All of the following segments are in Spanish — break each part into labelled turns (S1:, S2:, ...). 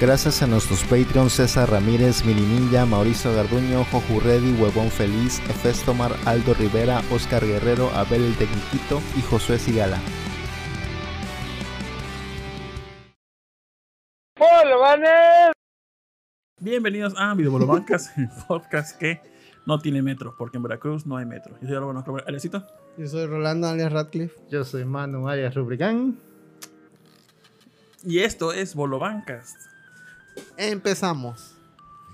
S1: Gracias a nuestros Patreons César Ramírez, Mirininja, Mauricio Garduño, Joju Reddy, Huevón Feliz, Efestomar, Aldo Rivera, Oscar Guerrero, Abel el Tecniquito y Josué Sigala.
S2: Bienvenidos a Videobolobancas, el podcast que no tiene metro, porque en Veracruz no hay metro. Yo soy Álvaro Noco- Alecito.
S3: Yo soy Rolando alias Radcliffe.
S4: Yo soy Manu Arias Rubricán.
S2: Y esto es Bolobancas.
S3: Empezamos.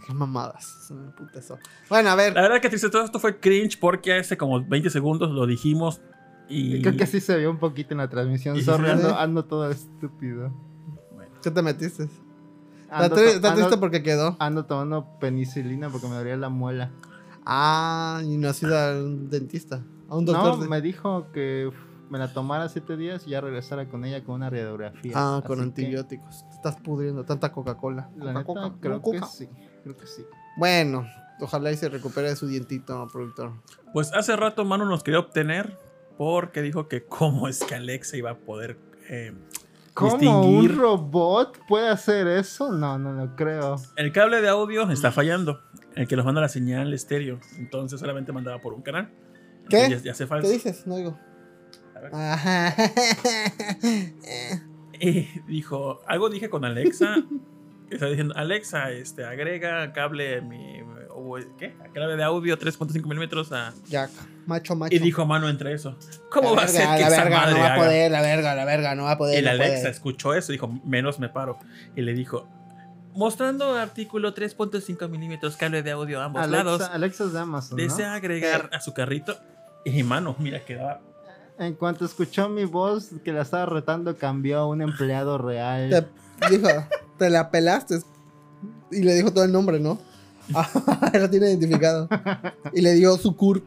S3: Qué mamadas. Me emputa eso. Bueno, a ver.
S2: La verdad que triste, todo esto fue cringe porque hace como 20 segundos lo dijimos y...
S4: Creo que sí se vio un poquito en la transmisión.
S2: ¿Y si
S4: Sorry,
S3: se ve?
S4: ando, ando todo estúpido.
S2: Bueno,
S3: ¿Qué te metiste? Está
S4: Ando,
S3: tri-
S4: to-
S3: Ah, está
S4: ando-
S3: triste porque quedó.
S4: ando tomando penicilina porque me dolía la muela.
S3: Ah, y no has ido a un dentista. A un doctor.
S4: No,
S3: de-
S4: me dijo que uf, me la tomara siete días y ya regresara con ella con una radiografía.
S3: Ah, con
S4: Así que,
S3: antibióticos. Te estás pudriendo. Tanta Coca-Cola.
S4: La neta,
S3: Coca-Cola,
S4: creo que
S3: Coca.
S4: sí. Creo que sí.
S3: Bueno, ojalá y se recupere de su dientito, productor.
S2: pues hace rato Manu nos quería obtener porque dijo que cómo es que Alexa iba a poder... eh,
S4: ¿Cómo
S2: Distinguir.
S4: un robot puede hacer eso? No, no lo creo.
S2: el cable de audio está fallando, el que nos manda la señal estéreo, entonces solamente mandaba por un canal.
S3: ¿Qué?
S2: Entonces Ya, ya hace falta.
S3: ¿Qué dices? Ah, No digo.
S2: A ver.
S3: Ajá.
S2: Eh, dijo, algo dije con Alexa. Estaba diciendo, Alexa, este, agrega cable, mi, o- ¿qué? Cable de audio 3.5 milímetros a...
S3: Jack. Macho, macho.
S2: Y dijo mano entre eso. ¿Cómo
S3: Ah, La
S2: va a ser
S3: verga,
S2: que
S3: la
S2: esa
S3: verga,
S2: madre
S3: no va a
S2: haga?
S3: poder, la verga, la verga, no va a poder.
S2: El
S3: no
S2: Alexa
S3: puede.
S2: escuchó eso y dijo, menos me paro. Y le dijo, mostrando artículo 3.5 milímetros cable de audio a ambos lados,
S4: Alexa, Alexa es de Amazon. ¿no?
S2: desea
S3: Eh.
S2: agregar a su carrito. Y mano, mira, quedaba.
S4: En cuanto escuchó mi voz que la estaba retando, cambió a un empleado real.
S3: Te dijo, te la pelaste. Y le dijo todo el nombre, ¿no? lo tiene identificado. Y le dio su CURP.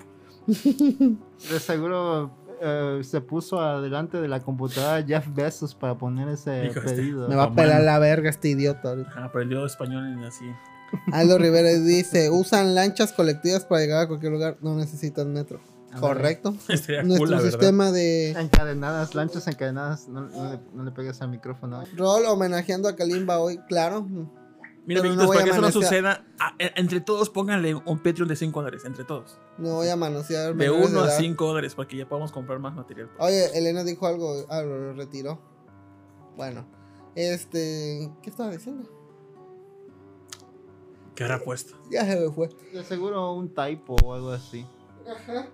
S4: De seguro eh, se puso adelante de la computadora Jeff Bezos para poner ese
S2: Hijo, este,
S4: pedido.
S3: Me va a
S2: Romano.
S3: pelar la verga este idiota. ahorita.
S2: Aprendió español en así.
S3: Aldo Rivera dice, usan lanchas colectivas para llegar a cualquier lugar, no necesitan metro.
S4: Ándale.
S3: Correcto.
S2: Estaría cool,
S3: Nuestro
S2: la verdad.
S3: sistema de
S4: Encadenadas, lanchas encadenadas. No, no le, no le pegues al micrófono.
S3: rol homenajeando a Kalimba hoy, claro.
S2: Mira,
S3: Pero no
S2: amiguitos,
S3: voy
S2: para
S3: a
S2: que eso no
S3: amanecer.
S2: suceda, a- e- entre todos pónganle un Patreon de 5 dólares, entre todos.
S3: No voy a manosear.
S2: De
S3: menores
S2: 1 a
S3: edad.
S2: 5 dólares, para que ya podamos comprar más material.
S3: Oye, Elena dijo algo, ah, lo lo retiró. Bueno, este, ¿qué estaba diciendo?
S2: ¿Qué habrá puesto?
S3: Ya se me fue.
S4: De seguro un typo o algo así.
S3: Ajá.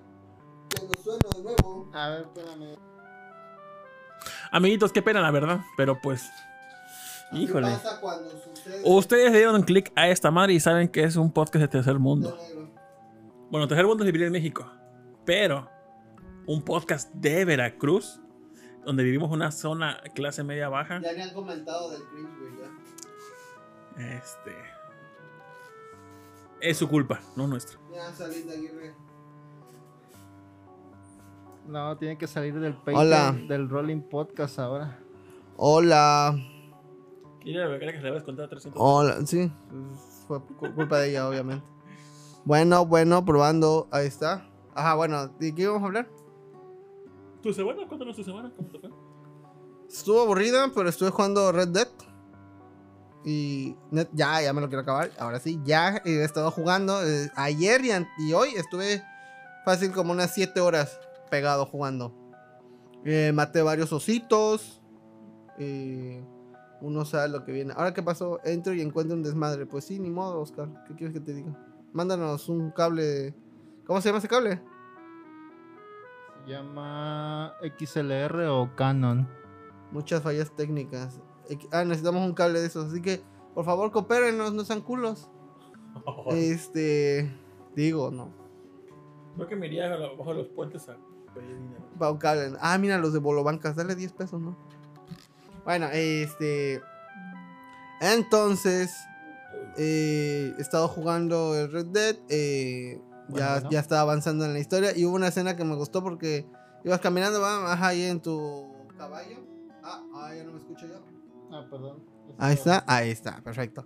S3: Cuando suena de nuevo.
S4: A ver, espérame.
S2: Amiguitos, qué pena, la verdad, pero pues. Híjole. Oh,
S3: ¿Qué pasa cuando sucede?
S2: Ustedes le dieron clic a esta madre y saben que es un podcast de tercer mundo. Bueno, tercer mundo es vivir en México, pero un podcast de Veracruz, donde vivimos una zona clase media baja.
S3: Ya me han comentado del cringe, güey. Ya.
S2: Este. Es su culpa, no nuestra.
S3: Ya salí de Aguirre.
S4: No, tiene que salir del Patreon,
S3: Hola.
S4: del Rolling Podcast ahora.
S3: Hola.
S2: Dile a la becaria que se le va a descontar 300.
S3: Hola. Sí. Fue cu- culpa de ella, obviamente. Bueno, bueno, probando. Ahí está. Ajá, bueno, ¿de qué íbamos a hablar?
S2: ¿Tu semana? Cuéntanos tu semana, ¿cómo te fue?
S3: Estuvo aburrida, pero estuve jugando Red Dead. Y net- ya, ya me lo quiero acabar. Ahora sí, ya he estado jugando. eh, ayer y, an- y hoy estuve fácil como unas 7 horas pegado jugando. Eh, maté varios ositos. eh, uno sabe lo que viene. Ahora qué pasó, entro y encuentro un desmadre. Pues sí, ni modo, Oscar. ¿Qué quieres que te diga? Mándanos un cable. de- ¿Cómo se llama ese cable?
S4: Se llama XLR o Canon.
S3: muchas fallas técnicas. Equ- Ah, necesitamos un cable de esos. Así que, por favor, coopérenos, no sean culos. Este. Digo, no.
S2: Creo que me iría a lo- bajo los puentes a pedir dinero.
S3: Va un cable. Ah, mira, los de Bolobancas. Dale 10 pesos, ¿no? Bueno, este. Entonces. eh, he estado jugando el Red Dead. eh, ya,
S4: Bueno, ¿no?
S3: ya estaba avanzando en la historia. Y hubo una escena que me gustó porque ibas caminando, va, ajá, ahí en tu caballo. Ah, ah, ya no me escucho yo.
S4: Ah, perdón.
S3: Ahí está, ahí está, perfecto.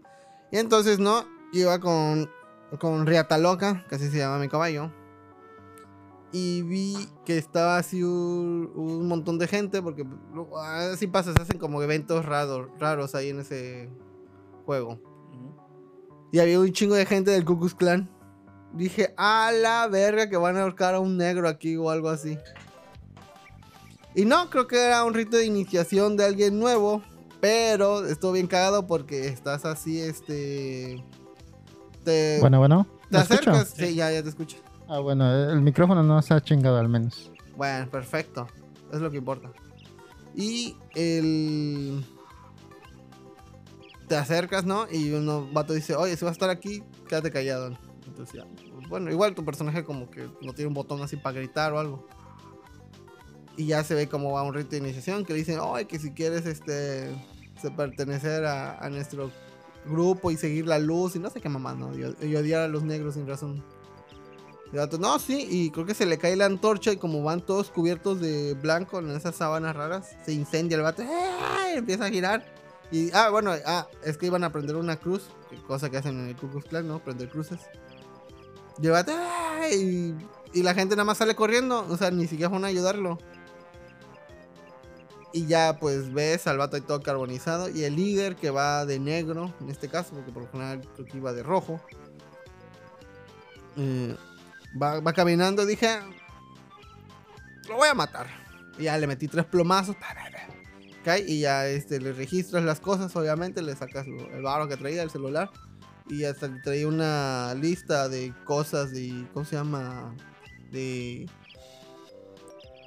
S3: Y entonces, ¿no? Iba con, con Riata Loca, que así se llama mi caballo. Y vi que estaba así un, un montón de ah, gente, porque lo- así pasa, se hacen como eventos raro- raros ahí en ese juego. Y había un chingo de gente del Ku Klux Klan. Dije, a la verga que van a ahorcar a un negro aquí o algo así. Y no, creo que era un rito de iniciación de alguien nuevo. Pero estuvo bien cagado porque estás así, este... Te,
S4: Bueno, bueno.
S3: te
S4: ¿Me escucho?
S3: acercas. Sí, ya, ya te escucho.
S4: Ah, bueno, el micrófono no se ha chingado al menos.
S3: Bueno, perfecto. Es lo que importa. Y el. Te acercas, ¿no? Y uno vato dice, oye, si vas a estar aquí, quédate callado. Entonces ya. Bueno, igual tu personaje como que no tiene un botón así para gritar o algo. Y ya se ve como va un rito de iniciación que le dicen, oye, que si quieres este se- pertenecer a, a nuestro grupo y seguir la luz y no sé qué mamá, ¿no? Y, y odiar a los negros sin razón. Y el vato, no, sí, y creo que se le cae la antorcha y como van todos cubiertos de blanco en esas sábanas raras, se incendia el vato, ¡ay! empieza a girar. Y, ah, bueno, ah, es que iban a prender una cruz, que- cosa que hacen en el Ku Klux Klan, ¿no? Prender cruces. Y el vato, ¡ay! Y, y la gente nada más sale corriendo, o sea, ni siquiera van a ayudarlo. Y ya pues ves al vato ahí todo carbonizado. Y el líder que va de negro, en este caso, porque por lo general creo que iba de rojo. eh, va, va caminando, dije. Lo voy a matar. Y ya le metí tres plomazos. pa, pa, pa. Cae, y ya este, le registras las cosas, obviamente, le sacas lo- el barro que traía, el celular. Y hasta le traía una lista de cosas de. ¿Cómo se llama? De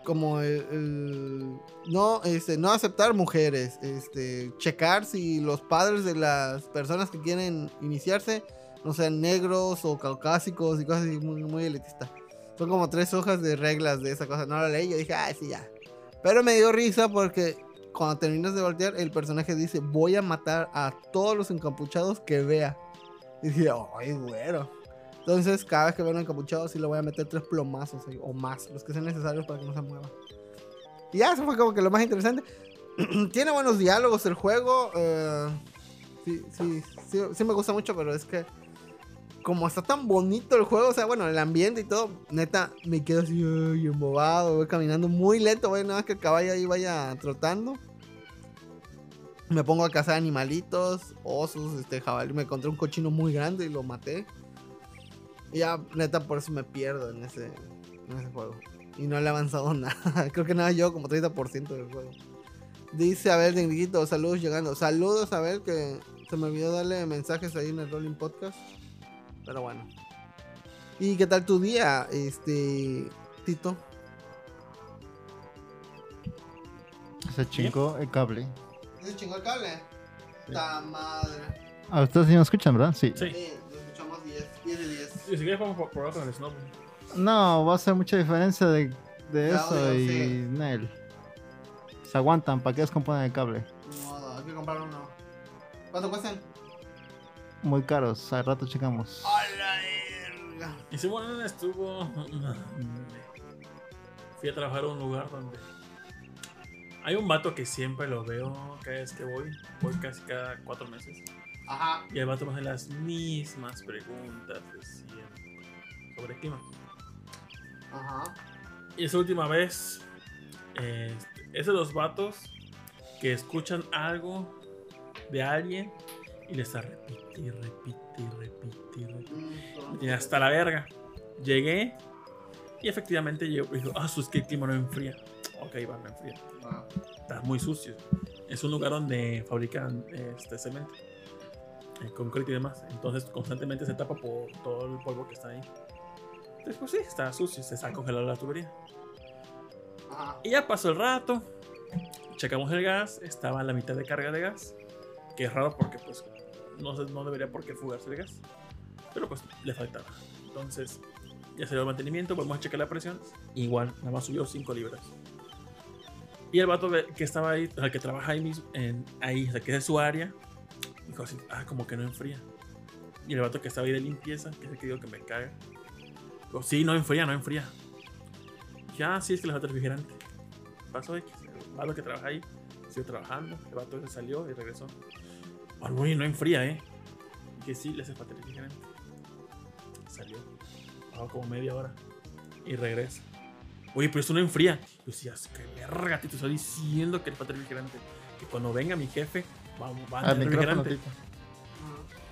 S3: como el, el- no este no aceptar mujeres este checar si los padres de las personas que quieren iniciarse no sean negros o caucásicos y cosas así muy, muy elitista son como tres hojas de reglas de esa cosa no la leí yo dije ah sí ya pero me dio risa porque cuando terminas de voltear el personaje dice voy a matar a todos los encapuchados que vea y dije ay güero entonces, cada vez que veo un encapuchado, sí le voy a meter tres plomazos ahí, o más, los que sean necesarios para que no se mueva. Y ya, eso fue como que lo más interesante. Tiene buenos diálogos el juego. eh, sí, sí, sí, sí me gusta mucho, pero es que. Como está tan bonito el juego, o sea, bueno, el ambiente y todo, neta, me quedo así, ay, embobado, voy caminando muy lento, voy nada más que el caballo ahí vaya trotando. Me pongo a cazar animalitos, osos, este jabalí. Me encontré un cochino muy grande y lo maté. Y Ya, neta, por eso me pierdo en ese, en ese juego. Y no le he avanzado nada. Creo que nada, yo como 30% del juego. Dice Abel Negrito, saludos llegando. Saludos Abel, que se me olvidó darle mensajes ahí en el Rolling Podcast. Pero bueno. ¿Y qué tal tu día, este Tito?
S4: Se chingó el cable.
S3: ¿Ese chingó el cable? ¡Ta madre!
S4: Ah, ustedes sí me escuchan, ¿verdad? Sí.
S2: Sí.
S3: lo escuchamos 10, 10 de 10.
S2: Y si quieres, vamos por, por otro en el snow.
S4: No, va a ser mucha diferencia de, de
S3: De
S4: eso
S3: audio,
S4: y
S3: sí.
S4: Nel. Se aguantan, ¿para qué descomponen el cable?
S3: Ni modo, hay que comprar uno. ¿Cuánto cuestan?
S4: Muy caros, al rato checamos.
S3: ¡Hola, verga!
S2: Y Simón estuvo. Fui a trabajar a un lugar donde. Hay un vato que siempre lo veo cada vez que voy. Voy casi cada cuatro meses.
S3: Ajá.
S2: Y el vato me hace las mismas preguntas de siempre sobre el clima.
S3: Ajá.
S2: Y esa última vez, eh, es de los vatos que escuchan algo de alguien y les está repite, y repite, y repite, y repite. Y hasta la verga. Llegué y efectivamente yo dijo, ah, su es que el clima no enfría. Ok, va, no enfría. Está muy sucio. Es un lugar donde fabrican este cemento, eh, concreto y demás. Entonces constantemente se tapa por todo el polvo que está ahí. Entonces, pues sí, está sucio, se está congelada la tubería.
S3: Ajá.
S2: Y ya pasó el rato. Checamos el gas. Estaba a la mitad de carga de gas. Que es raro porque pues no, se- no debería por qué fugarse el gas. Pero pues le faltaba. Entonces ya salió el mantenimiento. Volvemos a checar la presión. Igual, nada más subió 5 libras. Y el vato de- que estaba ahí, o sea, que trabaja ahí mismo, en, ahí, o sea, que es su área, dijo así, ah, como que no enfría. Y el vato que estaba ahí de limpieza, que es el que digo que me caga, dijo, sí, no enfría, no enfría. Ya, sí, es que le falta refrigerante. Pasó X, el vato que trabaja ahí, siguió trabajando, el vato se salió y regresó. Bueno, güey, no enfría, ¿eh? Que sí, le hace falta refrigerante. Salió, bajó como media hora y regresa. Oye, pero eso no enfría. Yo decía, qué verga, te estoy diciendo que le falta refrigerante. Que cuando venga mi jefe, vamos, va a
S4: Al
S2: tener
S4: micrófono,
S2: refrigerante.
S4: Tito.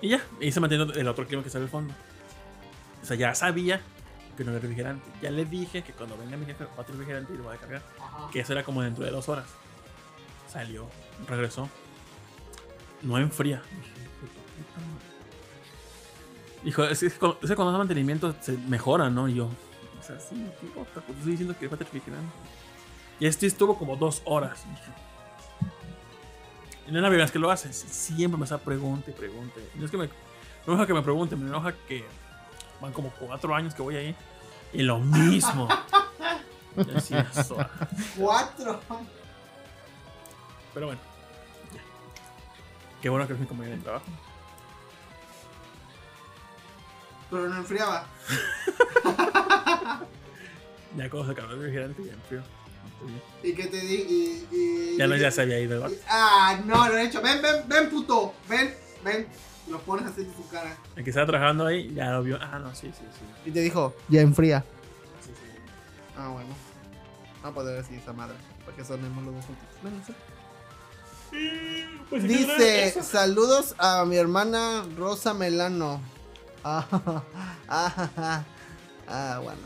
S2: Y ya, y se mantiene el otro clima que está en el fondo. O sea, ya sabía que no era refrigerante. Ya le dije que cuando venga mi jefe va a tener refrigerante y lo va a cargar. Que eso era como dentro de dos horas. Salió, regresó. No enfría. Dije, "Hijo de tu puta madre". Dijo, es que cuando, es que cuando hace mantenimiento se mejora, ¿no? Y yo, o sea, sí, qué importa, pues estoy diciendo que va a tener refrigerante. Y este estuvo como dos horas. Dije, y no es la primera vez que lo haces. Siempre me está pregunte, y pregunte. No es que me, no me enoja que me pregunten, me enoja que van como cuatro años que voy ahí y lo mismo. Yo decía, "So-".
S3: Cuatro.
S2: Pero bueno, ya. Qué bueno que es mi compañero de trabajo.
S3: Pero no enfriaba.
S2: Ya cuando se acabó el refrigerante, ya enfrió.
S3: ¿Y qué te di? Y, y-
S2: Ya, no,
S3: y-
S2: ya se había ido el vato.
S3: y- Ah, no, lo he hecho. Ven, ven, ven, puto. Ven, ven. Lo pones así en su cara.
S2: El que estaba trabajando ahí ya lo vio. Ah, no, sí, sí, sí.
S3: Y te dijo, ya enfría.
S2: sí, sí.
S3: Ah, bueno. No poder decir esa madre. Porque sonemos los dos juntos. Ven, sí.
S2: Pues,
S3: Dice, saludos a mi hermana Rosa Melano. Ah, ah, ah, ah, bueno.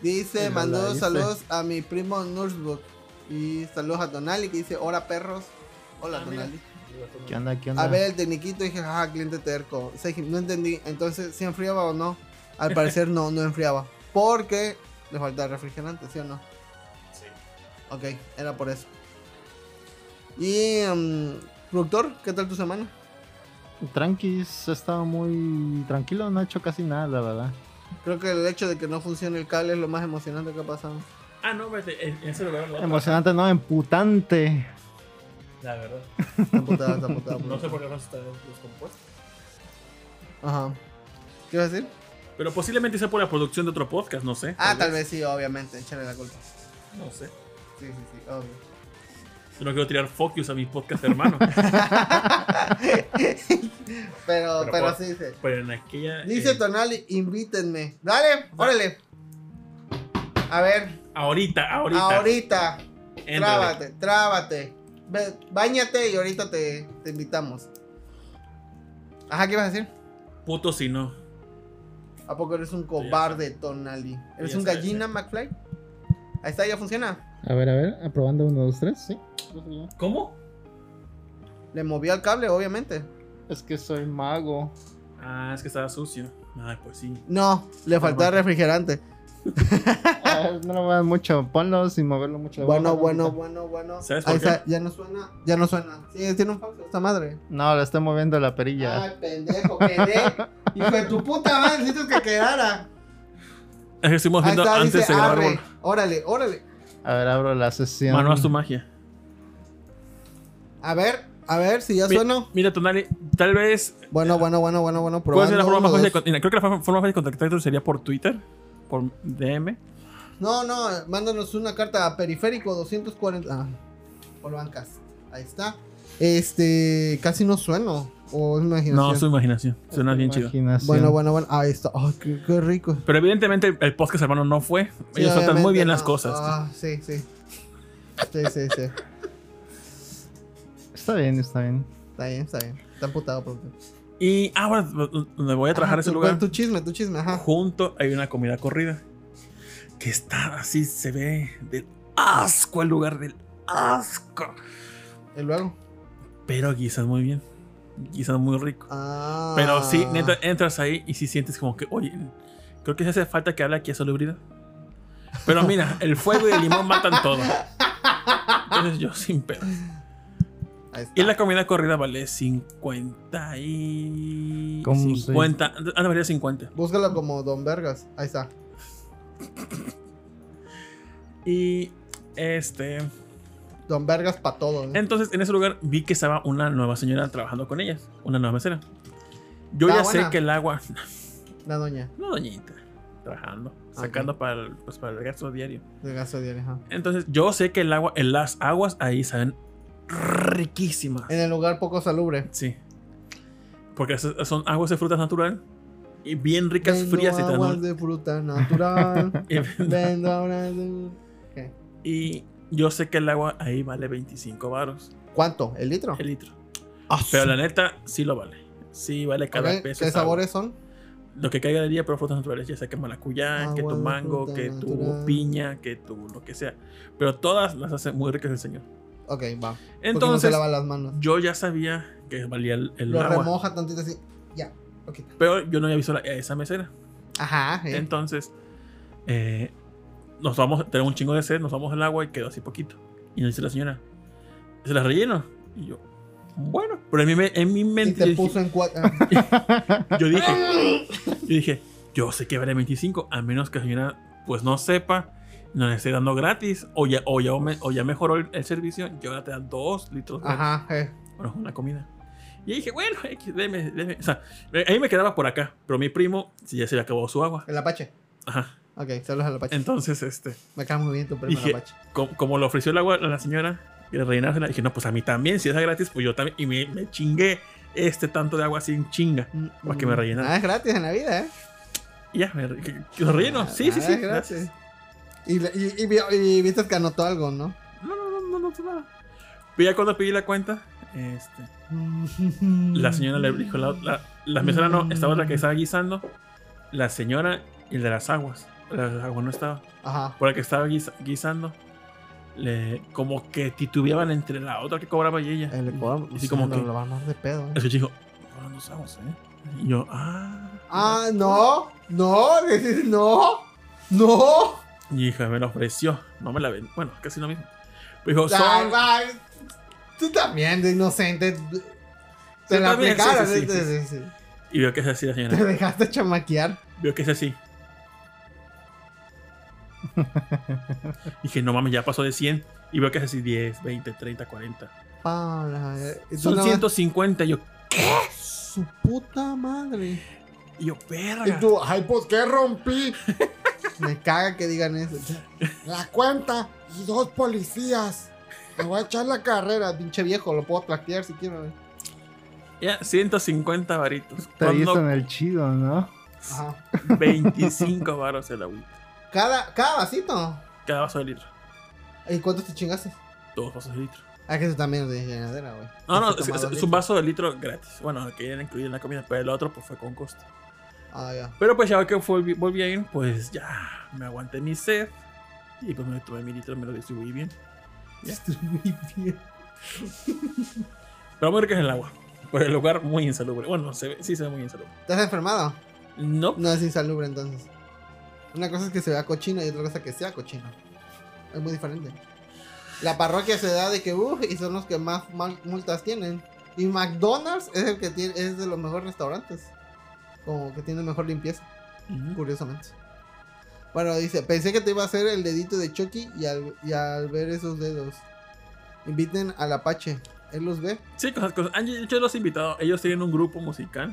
S3: Dice,
S4: Pero la
S3: mandó
S4: dice.
S3: saludos a mi primo Nursburg. Y saludos a Donali que dice, hola perros. Hola
S2: Ah, mira.
S3: Donali.
S4: ¿Qué onda? ¿Qué onda?
S3: A ver, el tecniquito dije, jaja, cliente terco. Seiji, no entendí. Entonces, ¿sí enfriaba o no? Al parecer no, no enfriaba. Porque le faltaba refrigerante, ¿sí o no?
S2: Sí.
S3: Ok, era por eso. Y, mm, productor, ¿qué tal tu semana?
S4: Tranquis, he estado muy tranquilo, no he hecho casi nada, la verdad.
S3: Creo que el hecho de que no funcione el cable es lo más emocionante que ha pasado.
S2: Ah, no, vete, en en ese lugar lo voy a trabajar.
S4: Emocionante, no, emputante.
S2: La verdad.
S3: Está putada, está putada,
S2: No sé
S3: putada.
S2: por qué no están descompuestos.
S3: Ajá. ¿Qué ibas a decir?
S2: Pero posiblemente sea por la producción de otro podcast, no sé.
S3: Ah, tal vez sí, obviamente. Échale la culpa.
S2: No sé.
S3: Sí, sí, sí, obvio.
S2: Yo no quiero tirar focus a mi podcast hermano.
S3: Pero,
S2: Pero
S3: pero
S2: por-
S3: sí, sí.
S2: Pero en aquella.
S3: Dice
S2: eh,
S3: Tonali, invítenme. Dale, órale. A ver,
S2: ahorita, ahorita.
S3: ahorita,
S2: Éntrale.
S3: trábate, trábate. Ve, báñate y ahorita te, te invitamos. Ajá, ¿qué ibas a decir?
S2: Puto si no.
S3: ¿A poco eres un cobarde, Tonali? ¿Eres
S2: Ya
S3: un
S2: sabes,
S3: gallina, McFly? Ahí está, ya funciona.
S4: A ver, a ver, aprobando 1, 2, 3, sí.
S2: ¿Cómo?
S3: Le movió al cable, obviamente.
S4: Es que soy mago.
S2: Ah, es que estaba sucio. Ay, pues sí.
S3: No, le faltaba
S2: bueno.
S3: refrigerante.
S4: Ah, no lo muevan mucho, ponlo sin moverlo mucho.
S3: Bueno,
S4: Bájalo
S3: bueno,
S4: ahorita.
S3: bueno, bueno.
S2: ¿Sabes
S3: Ahí
S2: por qué?
S3: está, ya no suena, ya no suena. Sí, tiene un falso esta madre.
S4: No, le estoy moviendo la perilla.
S3: Ay, pendejo, pendejo. Hijo de tu puta madre, necesito que quedara.
S2: Es que estuvimos
S3: Ahí
S2: viendo
S3: está,
S2: antes
S3: dice,
S2: de grabar
S3: arre.
S2: bueno,
S3: Órale, órale.
S4: A ver, abro la sesión.
S2: Manuel haz tu magia.
S3: A ver, a ver si ya
S2: Mi-
S3: suena.
S2: Mira, Tonali, tal vez.
S3: Bueno, bueno, bueno, bueno, bueno.
S2: ¿Cuál sería la forma
S3: probando,
S2: más fácil de
S3: dos.
S2: con- mira, Creo que la forma forma más fácil de contactarte sería por Twitter, por DM.
S3: No, no, mándanos una carta a periférico 240. Ah, por bancas. Ahí está. Este, casi no sueno. O es imaginación.
S2: No, su imaginación. Suena bien chido.
S4: Imaginación.
S3: Bueno, bueno, bueno. Ahí está. Ay, qué, qué rico.
S2: Pero evidentemente el podcast hermano no fue.
S3: Sí,
S2: Ellos tratan muy
S3: obviamente,
S2: bien las
S3: no.
S2: cosas.
S3: Ah, sí, sí. Sí, sí, sí.
S4: Está bien, está bien.
S3: Está bien, está bien. Está emputado porque.
S2: Y ahora donde voy a trabajar
S3: Ajá, pues,
S2: ese
S3: tu-
S2: lugar.
S3: Tu chisme, tu chisme, ajá.
S2: junto hay una comida corrida que está así, se ve del asco el lugar del asco.
S3: Y luego.
S2: Pero guisan muy bien, guisan muy rico.
S3: Ah.
S2: Pero sí, neta, entras ahí y si sientes como que, oye, creo que se hace falta que hable aquí a salubridad. Pero mira, el fuego y el limón matan todo. Entonces yo sin pedo.
S3: Ahí está.
S2: Y la comida corrida vale 50 y...
S4: ¿Cómo se-
S2: 50, antes antes valía 50.
S3: Búscalo como Don Vergas. Ahí está.
S2: Y este...
S3: Don Vergas para todo. ¿eh? ¿no?
S2: Entonces, en ese lugar vi que estaba una nueva señora trabajando con ellas, una nueva mesera. Yo ya
S3: Ah, buena.
S2: sé que el agua,
S3: La doña.
S2: no doñita, trabajando, sacando para el, pues, para el gasto diario.
S3: De gasto diario, ajá.
S2: Entonces, yo sé que el agua, en las aguas ahí saben riquísimas.
S3: En el lugar poco salubre.
S2: Sí. Porque esas son aguas de frutas natural y bien ricas,
S3: Vendo
S2: frías y
S3: aguas
S2: tan
S3: de fruta natural. Vendo ahora de-
S2: Y yo sé que el agua ahí vale 25 varos
S3: ¿Cuánto? ¿El litro?
S2: el litro.
S3: Ah,
S2: Pero
S3: su-
S2: la neta, sí lo vale. Sí, vale cada
S3: Ok,
S2: peso.
S3: ¿Qué
S2: esa agua.
S3: sabores son?
S2: Lo que caiga del día, pero frutas naturales, ya sea que maracuyá,
S3: Agua
S2: que tu
S3: de
S2: mango,
S3: Ah, fruta
S2: que tu
S3: natural.
S2: piña, que tu lo que sea. Pero todas las hacen muy ricas el señor.
S3: Ok, va. Porque no se
S2: Entonces,
S3: lava las manos.
S2: yo ya sabía que valía el, el
S3: Lo
S2: agua.
S3: remoja tantito así. Ya, lo quita.
S2: Pero yo no había visto la- esa mesera.
S3: Ajá, eh.
S2: Entonces, eh, nos vamos, tenemos un chingo de sed, nos vamos al agua y quedó así poquito. Y nos dice la señora, ¿se la relleno? Y yo, bueno. Pero en mi, me- en mi
S3: Y
S2: mente
S3: te
S2: yo
S3: puso
S2: dije,
S3: en cuatro. ah,
S2: yo dije, yo dije, yo sé que vale 25, a menos que la señora pues no sepa, no le esté dando gratis, o ya, o ya, me- o ya mejoró el, el servicio, y ahora te dan dos litros gratis.
S3: Ajá, eh.
S2: Bueno, una comida. Y dije, bueno, X, deme, deme. O sea, eh, ahí me quedaba por acá, pero mi primo sí, ya se le acabó su agua.
S3: El Apache.
S2: Ajá.
S3: Ok, saludos al Apache.
S2: Entonces, este,
S3: Me cae muy bien tu primo el
S2: Dije-
S3: Apache.
S2: como, como le ofreció el agua a la señora, y le rellenársela, dije, no, pues a mí también, si es gratis, pues yo también. Y me, me chingué este tanto de agua así en chinga. Para que "Mm, me rellenara.
S3: Nada Ah, es gratis en la vida, eh.
S2: Y ya, me re- que- que lo relleno.
S3: Nada-
S2: Sí, sí,
S3: nada
S2: sí.
S3: es gratis.
S2: gracias.
S3: Y, le- y, y vi- y viste que anotó algo, ¿no?
S2: No, no, no, no, no, no, nada. Pero ya cuando pedí la cuenta, este, la señora le dijo, la, la, la mesera no, estaba la que estaba guisando, la señora y el de las aguas. La de las aguas no estaba.
S3: Ajá.
S2: por la que estaba guisa- guisando, le- como que titubeaban entre la otra que cobraba y ella.
S3: El
S2: y así como que.
S3: lo van a dar de pedo. ¿eh?
S2: Así dijo, "Cobran dos aguas, ¿eh?". Y yo, ah.
S3: Ah, no, no, le dices, no, no.
S2: Y dije, me la ofreció. No me la ven. Bueno, casi lo mismo. Pero dijo,
S3: Ay,
S2: son.
S3: ay, tú también, de inocente. Te
S2: Yo
S3: la
S2: también, sí,
S3: aplicaron.
S2: sí, sí,
S3: ¿eh?
S2: sí,
S3: Sí, sí.
S2: Y veo que es así la señora.
S3: Te dejaste chamaquear.
S2: Veo que es así. dije, no mames, ya pasó de 100. Y veo que es así 10, 20, 30, 40.
S3: Paula, eh, y tú
S2: Son
S3: nada más, ¡ah,
S2: 150. Y yo,
S3: Su puta madre.
S2: y yo, verga.
S4: Y tú, ay, pues que rompí
S3: Me caga que digan eso.
S4: la cuenta y dos policías.
S3: Me voy a echar la carrera, pinche viejo. Lo puedo platear si quiero. eh.
S2: Ya, 150 varitos.
S4: Te
S2: Cuando-
S4: dicen el chido, ¿no?
S3: Ajá.
S2: 25 baros el agüita.
S3: Cada, cada vasito.
S2: Cada vaso de litro.
S3: ¿Y cuántos te chingaste?
S2: Dos vasos de litro.
S3: Ah, que eso también es de llenadera, güey.
S2: Ah, No, no,
S3: Ese
S2: es,
S3: tomado
S2: es- es
S3: Este litro.
S2: un vaso de litro gratis. Bueno, que ya incluido en la comida, pero el otro pues fue con costo.
S3: Ah, ya.
S2: Pero pues ya que volví, volví a ir, pues ya me aguanté mi sed. Y pues me tomé mi litro, me lo distribuí bien. Ya.
S3: Muy bien.
S2: Pero muy rico es el agua. Por el lugar muy insalubre. Bueno, se ve- sí se ve muy insalubre.
S3: ¿Te has enfermado?
S2: No,
S3: No es insalubre entonces. Una cosa es que se vea cochino y otra cosa que sea cochino. Es muy diferente. La parroquia se da de que, uff, y son los que más mal- multas tienen. Y McDonald's es el que tiene, es de los mejores restaurantes. Como que tiene mejor limpieza,
S2: Ujú.
S3: curiosamente. Bueno, dice, pensé que te iba a hacer el dedito de Chucky y al, y al ver esos dedos. Inviten al Apache. Él los ve.
S2: Sí, cosas, cosas. Ah, yo- yo los he invitado. Ellos tienen un grupo musical.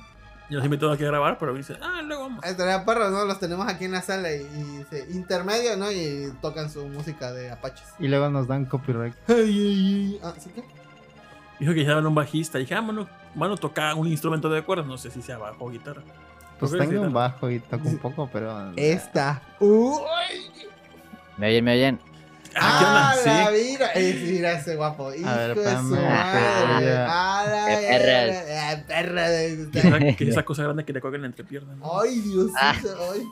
S2: Yo los he invitado aquí a grabar, pero me dicen, ah, luego vamos.
S3: Estaría perro, ¿no? Los tenemos aquí en la sala y, y se intermedio, ¿no? Y tocan su música de apaches.
S4: Y luego nos dan copyright.
S3: Ay, ay, ay. Ah, ¿sí qué?
S2: Dijo que llevaban un bajista. Dije, ah, mano, mano toca un instrumento de cuerdas. No sé si sea bajo o guitarra.
S4: Pues
S2: Creo que
S4: tengo
S2: sí,
S4: un
S2: ¿no?
S4: bajo y toco un poco, pero.
S3: Esta. Uy.
S5: ¿Me oyen, me oyen?
S2: Ah,
S3: Ah,
S2: ¿qué onda?
S3: la
S2: Sí.
S3: mira. Eh, mira ese guapo. Hijo
S4: ver,
S3: de su
S4: espérame,
S3: madre.
S4: espérame.
S3: Ala,
S5: Qué Eh, perras.
S3: ala, ala, perra de
S2: Esa- que esa cosa grande que te cuelga en la entrepierna. ¿no?
S3: Ay, Diosito.
S5: Ah.
S3: Ay.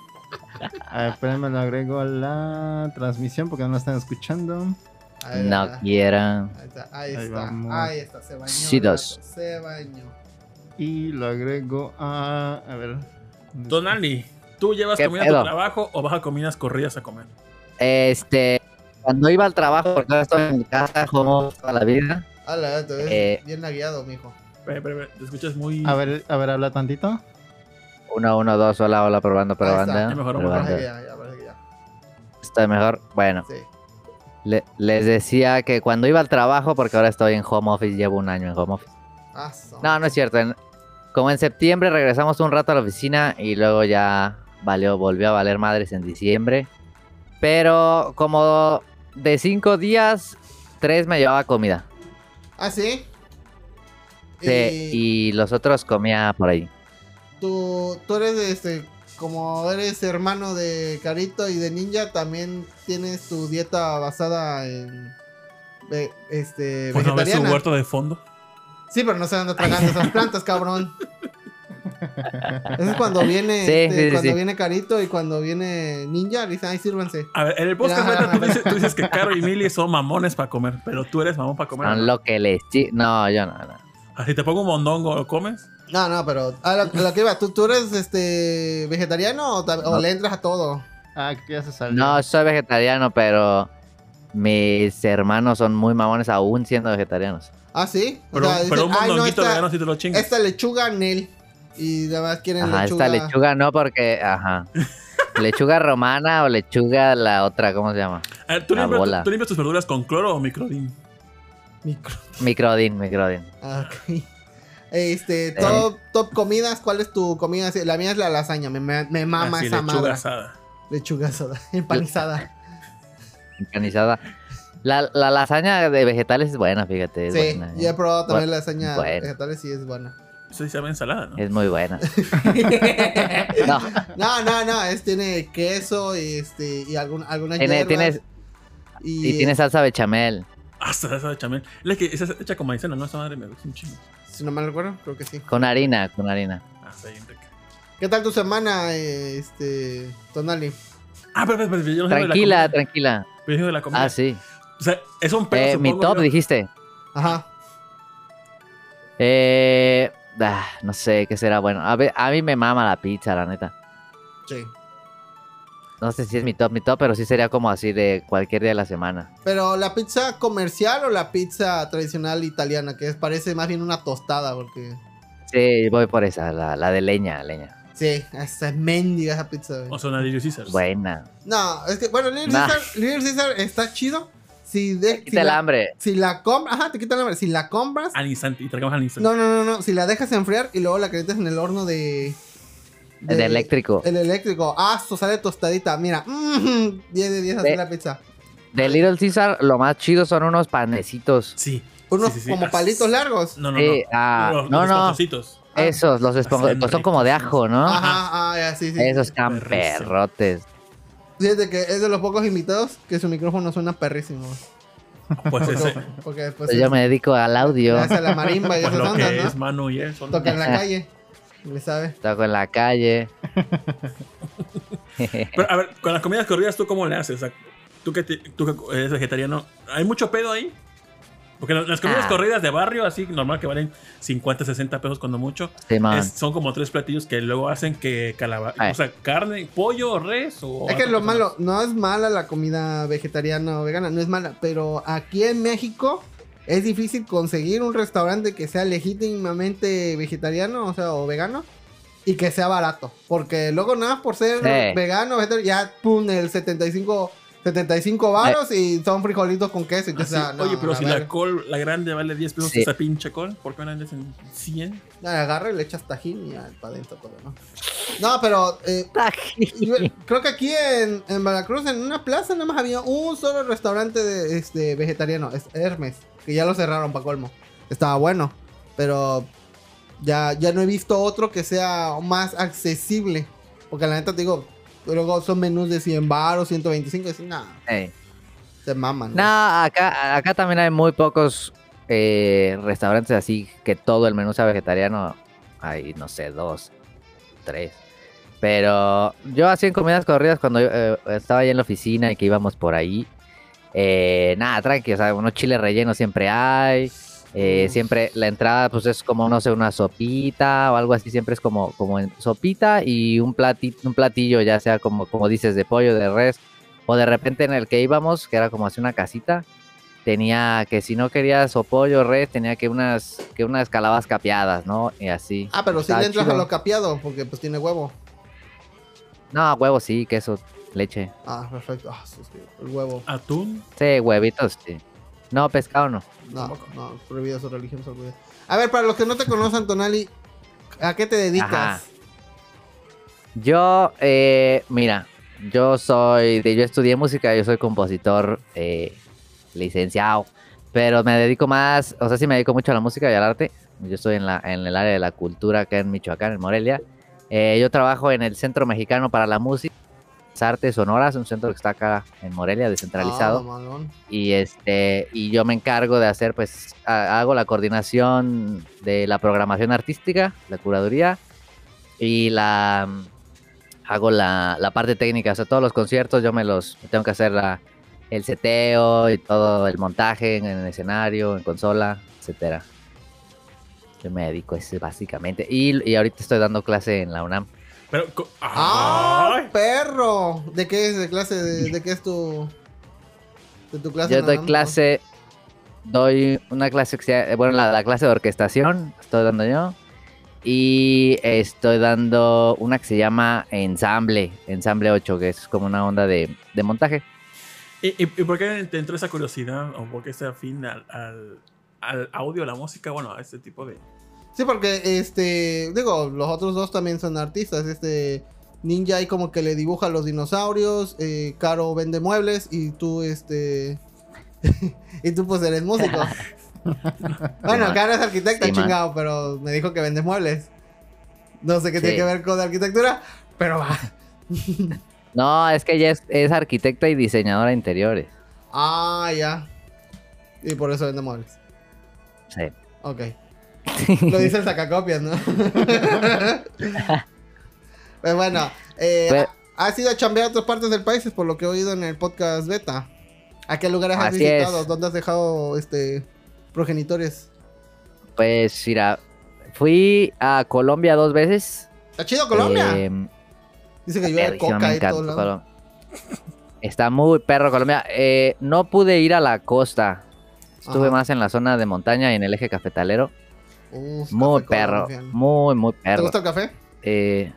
S4: A ver, espérenme, lo agrego a la transmisión porque no la están escuchando.
S3: Ahí
S5: no
S3: está.
S5: quiera.
S3: Ahí está, ahí
S4: Ahí
S3: está,
S4: vamos.
S3: ahí está, se bañó.
S5: Sí,
S3: el vato,
S5: dos.
S3: Se bañó.
S4: Y lo agrego a. A ver.
S2: Donali, ¿tú llevas
S5: ¿Qué
S2: comida a
S5: pedo?
S2: tu trabajo o vas a comidas corridas a comer?
S5: Este, cuando iba al trabajo, porque ahora estoy en mi casa, como toda la vida.
S3: Ala, te ves
S5: Eh.
S3: bien lagueado, mijo.
S2: Espera, espera, espera, te escuchas muy.
S4: A ver, a ver, habla tantito.
S5: Uno, uno, dos, hola, hola, probando,
S3: Ahí está,
S5: probando.
S2: ya mejoró,
S5: probando.
S3: Parece que ya, ya, parece que ya.
S5: Está mejor. Bueno,
S3: Sí.
S5: le- les decía que cuando iba al trabajo, porque ahora estoy en home office, llevo un año en home office.
S3: Ah, so-
S5: No, no es cierto. en- como en septiembre regresamos un rato a la oficina y luego ya valió, volvió a valer madres en diciembre. Pero como de cinco días, tres me llevaba comida.
S3: Ah, sí.
S5: Sí,
S3: y
S5: y los otros comía por ahí.
S3: tú, tú eres este, como eres hermano de Carito y de Ninja, también tienes tu dieta basada en ve- este
S2: Pues no ves su
S3: vegetariana.
S2: huerto de fondo.
S3: sí, pero no se anda tragando esas plantas, cabrón. Eso es cuando viene,
S5: Sí,
S3: este,
S5: sí, sí,
S3: cuando
S5: sí.
S3: viene Carito y cuando viene Ninja, le dicen, ay, sírvanse.
S2: A ver, en el podcast
S3: Ajá.
S2: beta tú dices, tú dices que Caro y Millie son mamones para comer, pero tú eres mamón para comer.
S5: Son lo que les chi- No, yo no, no.
S2: Ah, Si te pongo un mondongo, ¿lo comes?
S3: No, no, pero a lo, a lo que iba, ¿tú, tú eres este vegetariano o, ta- o
S5: No.
S3: le entras a todo?
S4: Ah, que ya se salió.
S5: No, soy vegetariano, pero mis hermanos son muy mamones aún siendo vegetarianos.
S3: Ah, sí. O
S2: Pero,
S3: sea, dicen,
S2: pero un
S3: "Ay, no,
S2: mondonguito
S3: esta-
S2: vegano si te lo chingas.
S3: Esta lechuga Nel. Y nada más quieren
S5: Ajá,
S3: lechuga.
S5: esta lechuga no porque, ajá. Lechuga romana o lechuga la otra, ¿cómo se llama?
S2: A ver, ¿tú,
S5: La
S2: limpias,
S5: bola.
S2: tú limpias tus verduras con cloro o microdín?
S3: Micro.
S5: Microdin, microdin.
S3: Ah, ok.
S5: Eh,
S3: Este, top, top comidas, ¿cuál es tu comida? Sí, La mía es la lasaña, me, me, me
S5: Ah,
S3: mama
S2: Así,
S3: esa
S2: lechuga
S3: madre.
S2: asada.
S3: Lechuga soda, empanizada.
S5: Organizada. La, la lasaña de vegetales es buena, fíjate. Es,
S3: sí,
S5: buena,
S3: yo he
S5: ¿eh?
S3: probado también
S5: Bu-
S3: lasaña
S5: bueno.
S3: vegetales y es buena.
S2: Eso sí se llama ensalada, ¿no?
S5: es muy buena. No,
S3: No, no, no, es, tiene queso y este, y algún, algunas
S5: tiene,
S3: hierbas
S5: tienes,
S3: y,
S5: y tiene salsa bechamel.
S2: Ah, salsa de chamel. La que esa es hecha con maicena, ¿no? Esa madre me gusta un chingo.
S3: si no mal recuerdo, creo que sí.
S5: Con harina, con harina.
S2: Ah, está bien rica.
S3: ¿Qué tal tu semana, eh, este, Tonali?
S2: Ah, pero, pero, pero yo no sé de la
S5: Tranquila,
S2: comida.
S5: tranquila.
S2: Yo digo de la comida.
S5: Ah, sí.
S2: O sea, es un pedo,
S5: Eh, mi
S2: supongo,
S5: top,
S2: yo.
S5: dijiste.
S3: Ajá.
S5: Eh, ah, no sé qué será bueno. A, ver, a mí me mama la pizza, la neta.
S3: Sí.
S5: No sé si es mi top, mi top, pero sí sería como así de cualquier día de la semana.
S3: Pero la pizza comercial o la pizza tradicional italiana, que es- parece más bien una tostada, porque.
S5: Sí, voy por esa, la, la de leña, leña.
S3: Sí, esa es mendiga esa pizza, güey.
S2: O sea, una de
S3: Pues,
S2: Caesars.
S5: Buena.
S3: No, es que, bueno, Little,
S5: Nah.
S3: Caesar, Little Caesar está chido. Si, de, si
S5: Quita el
S3: la,
S5: hambre.
S3: si la compras, ajá, te quita el hambre. Si la compras,
S2: Al instante, y tragamos al instante.
S3: no, no, no, no. Si la dejas enfriar y luego la calientas en el horno de.
S5: El de eléctrico.
S3: El eléctrico. Ah, esto sale tostadita. Mira, mm, 10 de 10 así
S5: De-
S3: la pizza.
S5: De Little Caesar, lo más chido son unos panecitos.
S2: Sí.
S3: Unos
S2: Sí, sí, sí.
S3: como
S2: Ah,
S3: palitos largos.
S2: No, no, no.
S5: Sí, ah,
S2: Los-
S5: no,
S2: los
S5: no,
S2: esponjositos.
S5: esos, los esponjosos,
S2: Hacen
S5: son como de ajo, ¿no?
S3: Ajá, ah, ya, sí, sí. Pues
S5: Esos están
S2: Perrísimo.
S5: perrotes.
S3: Fíjate que es de los pocos invitados que su micrófono suena perrísimo.
S2: Pues ese.
S3: Porque después
S5: Yo Pues me dedico al audio,
S3: gracias a la marimba y
S2: Pues
S3: esas
S2: lo
S3: ondas,
S2: que
S3: ¿no?
S2: es Manu y él son.
S3: Toca en la calle. Le sabe.
S5: toco en la calle.
S2: Pero a ver, con las comidas corridas, ¿tú cómo le haces? O sea, tú que, te- tú que eres vegetariano, ¿hay mucho pedo ahí? Porque la- las comidas
S5: Ah.
S2: corridas de barrio, así, normal que valen 50, 60 pesos cuando mucho,
S5: Simón.
S2: es- son como tres platillos que luego hacen que calabaza,
S5: Ay.
S2: o sea, carne, pollo, res o...
S3: Es que
S2: otra
S3: lo
S2: cosa
S3: malo, no es mala la comida vegetariana o vegana, no es mala, pero aquí en México es difícil conseguir un restaurante que sea legítimamente vegetariano, o sea, o vegano, y que sea barato. Porque luego nada más por ser
S5: Sí.
S3: vegano, vegetar- ya pum, el 75, 75 varos y son frijolitos con queso. y
S2: más.
S3: que, o sea,
S2: Así,
S3: no,
S2: Ah, Oye, pero
S3: a
S2: si
S3: ver,
S2: la col, la grande, vale 10 pesos
S5: Sí.
S2: esa pinche col, ¿por qué no vendes en 100?
S3: Agarra y le echas tajín y ya, para adentro todo, ¿no? No, pero eh, yo creo que aquí en, en Veracruz, en una plaza, nada más había un solo restaurante de, este, vegetariano, es Hermes, que ya lo cerraron para colmo. Estaba bueno, pero ya, ya no he visto otro que sea más accesible. Porque la neta te digo, luego son menús de 100 baros, 125, y así, nada,
S5: Ey.
S3: se maman. ¿no?
S5: No, acá, acá también hay muy pocos eh, restaurantes así que todo el menú sea vegetariano. Hay, no sé, dos, tres. Pero yo así en comidas corridas cuando yo, eh, estaba ahí en la oficina y que íbamos por ahí. eh, nada, tranqui, o sea, unos chiles rellenos siempre hay. eh, siempre la entrada pues es como, no sé, una sopita o algo así. Siempre es como, como en sopita y un, plati- un platillo, ya sea como, como dices, de pollo, de res. O de repente en el que íbamos, que era como hacia una casita, tenía que si no querías o pollo o res, tenía que unas, que unas calabas capeadas, ¿no? Y así.
S3: Ah, pero si
S5: Está
S3: le entras
S5: chido.
S3: a lo capeado, porque pues tiene huevo.
S5: No, huevos sí, queso, leche.
S3: Ah, perfecto. Ah, sí, sí, el huevo.
S2: Atún,
S5: Sí, huevitos, sí. No, pescado no.
S3: No, no, prohibido su religión, su prohibido. A ver, para los que no te conocen, Tonali, ¿a qué te dedicas?
S5: Ajá. Yo, eh, mira, yo soy, de- yo estudié música, yo soy compositor eh, licenciado, pero me dedico más, o sea, sí me dedico mucho a la música y al arte. Yo estoy en, la, en el área de la cultura acá en Michoacán, en Morelia. Eh, yo trabajo en el Centro Mexicano para la Música, las Artes Sonoras, un centro que está acá en Morelia, descentralizado.
S3: Ah, mamalón.
S5: y este y yo me encargo de hacer pues a- hago la coordinación de la programación artística la curaduría y la hago la, la parte técnica. O sea, todos los conciertos yo me los tengo que hacer la- el seteo y todo el montaje en, el escenario, en consola, etcétera. Yo me dedico a eso básicamente. Y, y ahorita estoy dando clase en la UNAM.
S2: Pero. co-
S3: ¡Ah,
S2: ¡Ay!
S3: perro! ¿De qué es de clase? ¿De, de qué es tu, de tu clase?
S5: Yo doy
S3: Nanamo?
S5: clase, doy una clase, que sea- eh, bueno, la, la clase de orquestación estoy dando yo. Y estoy dando una que se llama ensamble, ensamble 8, que es como una onda de, de montaje.
S2: ¿Y, y, y por qué te entró esa curiosidad o por qué ese afín al, al, al audio, a la música? Bueno, a este tipo de.
S3: Sí, porque este, digo, los otros dos también son artistas. Este Ninja ahí como que le dibuja a los dinosaurios, eh, Caro vende muebles y tú este y tú pues eres músico. bueno,
S5: Sí,
S3: Caro es arquitecta,
S5: Sí, man.
S3: chingado, pero me dijo que vende muebles. No sé qué tiene
S5: Sí.
S3: que ver con arquitectura, pero va.
S5: No, es que ella es, es arquitecta y diseñadora de interiores.
S3: Ah, ya. Y por eso vende muebles.
S5: Sí.
S3: Ok. Lo dice el sacacopias, ¿no? Pues bueno, eh,
S5: Pues-
S3: ha- has ido a chambear a otras partes del país, es por lo que he oído en el podcast beta. ¿A qué lugares has
S5: Así
S3: visitado?
S5: es.
S3: ¿Dónde has dejado este progenitores?
S5: Pues mira, fui a Colombia dos veces.
S3: ¿Está chido Colombia?
S5: Em,
S3: dice que llueve
S5: Perrísima,
S3: coca
S5: me
S3: y todo
S5: encanta
S3: lado.
S5: Colombia. Está muy perro Colombia. Eh, no pude ir a la costa. Estuve
S3: Ajá.
S5: más en la zona de montaña y en el eje cafetalero.
S3: Uf,
S5: Muy
S3: café
S5: perro.
S3: colombiano.
S5: Muy, muy
S3: ¿Te
S5: perro.
S3: gusta el café?
S5: Eh,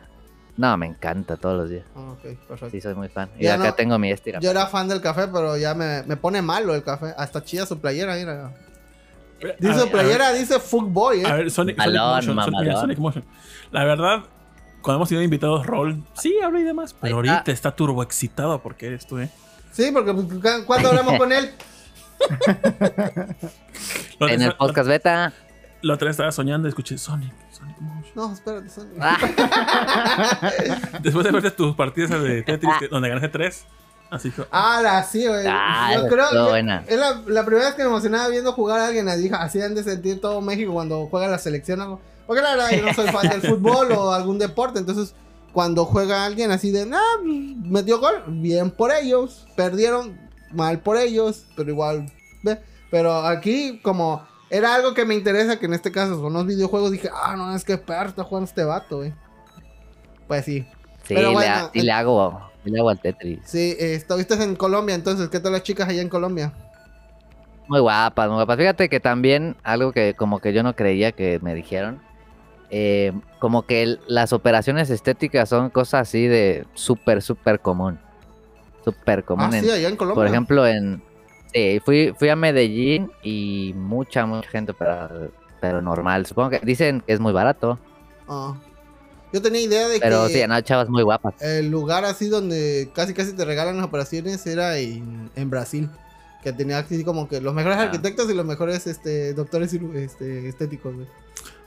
S5: no, me encanta todos los días.
S3: Ah, ok, perfecto.
S5: Sí, soy muy fan. Y
S3: Ya
S5: acá
S3: no-
S5: tengo mi estira.
S3: Yo era fan del café, pero ya me, me pone malo el café. Hasta chida su playera, mira.
S2: A
S3: Eh, Dice
S2: ver,
S3: playera, dice fuckboy, eh.
S2: A ver, Sonic, Sonic
S5: Malón,
S2: Motion, Sonic, mira,
S5: mamalón.
S2: Sonic Motion. La verdad, cuando hemos tenido invitados, Roll, sí, habla y demás, pero
S5: Ahí está.
S2: ahorita está turbo excitado porque eres tú, ¿eh?
S3: Sí, porque cuando hablamos con él?
S2: La otra
S5: En el
S2: vez-
S5: podcast beta.
S2: La otra vez estaba soñando y escuché Sonic, Sonic Motion.
S3: No, espérate, son-
S2: Después de verte tus partidas de Tetris, que- donde ganaste tres, así que.
S3: Ah, la sí, güey.
S5: Ah,
S3: Yo creo
S5: estuvo
S3: yo-
S5: buena.
S3: Es la, la primera vez que me emocionaba viendo jugar a alguien. Así, dije, así han de sentir todo México cuando juega la selección. algo. Porque la verdad, yo no soy fan del fútbol o algún deporte. Entonces, cuando juega alguien así de, ah, metió gol, bien por ellos. Perdieron, mal por ellos. Pero igual, ve. Pero aquí, como era algo que me interesa, que en este caso son los videojuegos, dije, ah, no, es que perro está jugando este vato, güey. Pues sí.
S5: Sí,
S3: Pero
S5: le
S3: bueno,
S5: ha- y
S3: el-
S5: le hago, y le hago al Tetris.
S3: Sí, eh, estuviste en Colombia, entonces, ¿qué tal las chicas allá en Colombia?
S5: Muy guapas, muy guapas. Fíjate que también algo que como que yo no creía que me dijeron, eh, como que el- las operaciones estéticas son cosas así de súper, súper común. Súper común.
S3: Ah,
S5: en-
S3: sí, allá en Colombia.
S5: por ejemplo, en... Sí, fui, fui a Medellín y mucha, mucha gente, pero, pero normal. Supongo que dicen que es muy barato,
S3: Ah. Yo tenía idea de
S5: pero
S3: que
S5: sí, no, chavas muy guapas.
S3: el lugar así donde casi casi te regalan las operaciones era en, en Brasil. Que tenía así como que los mejores
S5: Ah.
S3: arquitectos y los mejores este, doctores ciru- este, estéticos. güey.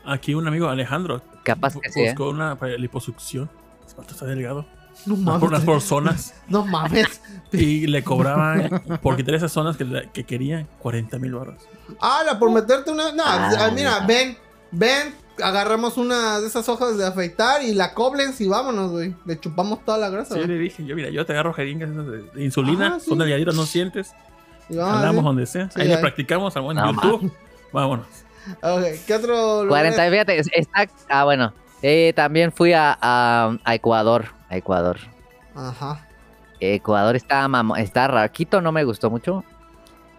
S2: Aquí un amigo, Alejandro,
S5: Capaz
S2: bu-
S5: que sí, ¿eh?
S2: buscó una para liposucción. Ese vato está delgado.
S3: No
S2: Unas por
S3: mames.
S2: unas por zonas.
S3: No mames.
S2: Y le cobraban, por quitar esas zonas que, le- que querían, 40 mil barras.
S3: ¡Hala! Ah, Por meterte una. No,
S5: Ah,
S3: ah, mira,
S5: mira.
S3: ven, ven. Agarramos una de esas hojas de afeitar y la coblen y vámonos, güey. Le chupamos toda la grasa,
S2: yo
S3: güey.
S2: le dije, yo mira, yo te agarro jeringas esas de, de insulina,
S3: Ajá, sí.
S2: son delgaditas, no sientes.
S3: Y vamos
S2: Andamos
S3: así.
S2: donde sea.
S3: Sí,
S2: ahí le
S3: ahí.
S2: practicamos, en
S5: No,
S2: YouTube. Vámonos.
S3: Ok, ¿Qué otro lugar?
S5: 40, fíjate, es- está... Ah, bueno. Eh, también fui a, a- a Ecuador, a Ecuador.
S3: Ajá.
S5: Ecuador está, mamo- está raro. Quito no me gustó mucho.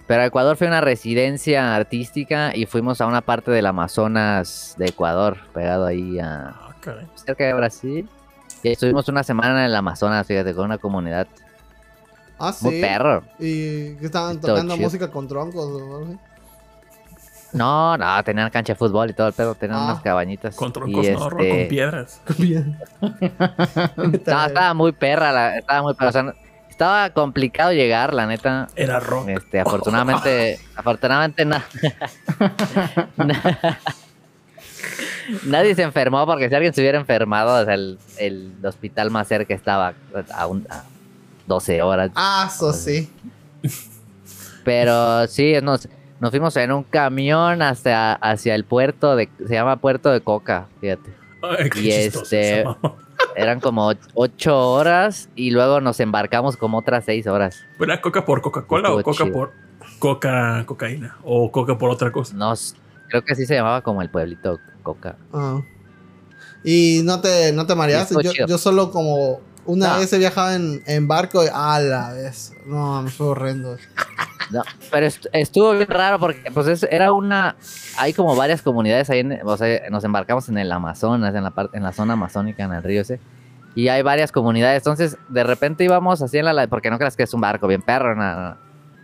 S5: Pero a Ecuador fue una residencia artística y fuimos a una parte del Amazonas de Ecuador, pegado ahí a
S2: Ah, caray.
S5: cerca de Brasil. Y estuvimos una semana en el Amazonas, fíjate, con una comunidad
S3: Ah, sí.
S5: muy perro.
S3: Y que estaban
S5: Todo
S3: tocando
S5: chido.
S3: música con troncos o algo así.
S5: No, no, tenían cancha de fútbol y todo el pedo, tenían
S3: Ah.
S5: unas cabañitas.
S2: Con
S5: y
S2: troncos, no, Rol,
S5: este,
S2: con piedras.
S5: No, estaba muy perra, la- estaba muy perra. o sea, no- estaba complicado llegar, la neta.
S2: Era rock.
S5: Este, afortunadamente, afortunadamente na- na- nadie se enfermó porque si alguien se hubiera enfermado, o sea, el, el hospital más cerca estaba a, un- a 12 horas.
S3: Ah, eso sí.
S5: Pero sí, nos, nos fuimos en un camión hacia, hacia el puerto de, se llama Puerto de Coca, fíjate.
S2: Ay, qué
S5: Y
S2: chistoso
S5: este-
S2: esa mamá.
S5: Eran como och- ocho horas y luego nos embarcamos como otras seis horas.
S2: ¿Pero ¿Era coca por Coca-Cola o
S5: Estuvo
S2: coca
S5: chido.
S2: por coca cocaína? O coca por otra cosa.
S5: No, s- creo que así se llamaba como el pueblito Coca.
S3: Ah. Y no te, no te mareaste.
S5: Estuvo
S3: Yo,
S5: chido.
S3: yo solo como una
S5: No.
S3: vez he viajado en, en barco y a la vez. No, me fue horrendo.
S5: No, pero est- estuvo bien raro porque pues es- era una hay como varias comunidades ahí, en- o sea, nos embarcamos en el Amazonas, en la parte en la zona amazónica en el río ese. Y hay varias comunidades, entonces de repente íbamos así en la la porque no creas que es un barco bien perro, una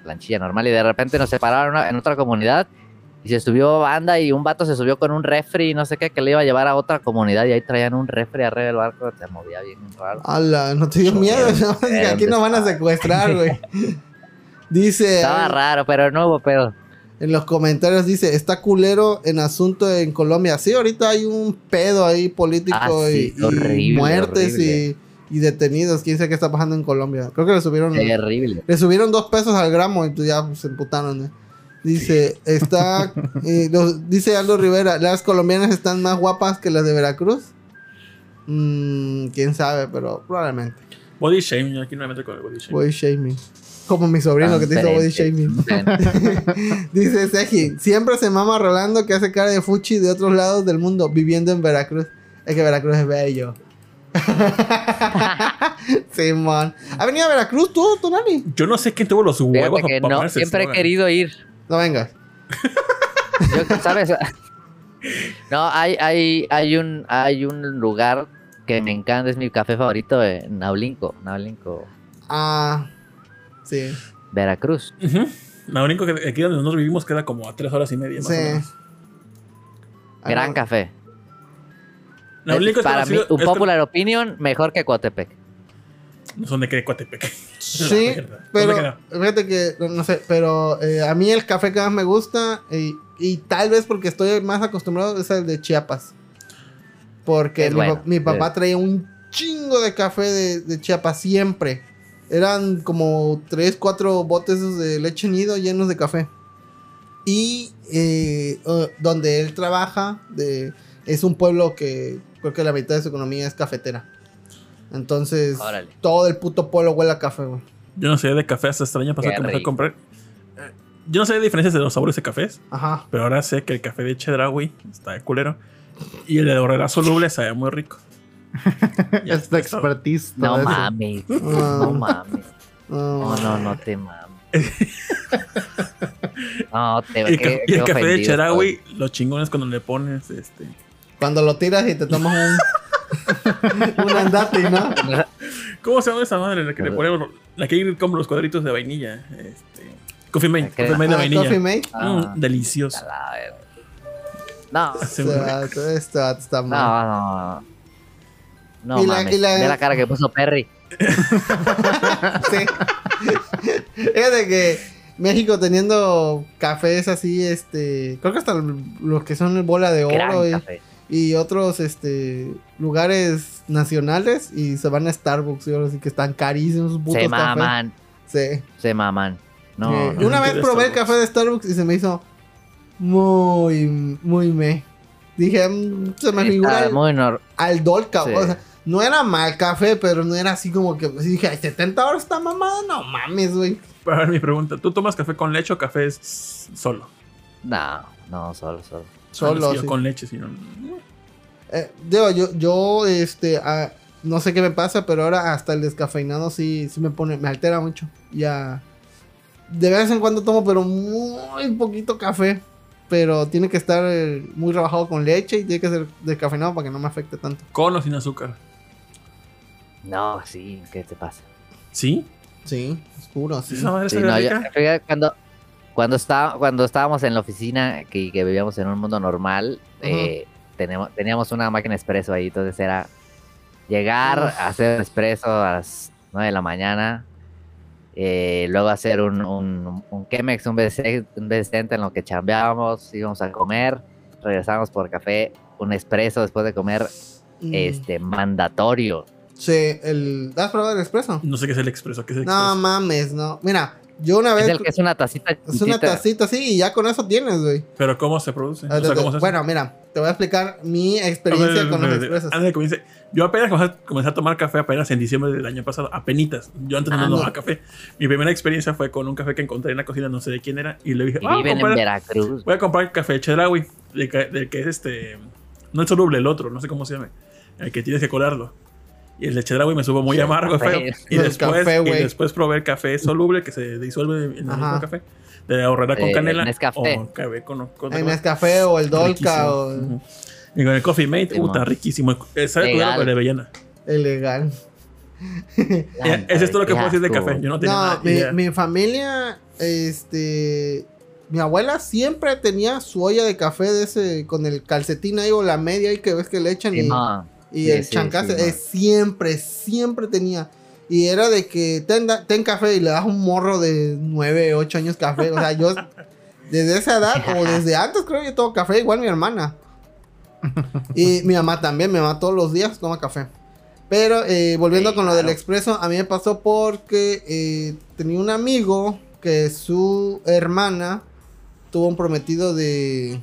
S5: planchilla normal y de repente nos separaron en otra comunidad y se subió banda y un vato se subió con un refri y no sé qué que le iba a llevar a otra comunidad y ahí traían un refri arriba del barco, se movía bien raro.
S3: A la, no te dio
S5: Yo
S3: miedo.
S5: quiero
S3: ¿no?
S5: ver
S3: Aquí
S5: dónde
S3: nos van a
S5: está.
S3: secuestrar, güey. Dice
S5: Estaba raro, pero no hubo pedo.
S3: en los comentarios: dice, está culero en asunto en Colombia. Sí, ahorita hay un pedo ahí político
S5: Ah,
S3: y-
S5: sí,
S3: y,
S5: horrible,
S3: muertes
S5: horrible.
S3: Y, y detenidos. Quién sabe qué está pasando en Colombia. Creo que le subieron.
S5: Terrible.
S3: Le subieron dos pesos al gramo y tú ya pues, se emputaron. ¿eh? Dice, está. eh, los- dice Aldo Rivera, las colombianas están más guapas que las de Veracruz. Mm, Quién sabe, pero probablemente.
S2: Body shame, yo aquí no me meto con el body shame.
S3: Body shaming. Como mi sobrino
S5: Ah,
S3: que te hizo body shaming. Dice Seji, siempre se mama a Rolando que hace cara de fuchi de otros lados del mundo viviendo en Veracruz. Es que Veracruz es bello. Simón. ¿Ha venido a Veracruz tú, tú, Nani?
S2: Yo no sé quién tuvo los huevos
S5: Fíjate que
S2: pa- pa
S5: no,
S2: ponerse
S5: siempre he
S2: eslogan.
S5: querido ir.
S3: No vengas.
S5: Yo, ¿Sabes? No, hay, hay, hay, un, hay un lugar que me encanta, es mi café favorito, eh, Naulinco, Naulinco,
S3: Ah, sí.
S5: Veracruz.
S2: Ujú. Lo único que aquí donde nosotros vivimos queda como a tres horas y media. Más o
S3: Sí.
S2: menos.
S3: Ah,
S5: Gran
S3: no.
S5: café.
S2: Lo
S5: Es-
S2: único es
S5: Para mí,
S2: conocido-
S5: un
S2: es con-
S5: popular opinion, mejor que Coatepec.
S2: No son de que de Coatepec.
S3: Sí,
S2: La mierda.
S3: pero
S2: ¿Dónde queda?
S3: fíjate que, no- no sé, pero eh, a mí el café que más me gusta, y, y tal vez porque estoy más acostumbrado, es el de Chiapas. Porque
S5: Es
S3: mi,
S5: bueno,
S3: pa- mi papá
S5: pero-
S3: traía un chingo de café de, de Chiapas siempre. Eran como 3, 4 botes esos de leche nido llenos de café. Y eh, eh, donde él trabaja, de, es un pueblo que creo que la mitad de su economía es cafetera. Entonces,
S5: Órale.
S3: todo el puto pueblo huele a café, güey.
S2: Yo no sé de café hasta este año pasado
S5: Qué
S2: que me fui a
S5: rico.
S2: comprar. Eh, Yo no sé de diferencias de los sabores de cafés,
S3: Ajá.
S2: pero ahora sé que el café de Chedraui está de culero. Y el de Dorrera soluble sabe muy rico. Ya,
S4: Es tu
S2: eso.
S4: expertise. todo
S5: No
S4: eso.
S5: mames,
S3: Ah,
S5: no mames. No, no, no te mames. No, te
S2: Y el, ca-
S5: qué-
S2: y el café
S5: qué
S2: de
S5: ofendido estoy.
S2: Chedraui, los chingones cuando le pones este.
S3: Cuando lo tiras y te tomas un, un andate, ¿no?
S2: ¿Cómo se llama esa madre? La que le ponemos. La que hay como los cuadritos de vainilla. Este. Coffee Mate.
S5: La que-
S2: Coffee Mate de
S3: Ah,
S2: vainilla.
S3: Coffee Mate.
S5: Ah,
S2: Mm, delicioso.
S5: la verga. No,
S2: Hace
S3: O
S2: muy
S3: sea,
S2: rico.
S3: todo esto está mal.
S5: No, no, no. No
S3: Y la-
S5: mames.
S3: y la-
S5: Ve la cara que puso Perry.
S3: Sí. Fíjate que México teniendo cafés así, este. Creo que hasta los que son bola de oro
S5: Gran
S3: y,
S5: café.
S3: y otros este lugares nacionales y se van a Starbucks y ahora sí que están carísimos esos putos cafés.
S5: Se maman,
S3: Sí.
S5: se maman. No,
S3: Eh,
S5: no.
S2: yo-
S3: una
S2: no
S3: vez
S2: quiero
S3: probé el
S2: Starbucks.
S3: café de Starbucks y se me hizo muy, muy me. Dije, mm, se me
S5: está
S3: figura al,
S5: muy nor-
S3: al Dolca.
S5: sí.
S3: O sea, no era mal café, pero no era así como que. pues, dije, "Ay, 70 horas está mamada, no mames, güey.
S2: A ver, mi pregunta. ¿Tú tomas café con leche o café s- solo?
S5: No, no, solo, solo.
S2: Ah,
S3: Solo.
S2: no, sí,
S3: sí.
S2: yo Con leche, sino.
S3: Eh, digo, yo, yo, este, ah, no sé qué me pasa, pero ahora hasta el descafeinado sí, sí me pone, me altera mucho. Ya. De vez en cuando tomo, pero muy poquito café. Pero tiene que estar eh, muy rebajado con leche y tiene que ser descafeinado para que no me afecte tanto.
S2: Con o sin azúcar.
S5: No, sí, ¿qué te pasa?
S2: ¿Sí?
S3: Sí, oscuro, sí.
S2: Esa madre
S5: Sí,
S2: sabe
S5: no, yo-
S2: rica.
S5: fíjate, cuando, cuando, está, cuando estábamos en la oficina, que, que vivíamos en un mundo normal, eh, tenemos, teníamos una máquina expreso ahí, entonces era llegar,
S3: Uf.
S5: hacer un expreso a las 9 de la mañana, eh, luego hacer un, un, un Chemex, un BC, un BC en lo que chambeábamos, íbamos a comer, regresábamos por café, un expreso después de comer,
S3: Mm.
S5: este, mandatorio.
S3: Sí, el. ¿Has probado el expreso?
S2: No sé qué es el expreso. ¿Qué es el
S3: No
S2: expreso?
S3: mames, no. Mira, Yo una vez.
S5: Es el que es una tacita.
S3: es una
S5: chiquitita.
S3: tacita así y ya con eso tienes, güey.
S2: Pero ¿cómo se produce? O
S3: Ah,
S2: sea,
S3: te-
S2: ¿cómo se hace?
S3: bueno, mira, te voy a explicar mi experiencia con los expresos.
S2: Antes de que comience- Yo apenas comencé, comencé a tomar café apenas en diciembre del año pasado, apenitas. Yo antes no
S5: Ah,
S2: tomaba
S3: no.
S2: café. Mi primera experiencia fue con un café que encontré en la cocina, no sé de quién era, y le dije,
S5: Y
S2: "Ah,
S5: viven en
S2: comprar-
S5: Veracruz.
S2: voy a comprar café de Chedraui, del que, del que es este, no el soluble, el otro, no sé cómo se llama, el que tienes que colarlo. Y el de Chedraui me supo muy
S5: Sí,
S2: amargo,
S5: café.
S2: feo. Y
S3: El
S2: después,
S3: café,
S2: y
S3: güey.
S2: después probé el café soluble que se disuelve en el mismo
S3: Ajá.
S2: café, de ahorrera con
S5: Eh,
S2: canela.
S5: Nescafé.
S2: O café con, con-
S3: En Nescafé o el Dolca
S2: Riquísimo.
S3: o
S2: Ujú. Y con el Coffee Mate,
S5: Simón.
S2: puta, riquísimo. Eh, Sabe tu
S5: Legal.
S2: algo de avellana.
S3: el legal.
S2: Eh, Ese es todo lo que puedo decir de café. Yo no tenía
S3: No,
S2: nada.
S3: mi,
S2: idea.
S3: mi familia, este. Mi abuela siempre tenía su olla de café de ese, con el calcetín ahí o la media ahí que ves que le echan y,
S5: Simón.
S3: y
S5: Sí,
S3: el
S5: sí,
S3: chancase.
S5: sí,
S3: eh,
S5: no.
S3: siempre, siempre tenía. Y era de que ten, da- ten café y le das un morro de 9, 8 años café. O sea, yo desde esa edad o desde antes creo que yo tomo café, igual mi hermana. Y mi mamá también, mi mamá todos los días toma café. Pero eh, volviendo
S5: Sí,
S3: con lo del
S5: claro.
S3: expreso, a mí me pasó porque eh, tenía un amigo que su hermana tuvo un prometido de.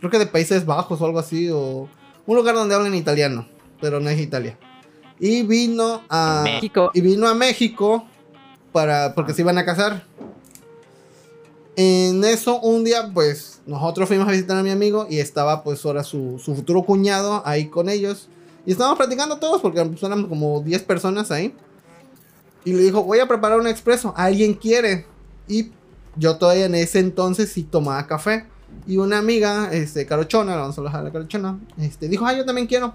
S3: Creo que de Países Bajos o algo así, o un lugar donde hablan italiano, pero no es Italia. Y vino a.
S5: México.
S3: Y vino a México para, porque se iban a casar. En eso, un día, pues, nosotros fuimos a visitar a mi amigo y estaba, pues, ahora su, su futuro cuñado ahí con ellos. Y estábamos platicando todos porque pues, éramos como 10 personas ahí. Y le dijo, voy a preparar un expreso, ¿alguien quiere? Y yo todavía en ese entonces sí tomaba café. Y una amiga, este, carochona, la vamos a dejar la carochona, este, dijo, ah, yo también quiero.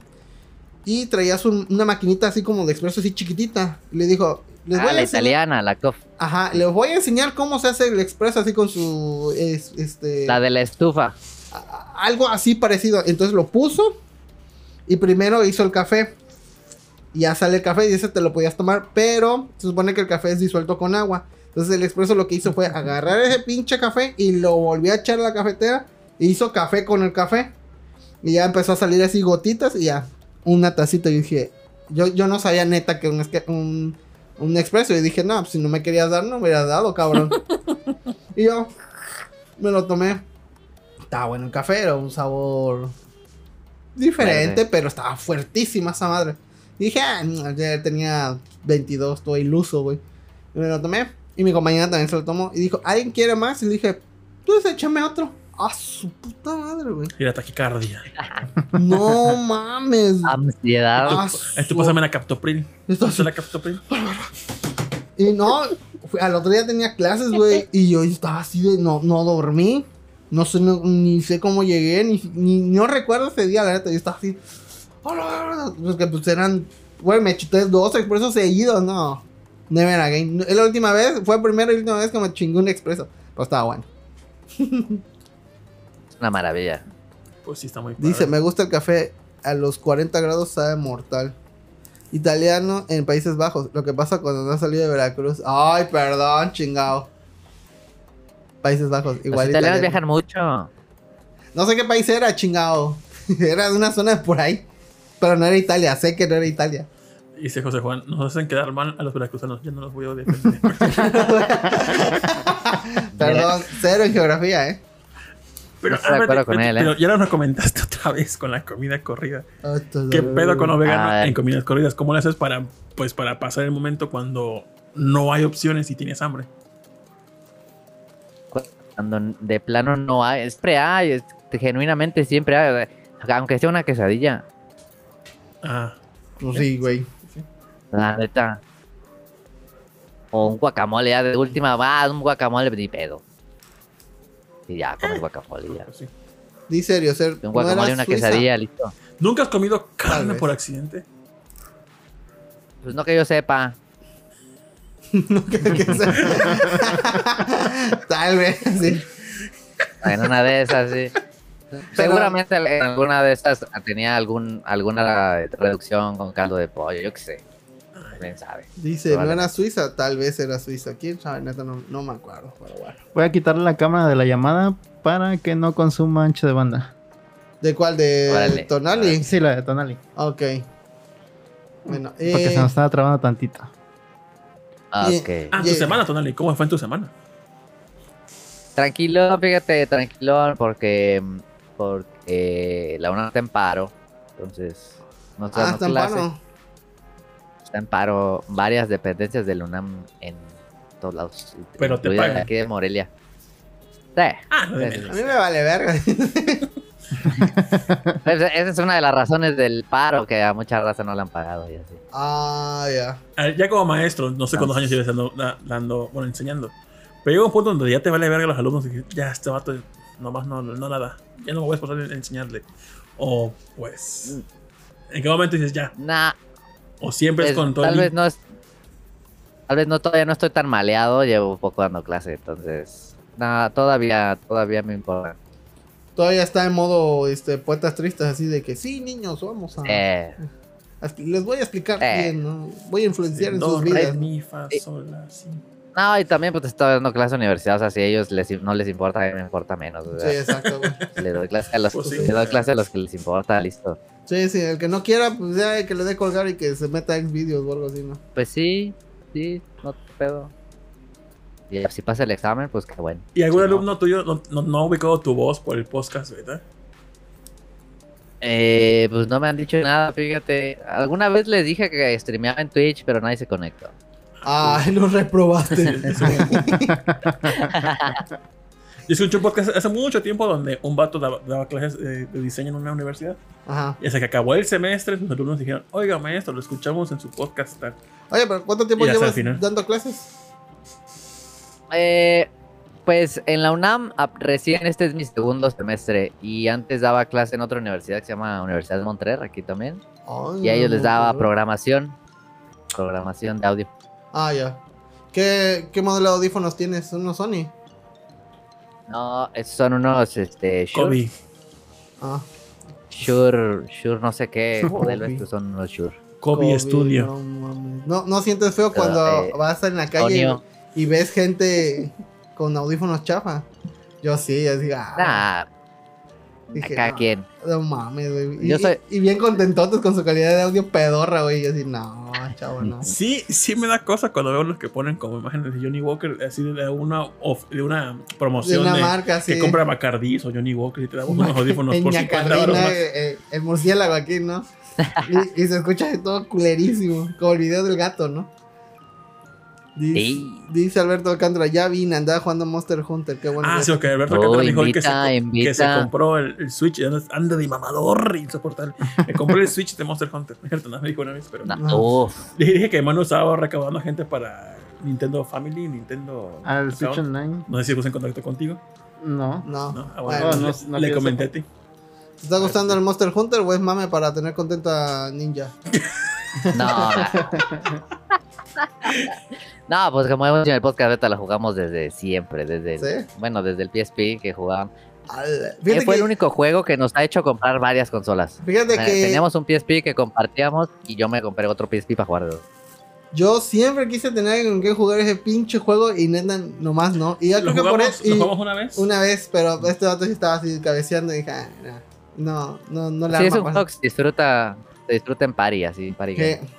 S3: Y traías un- una maquinita así como de expreso, así chiquitita. Y le dijo, les voy
S5: Ah,
S3: a
S5: la
S3: enseñar-
S5: italiana, la cof.
S3: Ajá, les voy a enseñar cómo se hace el expreso así con su, es- este,
S5: La de la estufa.
S3: a- algo así parecido. Entonces lo puso y primero hizo el café. Y Ya sale el café y dice te lo podías tomar, pero se supone que el café es disuelto con agua. Entonces el expreso lo que hizo fue agarrar ese pinche café y lo volvió a echar a la cafetera. E hizo café con el café. Y ya empezó a salir así gotitas y ya una tacita. Y dije, yo, yo no sabía neta que un, esque- un, un expreso. Y dije, no, pues, si no me querías dar, no me hubieras dado, cabrón. y yo me lo tomé. Estaba bueno el café, era un sabor diferente,
S5: Verde.
S3: pero estaba fuertísima esa madre. Y dije, ah, no, ya tenía 22, todo iluso, güey. Y me lo tomé. Y mi compañera también se lo tomó. Y dijo, ¿alguien quiere más? Y le dije, pues échame otro. Ah, su puta madre, güey.
S2: Y la taquicardia.
S3: No mames.
S5: Ah, Ansiedad.
S3: Ah,
S2: Esto
S3: su-
S2: eh, pásame la captopril. ¿Esto
S3: Esto sí.
S2: es la captopril?
S3: Y no, fui- al otro día tenía clases, güey. Y yo estaba así de, no, no dormí. No sé, no- ni sé cómo llegué, ni, ni, no recuerdo ese día, la neta. Yo estaba así. "Hola", Pues que pues eran, güey, me chuté dos expresos seguidos, no. Never again. No, Es la última vez, fue la primera y última vez que me chingué un expreso. Pero estaba bueno.
S5: Una maravilla.
S2: Pues sí, está muy padre.
S3: Dice, me gusta el café a los 40 grados, sabe mortal. Italiano en Países Bajos. Lo que pasa cuando no ha salido de Veracruz. Ay, perdón, chingado. Países Bajos, igual.
S5: Los italianos
S3: italiano.
S5: viajan mucho.
S3: No sé qué país era, chingado. era de una zona de por ahí. Pero no era Italia, sé que no era Italia.
S2: Dice José Juan, nos hacen quedar mal a los veracruzanos. Yo no los voy a defender.
S3: Perdón, cero en geografía, eh.
S2: Pero,
S5: Estoy de
S2: ah,
S5: acuerdo
S2: espérate,
S5: con él,
S2: espérate,
S5: ¿eh?
S2: pero ya nos comentaste otra vez con la comida corrida.
S3: Ah, Esto es
S2: ¿Qué
S3: horrible.
S2: pedo con los veganos
S5: Ah,
S2: en comidas corridas? ¿Cómo lo haces para, pues, para pasar el momento cuando no hay opciones y tienes hambre?
S5: Cuando de plano no hay. Siempre hay. es- genuinamente siempre hay. o sea, Aunque sea una quesadilla.
S2: Ah,
S3: Pues sí, güey.
S5: La neta. O un guacamole, ya de última va, un guacamole ni pedo. Y ya, comes guacamole ya.
S2: pues sí.
S3: Dice serio, ser.
S5: Un
S3: no Ah. era
S5: guacamole y una
S3: Suiza.
S5: quesadilla, listo.
S2: ¿Nunca has comido carne
S3: vez.
S2: por accidente?
S5: Pues no que yo sepa.
S3: Que sea- Tal vez, sí.
S5: En una de esas, sí. Seguramente en alguna de esas tenía algún, alguna reducción con caldo de pollo, yo qué sé. Quién sabe.
S3: Dice, ¿no era
S5: Probablemente.
S3: Suiza? Tal vez era Suiza. ¿Quién sabe? Neta, no, no me acuerdo. Pero bueno.
S4: Voy a quitarle la cámara de la llamada para que no consuma ancho de banda.
S3: ¿De cuál? ¿De
S5: Órale.
S3: Tonali?
S4: Sí, la de Tonali.
S3: Ok. Bueno,
S4: Porque
S3: eh,
S4: se nos estaba trabando tantito.
S5: Ok.
S2: Ah, tu
S3: Yeah.
S2: semana, Tonali. ¿Cómo fue en tu semana?
S5: Tranquilo, fíjate, tranquilo, porque, porque eh, la UNAM está en paro. Entonces, no está
S3: Ah,
S5: dando
S3: está en
S5: clases.
S3: paro.
S5: Está en paro varias dependencias del UNAM en todos lados.
S2: Pero te
S5: incluida
S2: pagan.
S5: de aquí de Morelia. Sí.
S2: Ah, lo de
S5: Sí, sí,
S3: A
S2: menos.
S3: mí me vale verga.
S5: Esa pues, esa es una de las razones del paro que a mucha raza no le han pagado y así.
S3: ah, ya.
S2: A ver, Ya como maestro, no sé cuántos
S5: Ah.
S2: años lleves dando, da- dando- bueno, enseñando. Pero llega un punto donde ya te vale verga los alumnos. y que ya, este vato nomás no, no nada. Ya no me voy a esforzar en enseñarle. O pues... ¿En qué momento dices ya?
S5: Nah,
S2: O siempre es
S5: pues,
S2: con todo
S5: tal
S2: el...
S5: vez no Mm. es. Tal vez no todavía no estoy tan maleado, llevo poco dando clase, entonces. Nada, todavía, todavía me importa.
S3: Todavía está en modo este, poetas tristes, así de que sí, niños, vamos a.
S5: Eh,
S3: a expli- les voy a explicar
S5: Eh.
S3: bien, ¿no? Voy a influenciar en
S2: Do,
S3: sus
S2: re,
S3: vidas. ¿no?
S2: mi, fa, sol, la, si.
S5: no, y también pues estoy dando clase a universidad, o sea, si a ellos les, no les importa, a mí me importa menos. o
S3: Sí,
S5: sea,
S3: exacto, güey.
S5: le doy clase a los,
S2: Pues sí.
S5: le doy clase a los que les importa, listo.
S3: Sí, sí, el que no quiera, pues ya que le dé colgar y que se meta en vídeos o algo así, ¿no?
S5: Pues sí, sí, no te pedo. Y si pasa el examen, pues qué bueno.
S2: Y algún
S5: Si no,
S2: alumno tuyo no, no, no ha ubicado tu voz por el podcast, ¿verdad?
S5: Eh, pues no me han dicho nada, fíjate. Alguna vez les dije que streameaba en Twitch, pero nadie se conectó.
S3: Ay, Ah, lo reprobaste.
S2: Yo escuché un podcast hace mucho tiempo donde un vato daba, daba clases eh, de diseño en una universidad.
S3: Ajá.
S2: Y hasta que acabó el semestre, sus alumnos dijeron, oiga maestro, lo escuchamos en su podcast. tal".
S3: Oye, pero ¿cuánto tiempo
S2: Y hasta
S3: llevas
S2: el final.
S3: dando clases?
S5: Eh, pues en la UNAM ap- recién este es mi segundo semestre y antes daba clase en otra universidad que se llama Universidad de Montreal, aquí también.
S3: Ay,
S5: Y a ellos
S3: no,
S5: les daba
S3: no.
S5: programación, programación de audio.
S3: Ah, ya. ¿Qué, ¿Qué modelo de audífonos tienes? ¿Unos Sony?
S5: No, esos son unos, este, Shure,
S2: Kobe,
S3: Ah,
S5: Shure, Shure no sé qué modelo,
S3: Kobe.
S5: estos son unos Shure.
S2: Kobe,
S3: Kobe,
S2: Studio.
S3: No, mames. no, no sientes feo
S5: Pero,
S3: cuando
S5: eh,
S3: vas en la calle
S5: Onio.
S3: y ves gente con audífonos chafa. Yo sí, yo digo, ah,
S5: Nah,
S3: Dije,
S5: cada
S3: no.
S5: quien.
S3: no mames, güey. Y,
S5: Yo soy-
S3: y bien contentotes con su calidad de audio pedorra, güey. Yo así, no, chavo,
S5: Mm.
S3: no.
S2: Sí, sí me da cosa cuando veo los que ponen como imágenes de Johnny Walker, así de una, of- de una
S3: De
S2: promoción
S3: una
S2: de-
S3: marca, sí.
S2: que compra Bacardís o Johnny Walker y te da unos audífonos
S3: en
S2: por 50 dólares
S3: Ñacarrina,
S2: más.
S3: eh, eh, el murciélago aquí, ¿no? Y, y se escucha de todo culerísimo, como el video del gato, ¿no? Dice,
S5: Sí.
S3: dice Alberto Alcántara, ya vine, andaba jugando Monster Hunter, qué bueno.
S2: Ah,
S3: que-
S2: sí, ok, Alberto
S5: Oh,
S2: Alcántara dijo que, se,
S5: invita,
S2: que se
S5: invita.
S2: compró el, el Switch. y Anda, anda de mamador insoportable. Me compré el Switch de Monster Hunter. No es cierto, no me dijo una vez, pero.
S5: No,
S3: No.
S5: uf,
S2: Le dije que Manu estaba recaudando gente para Nintendo Family, Nintendo.
S4: Al
S2: Account.
S4: Ah, Switch Online,
S2: No sé si puse en contacto contigo.
S4: no.
S3: No.
S2: No, Ah,
S3: Bueno,
S2: bueno,
S4: no,
S2: le-
S4: no
S2: le
S4: pienso.
S2: comenté a ti.
S3: ¿Te está gustando el Monster Hunter o es mame para tener contento a Ninja?
S5: no. No, pues como hemos dicho en el podcast, ahorita la jugamos desde siempre, desde el-
S3: ¿Sí?
S5: bueno, desde el PSP que jugábamos.
S3: Al-
S5: Eh,
S3: Fíjate
S5: fue el
S3: que,
S5: único juego que nos ha hecho comprar varias consolas.
S3: fíjate
S5: Eh,
S3: que
S5: Teníamos un PSP que compartíamos y yo me compré otro PSP para jugar. de dos.
S3: yo siempre quise tener con qué jugar ese pinche juego y neta, nomás no. Y yo
S2: ¿Lo
S3: creo que por
S2: jugamos, lo
S3: eso. y-
S2: jugamos una vez?
S3: Una vez, pero este dato sí estaba así cabeceando y dije, ah, no, no, no le arma
S5: Sí,
S3: pues".
S5: es un
S3: para-
S5: juego que se disfruta, se disfruta en party, así, party
S3: que-
S5: game.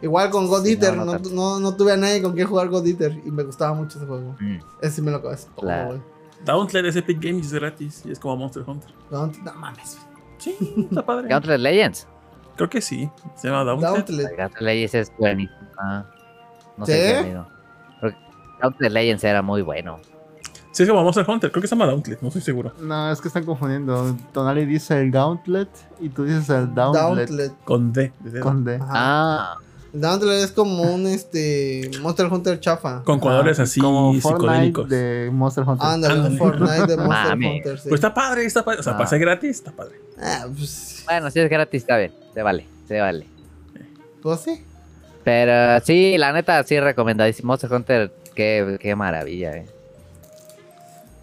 S3: Igual con God
S5: Sí,
S3: Eater, no,
S5: no, no
S3: no,
S5: tanto.
S3: no tuve a nadie con quien jugar God Eater y me gustaba mucho ese juego.
S5: Mm.
S3: Ese sí me lo acabé todo,
S5: Claro.
S3: güey.
S2: Download es Epic Games es gratis y es como Monster Hunter.
S3: No, no mames. güey.
S2: Sí, está padre.
S5: Counter Legends.
S2: Creo que sí. Se llama Download.
S3: Gauntlet.
S5: Counter Legends es buenísimo. Ah, No
S3: ¿Sí?
S5: sé si es bueno. Creo que Counter Legends era muy bueno.
S2: Sí, es como Monster Hunter. Creo que se llama Download, no estoy seguro.
S4: No, es que están confundiendo. Tonali dice el Gauntlet y tú dices el Downlet.
S3: Gauntlet.
S2: Con D. de dedo.
S4: Con D.
S3: Ajá.
S5: Ah,
S3: El Gauntlet es como un este Monster Hunter chafa.
S2: Con colores
S4: Ah,
S2: así
S4: como Fortnite
S2: psicodélicos.
S4: de Monster Hunter.
S3: Ándale, un
S2: Ándale.
S3: Fortnite de Monster
S5: Mames.
S3: Hunter. sí.
S2: Pero Pues está padre, está padre. O sea,
S5: Ah.
S2: pasa gratis, está padre.
S3: Ah, pues,
S5: bueno, si es gratis, está bien. Se vale, se vale.
S3: pues sí.
S5: Pero sí, la neta, sí recomendadísimo. Monster Hunter, qué, qué maravilla, eh.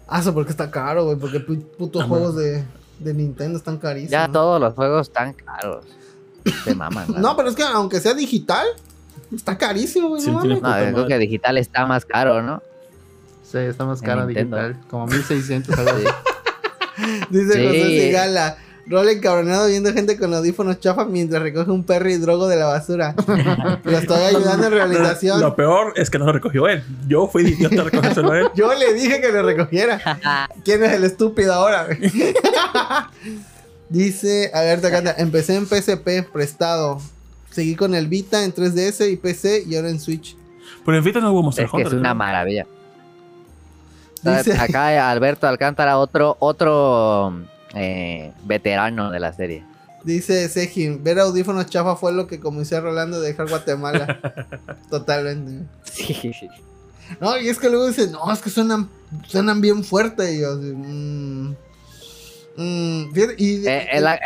S3: Ah, eso porque está caro, güey. Porque pu- putos
S2: Ajá.
S3: juegos de, de Nintendo están carísimos.
S5: Ah, Ya todos los juegos están caros. Se maman. la
S3: No,
S5: neta.
S3: pero es que aunque sea digital, está carísimo, güey.
S2: Sí,
S3: no
S2: tiene
S3: mames.
S5: No, yo creo que digital está más caro, ¿no?
S4: Sí, está más
S5: En
S4: cara
S5: Nintendo.
S4: digital. Como 1600 algo así.
S3: Dice
S5: Sí.
S3: José Sigala. Rol encabronado viendo gente con audífonos chafas mientras recoge un perro y drogo de la basura. Lo estoy ayudando en rehabilitación.
S2: Lo peor es que no lo recogió él. Yo fui de idiota a recogérselo a él.
S3: Yo le dije que lo recogiera. ¿Quién es el estúpido ahora? güey? Dice, a ver, Takata, empecé en PSP prestado. Seguí con el Vita en 3DS y PC y ahora en Switch.
S2: Pero en Vita no hubo Monster
S5: Es que
S2: Hunter.
S5: es una
S2: Pues ¿no?
S5: maravilla. Ah,
S3: Dice-
S5: Acá hay Alberto Alcántara, otro, otro eh, veterano de la serie.
S3: Dice Sejin, ver audífonos chafa fue lo que comencé a Rolando de dejar Guatemala. Totalmente. No, y es que luego dicen, no, es que suenan, suenan bien fuerte. Y yo así, "Mm, mm". Fíjate, y-
S5: Eh, eh, la,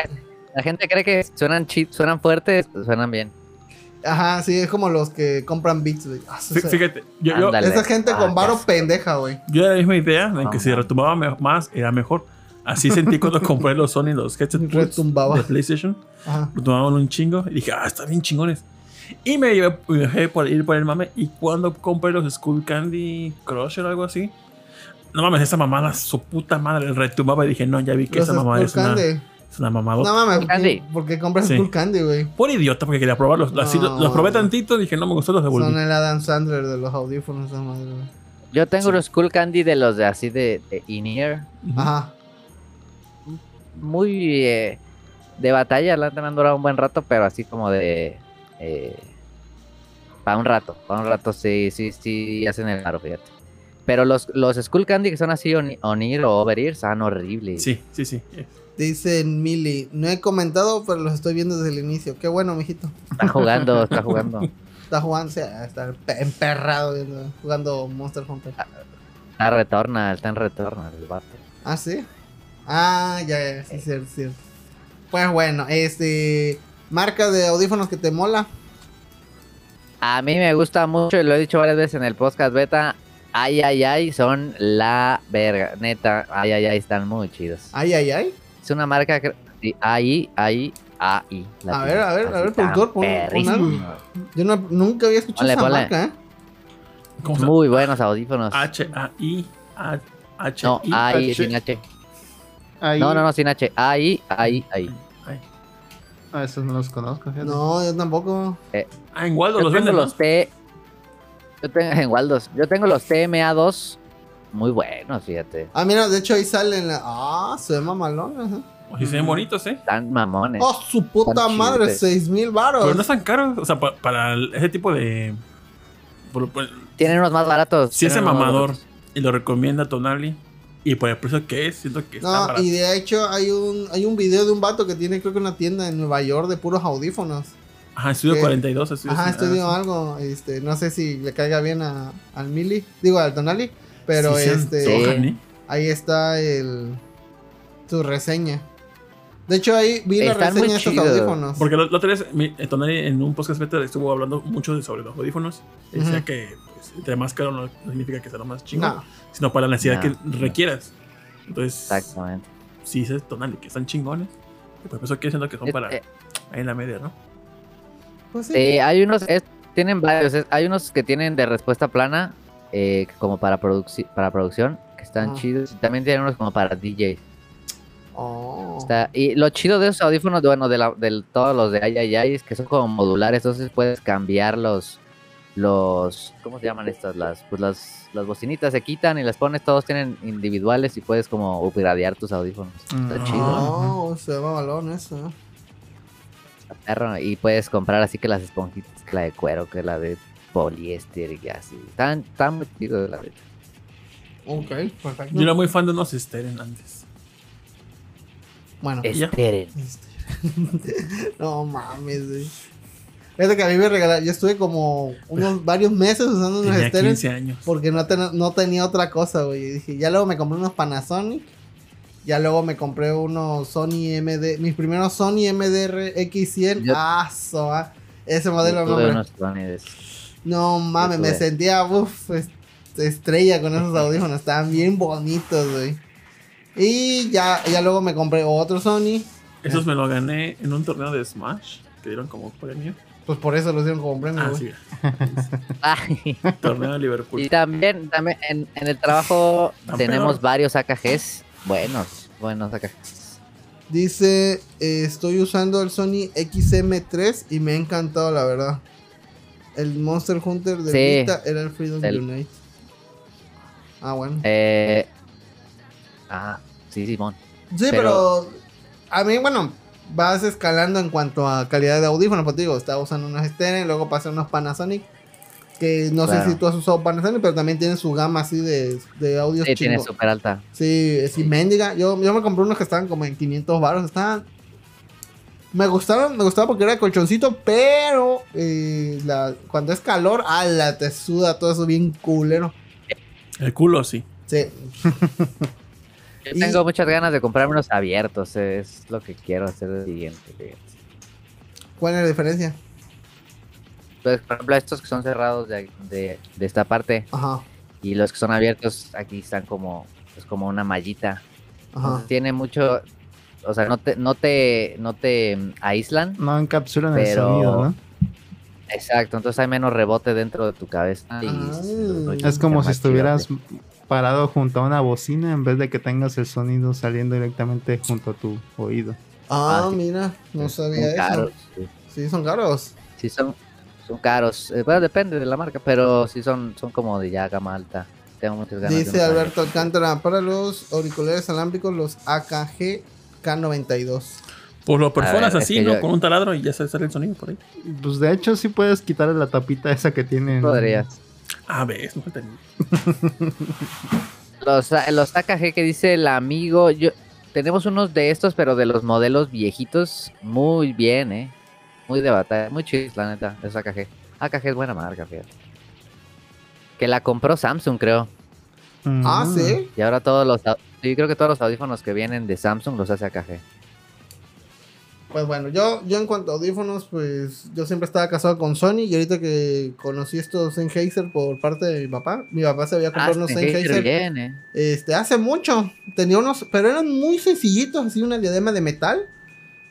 S5: la gente cree que suenan chi- suenan fuertes, pues suenan bien.
S3: Ajá, sí, es como los que compran beats, güey. Ah,
S2: Fí- Fíjate, yo, yo,
S5: Ándale.
S3: Esa gente
S5: Ah,
S3: con varo
S5: ya.
S3: pendeja, güey.
S2: yo era la misma idea de que si retumbaba me- más era mejor. Así sentí cuando compré los Sony, los headset Bluetooth
S3: Retumbaba.
S2: de PlayStation.
S3: Ajá.
S2: Tomaban un chingo y dije, ah, están bien chingones. Y me llevé, me dejé por ir por el mame. Y cuando compré los Skull Candy Crusher o algo así, no mames, esa mamada, su puta madre, retumbaba. Y dije, no, ya vi que
S3: Los
S2: esa mamada
S3: Skull
S2: es una,
S3: Candy.
S2: es una mamada.
S3: No mames, ¿por qué-
S5: Candy.
S3: ¿por qué compras
S2: Sí.
S3: Skull Candy, güey?
S2: Por idiota, porque quería probarlos. Así
S3: No.
S2: los, los probé tantito, dije, no me gustó, los devolví.
S3: Son el Adam Sandler de los audífonos, esa madre, güey.
S5: Yo tengo
S2: Sí.
S5: unos Cool Candy de los de así de, de in-ear.
S2: Ujú.
S3: Ajá.
S5: Muy eh, de batalla, la neta me han durado un buen rato, pero así como de. Eh, para un rato, para un rato sí, sí, sí hacen el paro, fíjate. Pero los, los Skull Candy que son así on- on-ear o over-ear son horribles.
S2: Sí, sí, sí. Eh,
S3: Dice Mili, no he comentado, pero los estoy viendo desde el inicio. Qué bueno, mijito.
S5: Está jugando, está jugando.
S3: Está jugando, o sea, está pe- emperrado viendo- jugando Monster Hunter.
S5: Está en retorna, está en retorna el vato.
S3: Ah, sí. Ah, ya, ya, sí, cierto, cierto. Pues bueno, este. Marca de audífonos que te mola.
S5: A mí me gusta mucho, y lo he dicho varias veces en el podcast beta. Ay, ay, ay, son la verga. Neta, ay, ay, ay, están muy chidos.
S3: Ay, ay, ay.
S5: Es una marca que. sí, Ahí, ahí, ahí. la
S3: A
S5: tiene,
S3: ver, a ver,
S5: así
S3: a ver,
S5: tan
S3: productor, pon, pon
S5: perrísimo.
S3: algo. Yo no- nunca había escuchado
S5: Ponle,
S3: esa
S5: ponle.
S3: marca, ¿eh?
S2: ¿Cómo se
S5: Muy buenos audífonos.
S2: H-A-I. a- H-I.
S5: No, ahí,
S4: H.
S5: sin H.
S4: Ahí-
S5: No, no, no, sin H. Ahí, ahí, ahí.
S2: Ay.
S4: Ah, esos no los conozco, fíjate.
S3: No, yo tampoco.
S2: Ah, en Waldo
S5: Yo
S2: los
S5: tengo
S2: venden.
S5: los
S2: Los...
S5: T. Yo tengo en Waldos. Yo tengo los TMA2. Muy buenos, fíjate.
S3: Ah, mira, de hecho ahí salen. la- Ah, se ve mamalón. ajá.
S2: O si se ven bonitos, ¿eh?
S5: Están mamones.
S3: Oh, su puta
S5: Están
S3: madre,
S5: chidotes.
S3: 6 mil
S2: Pero no
S3: baros.
S2: están caros. O sea, pa- para el- ese tipo de. por- por-
S5: Tienen unos más baratos.
S2: si ese
S5: tienen unos más
S2: mamador
S5: baratos.
S2: y lo recomienda Tonali. Y pues, por el precio que es, siento que está
S3: No,
S2: barato.
S3: y de hecho hay un, hay un video de un vato que tiene creo que una tienda en Nueva York de puros audífonos.
S2: Ajá, estudio
S3: que-
S2: 42. Estudio
S3: Ajá,
S2: sin-
S3: estudio
S2: ah,
S3: algo, este, no sé si le caiga bien a, al Mili, digo al Donali, pero
S2: sí se
S3: este,
S2: antojan, ¿eh?
S3: ahí está el su reseña. De hecho ahí vi la
S5: Están muy
S3: reseña de estos
S5: chidos.
S3: audífonos.
S2: Porque la la otra vez, mi- eh, Tonali en un podcast beta estuvo hablando mucho de- sobre los audífonos. Y Decía
S3: Ujú.
S2: que pues, entre más caro no, no significa que sea lo más chingo,
S3: no,
S2: sino para la necesidad
S5: No,
S2: que
S5: no.
S2: requieras. Entonces,
S5: Exactamente.
S2: si dices Tonali que están chingones, y pues, por eso que siento que son para
S5: Eh,
S2: ahí en la media, ¿no?
S3: pues sí.
S5: eh, hay unos, es- tienen varios. es- hay unos que tienen de respuesta plana, eh, como para, produci- para producción, que están
S3: Ah.
S5: chidos. Y también tienen unos como para DJ.
S3: Oh.
S5: Está- y lo chido de esos audífonos, bueno, de, la- de todos los de ay es que son como modulares, entonces puedes cambiar los, los, ¿cómo se llaman estas? Las, pues las, las bocinitas se quitan y las pones, todos tienen individuales y puedes como upgradear tus audífonos. Está
S4: Mm.
S5: chido,
S3: Oh, se ve mamalón eso. ¿eh?
S5: está perro. Y puedes comprar así que las esponjitas, que la de cuero, que la de poliéster y así. Están, están muy chidos, la verdad.
S3: Ok, perfecto.
S2: Yo era muy fan de unos Steren antes.
S3: Bueno,
S2: Ah,
S5: Eh.
S2: Ya.
S5: Esperen.
S3: este, no mames, güey. Fíjate que a mí me regalaron, yo estuve como unos varios meses usando unos
S2: Tenía
S3: estéreos
S2: 15 años.
S3: Porque no, ten- no tenía otra cosa, güey. Y dije, ya luego me compré unos Panasonic. Ya luego me compré unos Sony MD. Mis primeros Sony MDR X100.
S5: Yo-
S3: Ah, so, ah. Ese
S5: Yo
S3: modelo no,
S5: tuve
S3: hombre.
S5: unos clones de esos.
S3: No mames, me
S5: tuve.
S3: sentía, uff, estrella con esos audífonos. Estaban bien bonitos, güey. Y ya, ya luego me compré otro Sony.
S2: Esos me lo gané en un torneo de Smash que dieron como premio.
S3: Pues por eso los dieron como premio,
S2: Ah,
S3: güey.
S2: sí,
S5: Ay.
S2: torneo de Liverpool.
S5: Y también, también en, en el trabajo
S2: Tan
S5: tenemos
S2: peor.
S5: varios AKGs buenos, buenos AKGs.
S3: Dice, eh, estoy usando el Sony XM3 y me ha encantado, la verdad. El Monster Hunter de
S5: Sí.
S3: Vita era el Freedom
S5: El-
S3: Unite. Ah, bueno.
S5: Eh, ah, sí, Simón.
S3: sí, pero...
S5: pero-
S3: a mí, bueno, vas escalando en cuanto a calidad de audífono, pues te digo, estaba usando unos Steren, luego pasé unos Panasonic, que no sé
S5: Claro.
S3: si tú has usado Panasonic, pero también tienen su gama así de, de audios
S5: Sí, tiene
S3: chingos.
S5: súper alta.
S3: Sí, es mendiga. Yo, yo me compré unos que estaban como en 500 baros. Estaban. Me gustaron, me gustaba porque era colchoncito, pero eh, la- cuando es calor, ala, te suda todo eso bien culero.
S2: El culo, sí.
S3: Sí,
S5: Yo
S3: Y-
S5: tengo muchas ganas de comprarme unos abiertos. eh, Es lo que quiero hacer el siguiente. fíjate.
S3: ¿cuál es la diferencia?
S5: Entonces, por ejemplo, estos que son cerrados de, de- de esta parte
S3: Ajá,
S5: y los que son abiertos aquí están como, pues, como una mallita.
S3: ajá.
S5: Tiene mucho, o sea, no te, no te, no te mm, aíslan.
S4: No encapsulan el
S5: Pero-
S4: sonido, ¿no?
S5: Exacto, entonces hay menos rebote dentro de tu cabeza. y
S3: Ah.
S5: se-
S4: Es como
S5: se
S4: si
S5: más
S4: estuvieras
S5: chidote.
S4: parado junto a una bocina en vez de que tengas el sonido saliendo directamente junto a tu oído.
S3: Ah,
S5: Ah, sí.
S3: mira, no
S5: Son
S3: sabía eso.
S5: caros, sí.
S3: Sí, son caros.
S5: Sí, son, son caros. Eh, bueno, depende de la marca, pero sí son, son como de ya gama alta. Tengo muchas ganas. de
S3: Dice
S5: unos
S3: Alberto
S5: abiertos.
S3: Alcántara, para los auriculares alámbricos, los AKG K92.
S2: Pues lo perforas
S5: ver, es
S2: así,
S5: que
S2: ¿no?
S5: yo-
S2: Con un taladro y ya se sale el sonido por ahí.
S4: Pues de hecho sí puedes quitarle la tapita esa que tiene.
S5: Podrías.
S2: A ver, es mejor tener-
S5: Los, a- los AKG que dice el amigo, yo tenemos unos de estos, pero de los modelos viejitos, muy bien, ¿eh? Muy de batalla, muy chidos, la neta, los AKG. AKG es buena marca, fíjate. Que la compró Samsung, creo.
S4: Mm.
S3: Ah, sí.
S5: Y ahora todos los... au- Sí, creo que todos los audífonos que vienen de Samsung los hace AKG.
S3: Pues bueno, yo, yo en cuanto a audífonos, pues yo siempre estaba casado con Sony y ahorita que conocí estos Sennheiser por parte de mi papá, mi papá se había comprado
S5: Ah,
S3: unos
S5: Sennheiser
S3: Sennheiser
S5: bien, ¿eh?
S3: este, hace mucho, tenía unos, pero eran muy sencillitos, así una diadema de metal,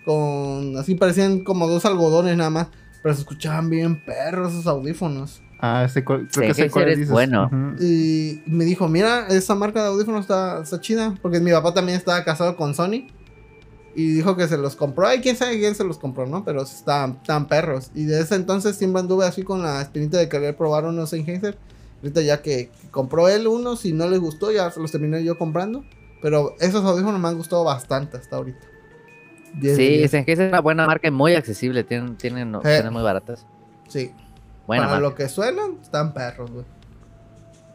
S3: con, así parecían como dos algodones nada más, pero se escuchaban bien perros esos audífonos.
S4: Ah, ese cual- creo que
S5: Sí,
S4: ese cual
S5: eres
S4: dices.
S5: bueno.
S4: Ujú.
S3: Y me dijo, mira, esa marca de audífonos está, está chida, porque mi papá también estaba casado con Sony. Y dijo que se los compró. Ay, quién sabe quién se los compró, ¿no? Pero sí estaban tan perros. Y de ese entonces siempre anduve así con la espinita de querer probar unos Sennheiser. Ahorita ya que compró él unos y no le gustó, ya se los terminé yo comprando. Pero esos audífonos me han gustado bastante hasta ahorita. Diez de
S5: Sí,
S3: diez.
S5: Sennheiser es una buena marca y muy accesible. Tienen, tienen opciones muy baratas.
S3: sí.
S5: Buena
S3: Para
S5: marca.
S3: lo que suenan, están perros, güey.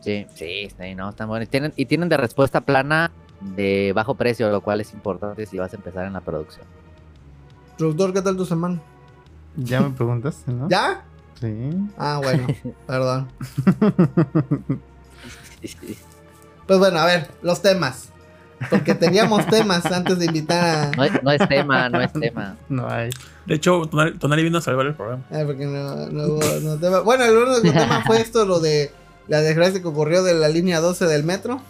S5: Sí, sí, sí, no, están buenos. Tienen, y tienen de respuesta plana de bajo precio, lo cual es importante si vas a empezar en la producción.
S3: Productor, ¿qué tal tu semana?
S4: Ya me preguntaste, ¿no?
S3: ¿Ya?
S4: Sí.
S3: Ah, bueno, perdón. Pues bueno, a ver, los temas. Porque teníamos temas antes de invitar a.
S5: No, es- no es tema, no es tema.
S4: No hay.
S2: De hecho, Tonali, Tonali vino a salvar el programa.
S3: Ah, porque no, no hubo- no tema. Bueno, el único tema fue esto, lo de la desgracia que ocurrió de la línea 12 del metro.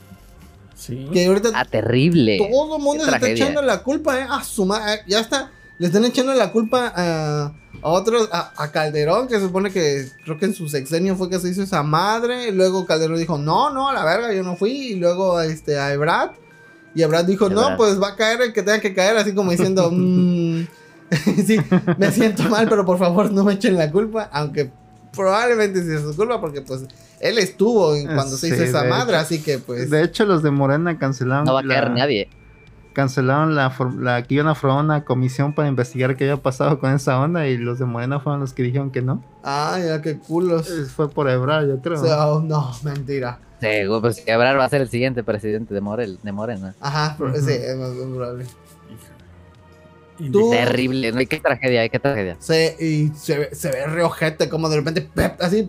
S2: Sí.
S3: Que ahorita
S5: Ah, terrible.
S3: todo el mundo
S5: qué
S3: se está
S5: tragedia.
S3: echando la culpa, ¿eh? A su ma- eh, ya está. Le están echando la culpa a, a otros, a, a Calderón, que se supone que creo que en su sexenio fue que se hizo esa madre. y luego Calderón dijo, no, no, a la verga, yo no fui. Y luego este, a Ebrad. Y Ebrad dijo, no,
S5: Ebrard.
S3: pues va a caer el que tenga que caer, así como diciendo, "Mm, sí, me siento mal, pero por favor no me echen la culpa. Aunque probablemente sí es su culpa, porque pues él estuvo en- cuando se hizo
S4: Sí,
S3: esa
S4: de
S3: madre,
S4: hecho.
S3: así que pues...
S4: De hecho, los de Morena cancelaron.
S5: No va a
S4: la-
S5: caer nadie.
S4: Cancelaron la, for- la que iban a formar una comisión para investigar qué había pasado con esa onda y los de Morena fueron los que dijeron que no.
S3: Ay, ya qué culos.
S4: Eh, Fue por Ebrard, yo creo.
S3: O sea, oh, no, mentira.
S5: Seguro, pues que Ebrard va a ser el siguiente presidente de, Morel, de Morena.
S3: Ajá, pero
S4: Ujú.
S3: sí, es más probable.
S2: Y-
S3: Tú-
S5: Terrible, no, y qué tragedia, y qué tragedia.
S3: Sí, y se, ve- se ve reojete como de repente, pep, así, ni,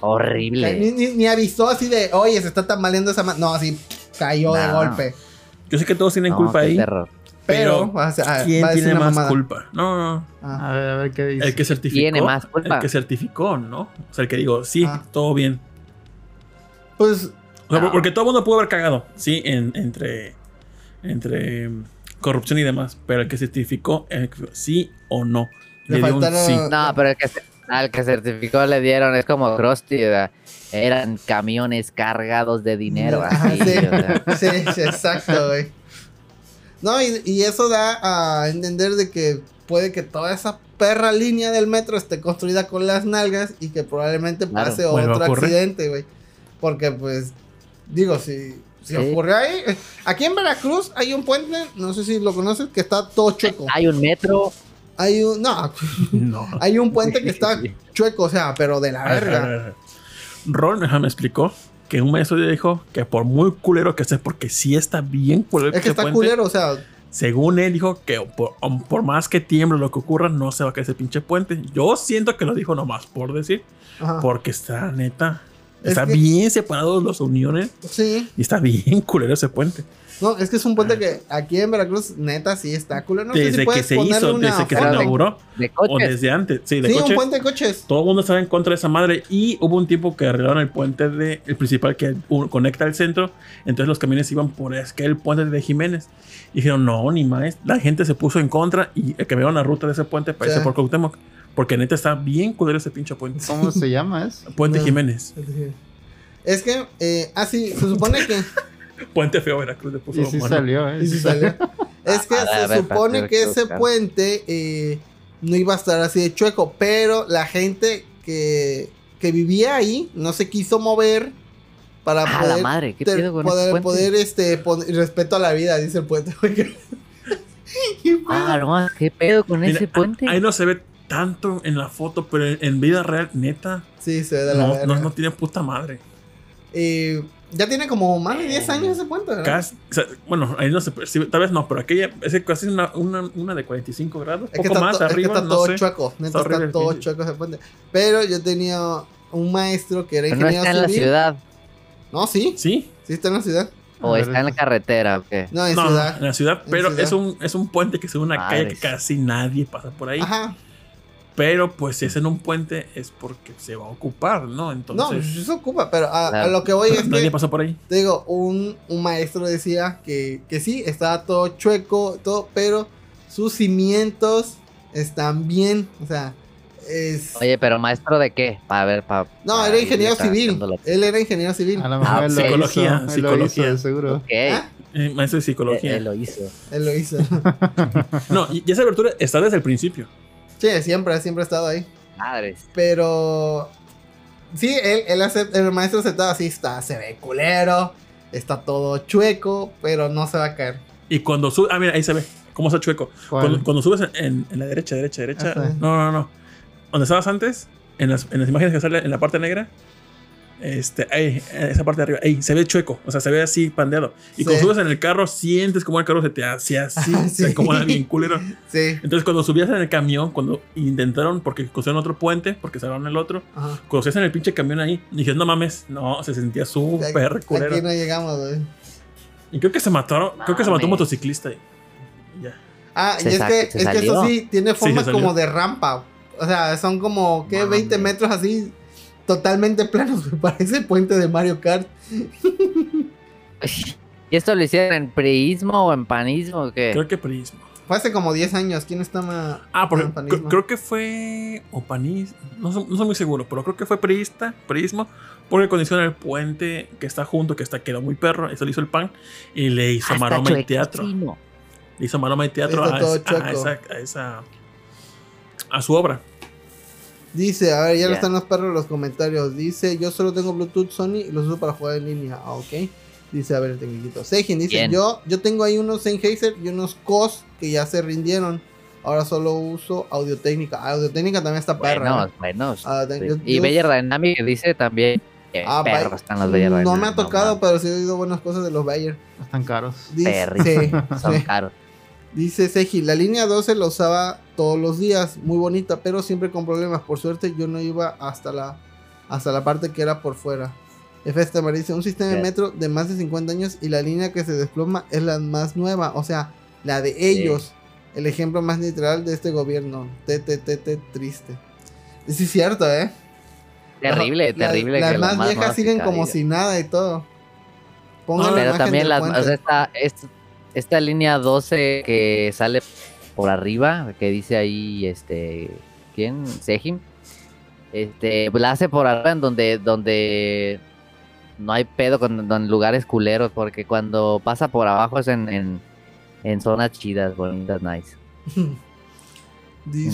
S5: Horrible.
S3: ni, ni avisó así de, oye, se está tambaleando esa mano. No, así, cayó de
S5: No.
S3: golpe.
S2: Yo sé que todos tienen
S5: No,
S2: culpa
S5: qué
S2: ahí.
S5: terror.
S3: Pero,
S2: Pero,
S3: o sea, ah, va
S2: ¿Quién
S3: a decir
S2: tiene
S3: una
S2: más
S3: mamada.
S2: culpa? No, no, no.
S3: Ah,
S4: A ver, a ver qué dice.
S2: El que certificó.
S5: Tiene más culpa.
S2: El que certificó, ¿no? O sea, el que digo, sí,
S3: Ah.
S2: todo bien.
S3: Pues,
S2: O sea,
S5: No.
S2: porque todo el mundo pudo haber cagado, sí, en- entre, entre mm, corrupción y demás. Pero el que certificó, el que- sí o no.
S3: Le
S2: Le dio un
S3: faltaron-
S2: sí.
S5: No, pero el que, ce- al que certificó le dieron, es como Krusty, ¿verdad? eran camiones cargados de dinero.
S3: Ajá,
S5: Así,
S3: sí.
S5: o sea.
S3: sí, sí, exacto, güey. No, y, y eso da a entender de que puede que toda esa perra línea del metro esté construida con las nalgas y que probablemente
S5: Claro,
S3: pase
S2: vuelva a
S3: otro
S2: ocurrir.
S3: accidente, güey. Porque, pues, digo, si, si
S5: Sí.
S3: ocurre ahí. eh, Aquí en Veracruz hay un puente, no sé si lo conoces, que está todo chueco.
S5: Hay un metro.
S3: Hay un. No,
S2: No.
S3: hay un puente que está chueco, o sea, pero de la
S2: A ver, a ver, a
S3: verga.
S2: ver, a ver. Ron Neha me explicó que en un maestro le dijo que por muy culero que sea, porque sí está bien culero
S3: Es
S2: ese
S3: que está
S2: puente,
S3: culero, o sea,
S2: Según él dijo que por, um, por más que tiemble lo que ocurra, no se va a caer ese pinche puente. Yo siento que lo dijo nomás por decir,
S3: ajá,
S2: porque está neta.
S3: Es
S2: Está
S3: que-
S2: bien separados los uniones
S3: sí.
S2: y está bien culero ese puente.
S3: No, es que es un puente que aquí en Veracruz, neta, sí está culero. No sé
S2: Ah. desde
S3: si
S2: que
S3: puedes
S2: se
S3: ponerle
S2: hizo,
S3: una
S2: desde que se
S5: foto.
S3: foto.
S2: inauguró,
S5: De
S2: o
S5: coches.
S2: desde antes. Sí, de
S3: Sí, un
S2: coches.
S3: puente de coches.
S2: Todo el mundo estaba en contra de esa madre y hubo un tiempo que arreglaron el puente de el principal que un- conecta al centro, entonces los camiones iban por es que el puente de Jiménez. Y dijeron, "No, ni más." La gente se puso en contra y eh, cambiaron la ruta de ese puente para irse
S3: Sí.
S2: por Cuauhtémoc, porque neta está bien culero ese pinche puente.
S4: ¿Cómo se llama eso?
S2: Puente
S3: No.
S2: Jiménez,
S3: Es que, eh, ah, sí, se supone que.
S2: Puente Feo Veracruz le puso
S4: Y sí
S2: bueno.
S4: salió, ¿eh?
S3: y sí salió. Es que
S5: A ver, a
S3: se
S5: ver,
S3: supone
S5: espérate,
S3: que
S5: quiero
S3: ese
S5: buscar.
S3: puente eh, no iba a estar así de chueco, pero la gente que, que vivía ahí no se quiso mover para
S5: Ah, la
S3: poder.
S5: madre. ¿Qué
S3: ter-
S5: pedo con ese
S3: poder,
S5: puente?
S3: poder, este, pon- respeto a la vida, dice el puente. güey. ¿Qué pedo?
S5: Ah, no, ¿qué pedo con
S2: Mira,
S5: ese puente?
S2: Ahí no se ve tanto en la foto, pero en, en vida real, neta,
S3: Sí, se ve de la
S2: no,
S3: verga.
S2: no, no tiene puta madre.
S3: Eh, ya tiene como más de 10 años ese puente, ¿verdad?
S2: Casi- o sea, bueno, ahí no se percibe, tal vez no, pero aquella es casi una, una, una de 45 grados,
S3: Es que
S2: poco
S3: está,
S2: más
S3: to- es que
S2: arriba,
S3: está
S2: no
S3: todo
S2: sé.
S3: chueco,
S2: Está
S3: neta, está,
S2: horrible el
S3: todo
S2: pinche.
S3: chueco ese puente. Pero yo tenía un maestro que era
S5: Pero no
S3: ingeniero
S5: está en la
S3: civil.
S5: ciudad.
S3: No, sí,
S2: Sí,
S3: sí está en la ciudad.
S5: O
S4: A ver,
S5: está en la
S4: eso.
S5: carretera, ¿o qué?
S3: No, en
S2: no,
S3: ciudad.
S2: en la ciudad,
S3: En
S2: pero
S3: ciudad.
S2: Es, un, es un puente que es una calle que
S5: Madres.
S2: casi nadie pasa por ahí.
S3: Ajá.
S2: Pero pues si es en un puente es porque se va a ocupar, ¿no?
S3: No,
S2: Entonces,
S3: eso ocupa, pero a, a
S5: Claro.
S3: lo que voy es
S2: nadie
S3: que,
S2: pasa por ahí.
S3: te digo, un, un maestro decía que, que sí, estaba todo chueco, todo, pero sus cimientos están bien, o sea, es...
S5: Oye, pero maestro de qué? Para ver, para.
S3: no, era ingeniero civil, él era ingeniero civil.
S5: Ah,
S4: A lo mejor él lo
S2: psicología,
S4: hizo, él lo hizo,
S2: psicología.
S4: de seguro.
S5: Ok.
S3: ¿Ah?
S2: Eh, maestro de
S5: Él,
S2: psicología.
S5: él lo hizo.
S3: Él lo hizo.
S2: No, y, y esa abertura está desde el principio.
S3: sí, siempre, siempre ha estado ahí.
S5: Madres.
S3: Pero. Sí, él, él acep- el maestro aceptaba, así está, se ve culero, está todo chueco, pero no se va a caer.
S2: Y cuando sube, ah, mira, ahí se ve cómo está chueco.
S4: ¿Cuál?
S2: Cuando, cuando subes en, en- en la derecha, derecha, derecha.
S4: Ajá.
S2: No, no, no. Donde estabas antes, en las, en las imágenes que sale en la parte negra, este, ahí, en esa parte de arriba, ahí, se ve chueco, o sea, se ve así pandeado. Y
S3: Sí.
S2: cuando subes en el carro, sientes como el carro se te hace así,
S3: Ah,
S2: se
S3: sí.
S2: acomoda bien culero.
S3: Sí.
S2: Entonces, cuando subías en el camión, cuando intentaron, porque construyeron otro puente, porque cerraron el otro,
S3: Ajá.
S2: cuando subías en el pinche camión ahí, dijes, no mames, no, se sentía súper
S3: Aquí-
S2: culero.
S3: Aquí no llegamos, güey.
S2: Y creo que se mataron, creo que se mató un
S5: Mames.
S2: motociclista ahí. Ya.
S3: Ah,
S5: Se
S3: y es
S5: sa-
S3: que,
S5: se
S3: es que eso
S5: salió.
S3: sí tiene
S2: Sí,
S3: forma
S2: se salió.
S3: como de rampa. O sea, son como, ¿qué?
S5: Mami.
S3: 20 metros así, totalmente planos, me parece el puente de Mario Kart.
S5: ¿Y esto lo hicieron en priismo o en panismo o qué?
S2: Creo que prismo.
S3: Fue hace como 10 años, ¿quién está más?
S2: Ah, porque
S3: Ah,
S2: cre-
S3: panismo.
S2: creo que fue. O panís. No, so- no soy muy seguro, pero creo que fue priista, prismo. Porque condiciona el puente que está junto, que está quedó muy perro. Eso le hizo el pan. Y le hizo
S5: Hasta
S2: maroma y teatro.
S5: chuequísimo.
S2: Le hizo maroma y teatro
S3: Está
S2: a,
S3: todo
S2: es- a
S3: chueco.
S2: esa, a esa- a su obra.
S3: Dice, a ver, ya no
S5: Ya.
S3: están los perros en los comentarios. Dice, yo solo tengo Bluetooth Sony y los uso para jugar en línea. Ah, ok. Dice, a ver, el tecniquito. Seijin dice,
S5: Bien.
S3: yo, yo tengo ahí unos Sennheiser y unos COS que ya se rindieron. Ahora solo uso audio técnica. Ah, Audio técnica también está perra. ¿eh?
S5: Buenos, buenos.
S3: Ah, de-
S5: Sí.
S3: yo-
S5: Y
S3: yo-
S5: Beller Dynamic dice también que
S3: Ah, Bay-
S5: perros están los Beller Dynamic.
S3: no me ha tocado,
S5: mames,
S3: pero sí he oído buenas cosas de los Bayer.
S4: Están caros.
S3: Dice, sí,
S5: Perrísimo. Son
S3: sí.
S5: caros.
S3: Dice Seiji, la línea 12 la usaba todos los días, muy bonita, pero siempre con problemas. Por suerte yo no iba hasta la, hasta la parte que era por fuera. Efesta me dice, un sistema de
S5: Bien.
S3: metro de más de 50 años y la línea que se desploma es la más nueva, o sea, la de ellos. El ejemplo más literal de este gobierno. TTTT triste. Y Sí, es cierto, ¿eh?
S5: Terrible,
S3: La-
S5: terrible.
S3: Las
S5: que
S3: más viejas
S5: nuevas
S3: siguen
S5: picarillas.
S3: como si nada y todo. Pongan la
S5: Pero
S3: imagen
S5: también
S3: del
S5: las, o
S3: puente.
S5: sea, esta, esta, esta línea 12 que sale por arriba, que dice ahí, este, ¿quién? Sejim. Este, la hace por arriba en donde, donde no hay pedo con, con lugares culeros, porque cuando pasa por abajo es en, en, en zonas chidas, bonitas, nice.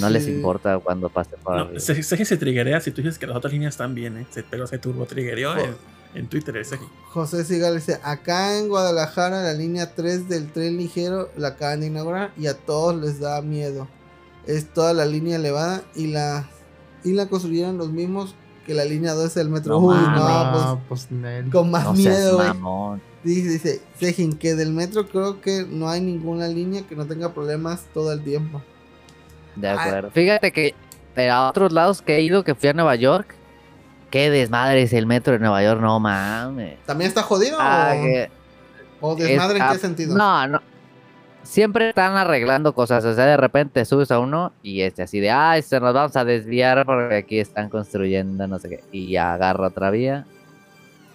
S5: No les
S3: Dice-
S5: importa cuando pasen por
S2: No,
S5: arriba.
S2: se, se, se triguea si tú dices que las otras líneas están bien, ¿eh? Se- pero se turbo trigueó en,
S3: Joder.
S2: en Twitter. Ese.
S3: José Sigal dice, acá en Guadalajara la línea 3 del tren ligero la acaban de inaugurar y a todos les da miedo. Es toda la línea elevada y la y la construyeron los mismos que la línea 2 del metro.
S5: No
S3: Uy,
S5: mames.
S3: no,
S4: Ah, pues
S3: pues
S4: Nel.
S3: con más
S5: No seas
S3: miedo, güey.
S5: mamón.
S3: Dice, dice, Sejin, que del metro creo que no hay ninguna línea que no tenga problemas todo el tiempo.
S5: De
S3: Ah.
S5: acuerdo. Fíjate que eh, a otros lados que he ido, que fui a Nueva York, qué desmadre es el metro de Nueva York, no mames.
S3: ¿También está jodido?
S5: Ah,
S3: o,
S5: que-
S3: o desmadre
S5: es-
S3: en
S5: ah,
S3: qué sentido?
S5: No, no. Siempre están arreglando cosas. O sea, de repente subes a uno y este así de, ay, se nos vamos a desviar porque aquí están construyendo, no sé qué. Y ya agarra otra vía.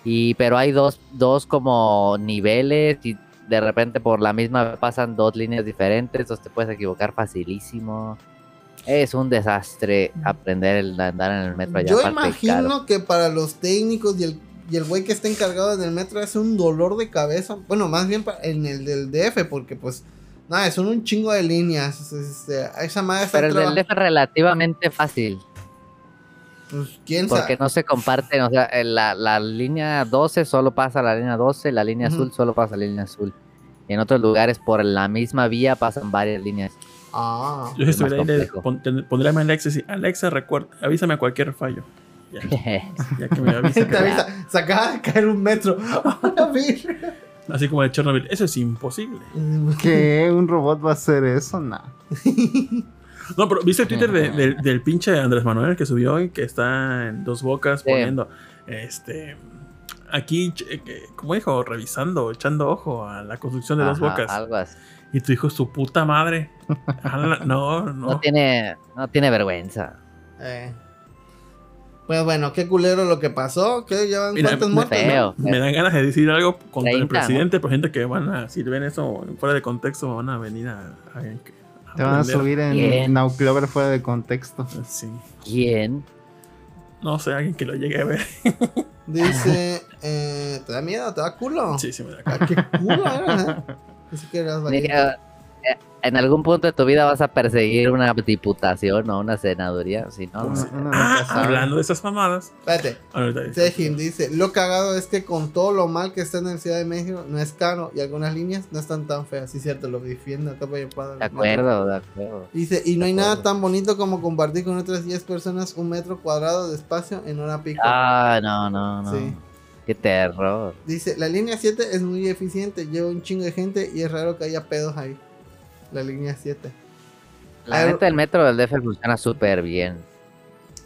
S5: Y, pero hay dos, dos como niveles y de repente por la misma pasan dos líneas diferentes. Entonces te puedes equivocar facilísimo. Es un desastre aprender el andar en el metro allá.
S3: Mm. Yo
S5: aparte, caro.
S3: imagino que para los técnicos y el, y el güey que está encargado del metro es un dolor de cabeza. Bueno, más bien pa- en el del DF, porque pues, nada, son un chingo de líneas. es- es- eh, esa madre está
S5: Pero el del
S3: traba-
S5: DF es relativamente fácil.
S3: Pues, quién
S5: Porque
S3: sabe.
S5: no se comparten, o sea, eh, la, la línea 12 solo pasa la línea 12, la línea
S3: Ujú.
S5: azul solo pasa la línea azul. Y en otros lugares por la misma vía pasan varias líneas.
S3: Ah,
S2: Yo si
S5: Es más
S2: estuviera ahí, le
S5: complejo.
S2: pon- ten- pondría a mi Alexa y decir, Alexa, recuerda, avísame a cualquier fallo. Ya, ya que me avisa.
S3: te avisa, se acaba de caer un metro. A ver.
S2: Así como de Chernobyl. Eso es imposible.
S4: ¿Qué? ¿Un robot va a hacer eso? Nah.
S2: No, pero ¿viste el Twitter de- del- del pinche Andrés Manuel que subió hoy? Que está en dos bocas
S5: Sí.
S2: poniendo. Este. Aquí, ch- eh, que- como dijo, revisando, echando ojo a la construcción de dos
S5: Ajá,
S2: bocas.
S5: algo así.
S2: Y tu hijo, su puta madre. Ala, no,
S5: No.
S2: no.
S5: tiene, no tiene vergüenza.
S3: Eh. Pues bueno, qué culero lo que pasó. ¿Qué? ¿Llevan
S2: Mira,
S3: cuántos
S2: me-
S3: muertos?
S5: Feo.
S2: Me dan ganas de decir algo contra el
S5: 30,
S2: presidente, pero gente que van a, si ven eso fuera de contexto, van a venir a. a- a
S4: Te van a
S2: aprender.
S4: subir
S5: Bien.
S4: en Nauclover fuera de contexto.
S2: Sí.
S5: ¿Quién?
S2: No sé, alguien que lo llegue a ver.
S3: Dice, eh, ¿te da miedo? ¿Te da culo?
S2: Sí, sí, me da cara.
S3: Ah, qué culo era, eh. Pensé que eras
S5: Ni-
S3: valiente.
S5: eh, eh, En algún punto de tu vida vas a perseguir una diputación o una senaduría, si no, no.
S2: Pues,
S4: uno nunca
S2: ah,
S4: sabe.
S2: hablando de esas mamadas.
S3: Espérate.
S2: ahorita dice.
S3: Sejin dice, lo cagado es que con todo lo mal que está en la Ciudad de México, no es caro y algunas líneas no están tan feas. Sí, cierto, lo defiendo a capa y espada.
S5: De acuerdo, de acuerdo.
S3: Dice, y no
S5: De
S3: hay nada
S5: acuerdo.
S3: tan bonito como compartir con otras 10 personas un metro cuadrado de espacio en hora pico.
S5: Ah, no, no, no.
S3: Sí.
S5: Qué terror.
S3: Dice, la línea 7 es muy eficiente, lleva un chingo de gente y es raro que haya pedos ahí. La línea 7.
S5: La
S3: Ay,
S5: neta, el metro del DF funciona súper bien.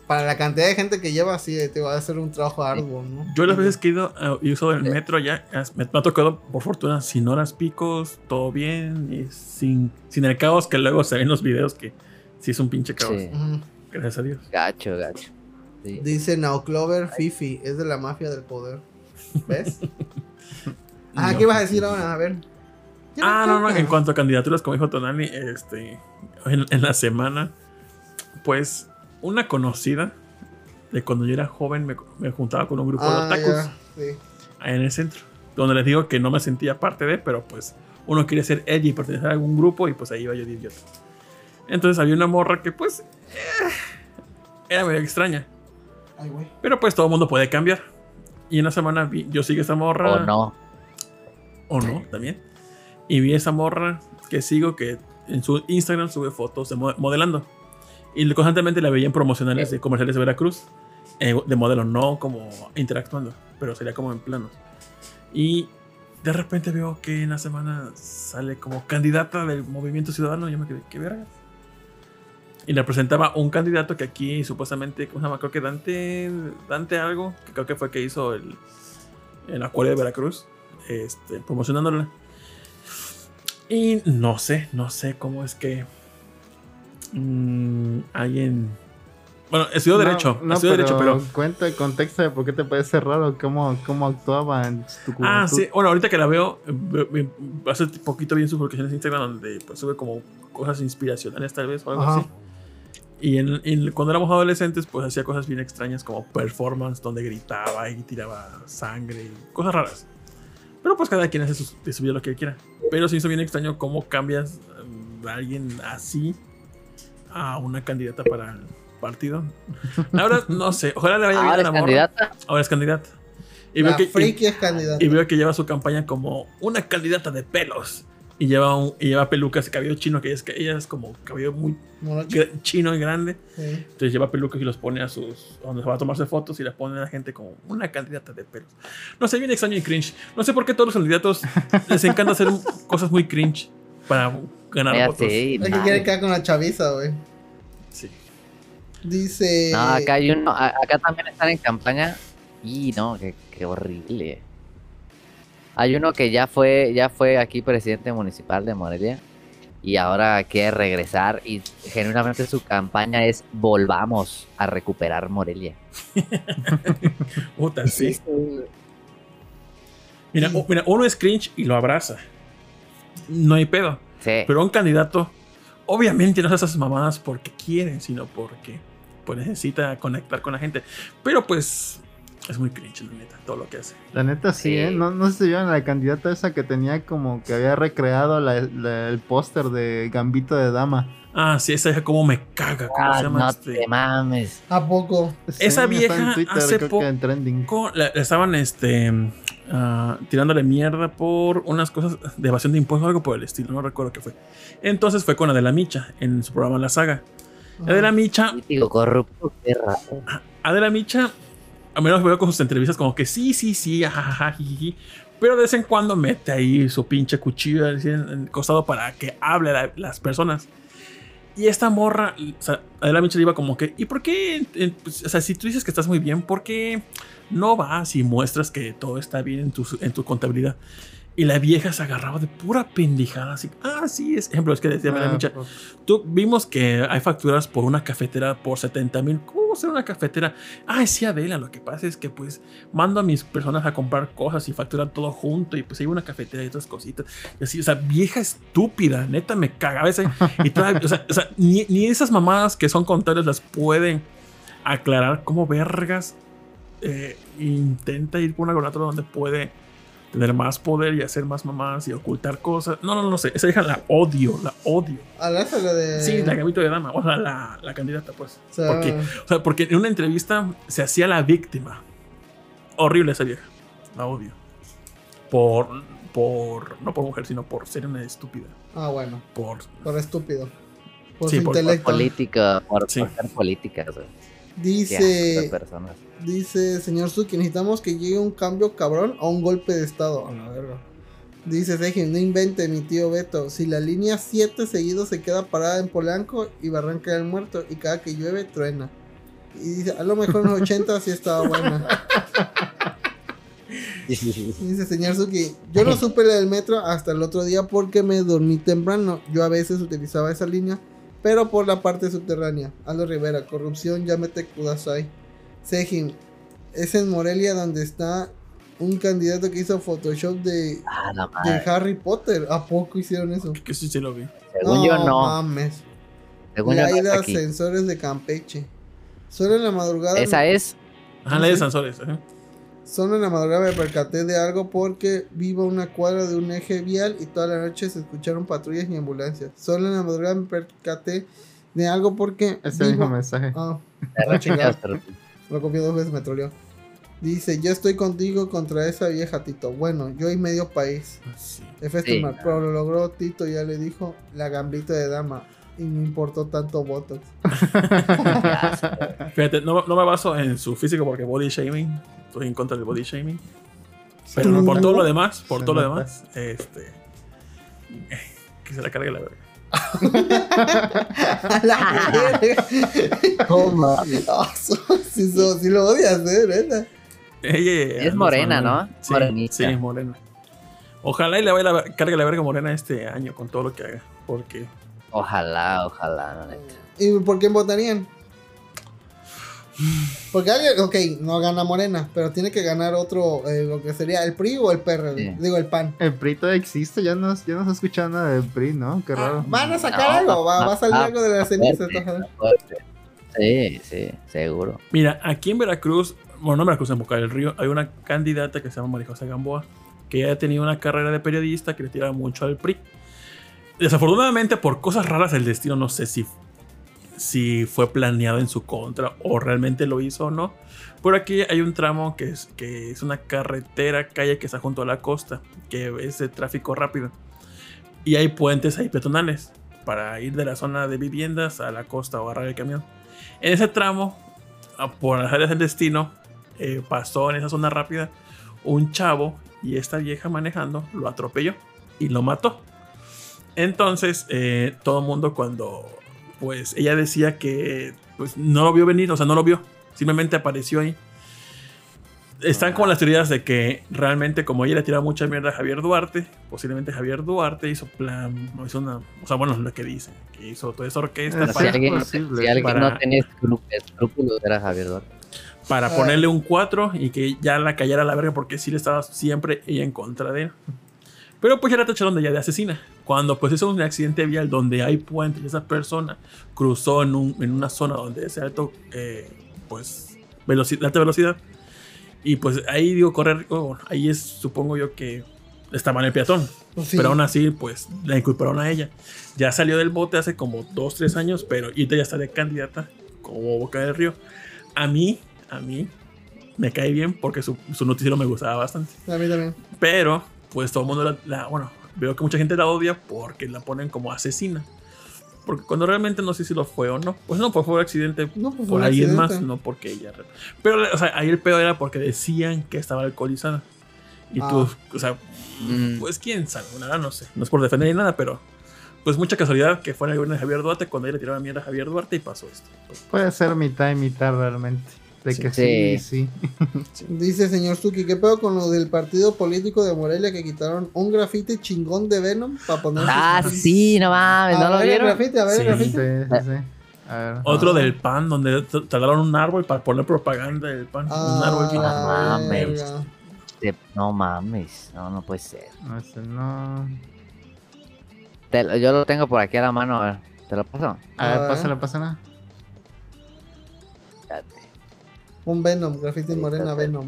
S3: Para la cantidad de gente que lleva, sí, te va a hacer un trabajo arduo, ¿no?
S2: Yo las veces que he ido eh, y usado el metro ya, as- me, me ha tocado por fortuna sin horas picos, todo bien, y sin, sin el caos que luego se ven los videos que sí es un pinche caos.
S5: Sí.
S3: Ujú.
S2: Gracias a Dios.
S5: Gacho, gacho. Sí.
S3: Dice Naoclover Fifi, es de la mafia del poder. ¿Ves? ah, ¿qué ibas a decir ahora? A ver.
S2: Ah, no, no, en cuanto a candidaturas, como dijo Tonali, este, en, en la semana, pues una conocida de cuando yo era joven me, me juntaba con un grupo de
S3: Ah,
S2: otakus
S3: ya, sí.
S2: ahí en el centro, donde les digo que no me sentía parte de, pero pues uno quiere ser edgy y pertenecer a algún grupo y pues ahí iba yo de idiota. Entonces había una morra que pues eh, era medio extraña,
S3: Ay, güey.
S2: pero pues todo el mundo puede cambiar. Y una semana vi- yo sigo esa morra.
S5: O Oh, no.
S2: O no, también. Y vi esa morra que sigo que en su Instagram sube fotos de mo- modelando. Y constantemente la veía en promocionales de comerciales de Veracruz. eh, de modelo, no como interactuando, pero sería como en planos. Y de repente veo que en la semana sale como candidata del Movimiento Ciudadano. Yo me quedé, ¿qué verga? Y le presentaba un candidato que aquí supuestamente, ¿cómo se llama? Creo que Dante, Dante algo, que creo que fue que hizo el, el Acuario de Veracruz este, promocionándola. Y no sé, no sé cómo es que mm, alguien. Bueno, estudió
S4: No,
S2: Derecho,
S4: no,
S2: estudió Derecho, pero.
S4: Cuenta el contexto de por qué te parece raro, cómo, cómo actuaba en tu juventud.
S2: Ah, sí, bueno, ahorita que la veo, ve- ve- hace poquito vi en sus publicaciones de Instagram donde pues, sube como cosas inspiracionales, tal vez, o algo
S3: Ajá.
S2: así. Y en- en- cuando éramos adolescentes, pues hacía cosas bien extrañas como performance donde gritaba y tiraba sangre y cosas raras. Pero pues cada quien hace su, de su vida lo que quiera. Pero se hizo bien extraño cómo cambias mm, a alguien así a una candidata para el partido. Ahora no sé, ojalá le vaya bien
S5: Ahora
S2: a
S5: es
S2: la morra.
S5: Ah, candidata.
S2: Ahora es candidata. Y
S3: La
S2: veo, que, y-
S3: friki es candidata.
S2: y veo que lleva su campaña como una candidata de pelos. Y lleva, un- y lleva pelucas y cabello chino, que ella es, que ella es como cabello muy
S3: Morocho,
S2: gra- chino y grande.
S3: sí.
S2: Entonces lleva pelucas y los pone a sus. donde va a tomarse fotos y las pone a la gente como una candidata de pelos. No sé, bien extraño y cringe. No sé por qué a todos los candidatos les encanta hacer cosas muy cringe para ganar
S5: Ya
S2: votos.
S5: sí,
S3: Es que
S5: man.
S3: quiere quedar con la chaviza, güey.
S2: Sí.
S3: Dice.
S5: No, acá hay uno, a- acá también están en campaña. Y no, qué, qué horrible. Hay uno que ya fue, ya fue aquí presidente municipal de Morelia y ahora quiere regresar y genuinamente su campaña es volvamos a recuperar Morelia.
S2: Puta, sí. Mira, u- mira, uno es cringe y lo abraza. No hay pedo.
S5: Sí.
S2: Pero un candidato, obviamente no hace esas mamadas porque quieren, sino porque pues, necesita conectar con la gente. Pero pues es muy cringe, la neta, todo lo que hace.
S4: La neta sí, ¿eh?
S5: Sí.
S4: No, no sé si vieron la candidata esa que tenía como que había recreado la- la- el póster de Gambito de Dama.
S2: Ah, sí, esa vieja como me caga. ¿Cómo
S5: Ah,
S2: se llama
S5: no
S2: este?
S5: te mames.
S3: ¿A poco?
S2: Esa
S4: está
S2: vieja hace
S4: creo
S2: po-
S4: que en trending.
S2: Co- la- la estaban este ah, tirándole mierda por unas cosas de evasión de impuestos o algo por el estilo, no recuerdo qué fue. Entonces fue con la de la Micha en su programa La Saga. La
S5: Ah,
S2: de la Micha,
S5: Político corrupto, perra.
S2: Adela Micha, a menos veo con sus entrevistas como que sí, sí, sí, ajajaja, jijiji, pero de vez en cuando mete ahí su pinche cuchillo así en en el costado para que hable a la- las personas. Y esta morra, o sea, Adela Micha le iba como que, ¿y por qué? eh, pues, o sea, si tú dices que estás muy bien, ¿por qué no vas y muestras que todo está bien en tu, en tu contabilidad? Y la vieja se agarraba de pura pendejada, así, ah, sí, es ejemplo, es que decía Adela
S4: Ah,
S2: Micha,
S4: pues,
S2: Tú vimos que hay facturas por una cafetera por 70 mil. ¿Cómo será una cafetera? Ay, sí, Adela, lo que pasa es que pues mando a mis personas a comprar cosas y facturan todo junto y pues hay una cafetera y otras cositas. Y así, o sea, vieja estúpida, neta, me caga a veces. Y todavía- o sea, o sea, ni, ni esas mamadas que son contables las pueden aclarar como vergas. eh, intenta ir por una gobernadora donde puede tener más poder y hacer más mamadas y ocultar cosas. No, no, no sé. Esa hija la odio, la odio.
S3: Hablaste de lo de.
S2: Sí, la Gambito de Dama, o sea, la, la candidata, pues.
S3: O sea,
S2: Porque, o sea, porque en una entrevista se hacía la víctima. Horrible esa vieja. La odio. Por, por, no por mujer, sino por ser una estúpida.
S3: Ah, bueno.
S2: Por,
S3: Por estúpido. Por
S2: Sí,
S3: su
S2: por- por
S3: intelecto.
S5: Político, por, por
S2: Sí.
S5: ser políticas. güey. Qué asco
S3: dice.
S5: de personas.
S3: Dice, señor Suki, necesitamos que llegue un cambio cabrón a un golpe de estado. A la verga. Dice Seijin, no invente, mi tío Beto. Si la línea 7 seguido se queda parada en Polanco y Barranca del Muerto, y cada que llueve, truena. Y dice, a lo mejor en los 80 sí estaba buena. Dice, señor Suki, yo no supe la del metro hasta el otro día porque me dormí temprano. Yo a veces utilizaba esa línea, pero por la parte subterránea. Aldo Rivera, corrupción, llámete Kudasai. Sejin, es en Morelia donde está un candidato que hizo Photoshop de,
S5: Ah, la
S3: de
S5: madre.
S3: Harry Potter. ¿A poco hicieron eso?
S2: que sí se lo vi.
S5: Según yo no.
S3: mames.
S5: Según yo no
S3: Laida
S5: está aquí.
S3: Ascensores de Campeche. Solo en la madrugada.
S5: Esa es.
S2: Ajá, la de Sansores. ajá.
S3: Solo en la madrugada me percaté de algo porque vivo a una cuadra de un eje vial y toda la noche se escucharon patrullas y ambulancias. Solo en la madrugada me percaté de algo porque
S4: Ese
S3: vivo-
S4: mismo mensaje.
S3: Ah,
S5: la
S3: chingada.
S5: pero-
S3: lo copié dos veces, me troleó. Dice, yo estoy contigo contra esa vieja Tito. Bueno, yo y medio país.
S2: Sí.
S3: F.
S5: Sí.
S3: Estimar, pero lo logró Tito, ya le dijo la gambita de dama. Y no importó tanto Botox.
S2: Ah, Fíjate, no, no me baso en su físico porque body shaming. Estoy en contra del body shaming. Pero no, por todo lo demás, por
S4: Se
S2: todo lo
S4: nota.
S2: demás, este. eh, Que se la cargue la verga.
S3: A la verga.
S5: Toma.
S3: Ah, so- sí, so- sí lo odias, eh, neta.
S2: Ella
S5: Es morena, ¿no?
S2: Sí,
S5: Morenita.
S2: sí, es morena. Ojalá y le vaya la cargue la verga morena este año con todo lo que haga. Porque
S5: Ojalá, ojalá. la neta.
S3: ¿Y por quién votarían? Porque alguien, ok, no gana Morena, pero tiene que ganar otro, eh, lo que sería el PRI o el PRD,
S5: Sí.
S3: digo el PAN.
S4: El PRI todavía existe, ya no, ya no se ha escuchado nada del PRI, ¿no? Qué raro.
S3: ¿Van a sacar
S5: No,
S3: algo? Ah, ¿Va,
S5: no,
S3: va a salir
S5: no,
S3: algo de la ceniza?
S5: Fuerte, fuerte. Sí, sí, seguro.
S2: Mira, aquí en Veracruz, bueno, no en Veracruz, en Boca del Río, hay una candidata que se llama María José Gamboa, que ya tenía una carrera de periodista que le tiraba mucho al PRI. Desafortunadamente, por cosas raras, el destino no sé si, si fue planeado en su contra o realmente lo hizo o no. Por aquí hay un tramo que es, que es una carretera, calle que está junto a la costa, que es de tráfico rápido. Y hay puentes ahí peatonales para ir de la zona de viviendas a la costa o agarrar el camión. En ese tramo, a- por las áreas del destino, eh, pasó en esa zona rápida un chavo y esta vieja manejando lo atropelló y lo mató. Entonces, eh, todo el mundo cuando, pues, ella decía que pues, no lo vio venir, o sea, no lo vio, simplemente apareció ahí. Están como las teorías de que realmente como ella le tiraba mucha mierda a Javier Duarte, posiblemente Javier Duarte hizo plan, hizo una, o sea, bueno, lo que dice, que hizo toda esa orquesta
S4: Sí,
S5: Si
S2: para,
S5: alguien, no-
S4: posible,
S5: si alguien
S2: para-
S5: no tenía escrú- escrúpulos era Javier Duarte.
S2: para ponerle un 4 y que ya la callara a la verga porque sí le estaba siempre ella en contra de él. Pero pues ya la tacharon de ya de asesina. Cuando pues hizo un accidente vial donde hay puentes y esa persona cruzó en, un- en una zona donde es de alto, eh, pues, velocidad, alta velocidad. Y pues ahí digo correr, oh, ahí es supongo yo que está mal el peatón.
S3: Pues sí.
S2: Pero aún así, pues la inculparon a ella. Ya salió del bote hace como 2, 3 años, pero ahorita ya está de candidata como Boca del Río. A mí, a mí, me cae bien porque su, su noticiero me gustaba bastante.
S3: A mí también.
S2: Pero, pues todo el mundo la, la- Bueno, veo que mucha gente la odia porque la ponen como asesina. Porque cuando realmente no sé si lo fue o no. Pues no, pues fue un accidente
S3: No, pues fue
S2: por
S3: un
S2: alguien más,
S3: accidente.
S2: no porque ella. Pero, o sea, ahí el pedo era porque decían que estaba alcoholizada. Y
S3: Ah.
S2: tú, o sea,
S5: Mm.
S2: pues quién sabe, la verdad no sé. No es por defender ni nada, pero pues mucha casualidad que fuera el gobierno de Javier Duarte cuando ella le tiraba mierda a Javier Duarte y pasó esto.
S5: Ah.
S4: Puede ser mitad y mitad realmente. De
S2: Sí.
S4: que sí, sí.
S3: Dice señor Suki, ¿qué pedo con lo del partido político de Morelia que quitaron un grafite chingón de Venom para poner...
S5: Ah, sí, no mames,
S3: a
S5: ¿no lo
S3: ver el
S5: vieron?
S3: grafite, a ver el
S2: Sí.
S4: Sí, sí,
S3: grafite.
S4: sí. A ver.
S2: Otro del PAN donde t- talaron un árbol para poner propaganda del PAN. un árbol
S3: Ah,
S2: gigante.
S5: Ah, mames.
S3: verga.
S5: Te- No mames, no, no puede ser.
S4: No, ese no.
S5: Te lo- yo lo tengo por aquí a la mano, a ver, te lo paso.
S4: A
S3: A ver.
S4: ver, pásala, pásala.
S5: Espérate.
S3: Un Venom, grafite morena Venom.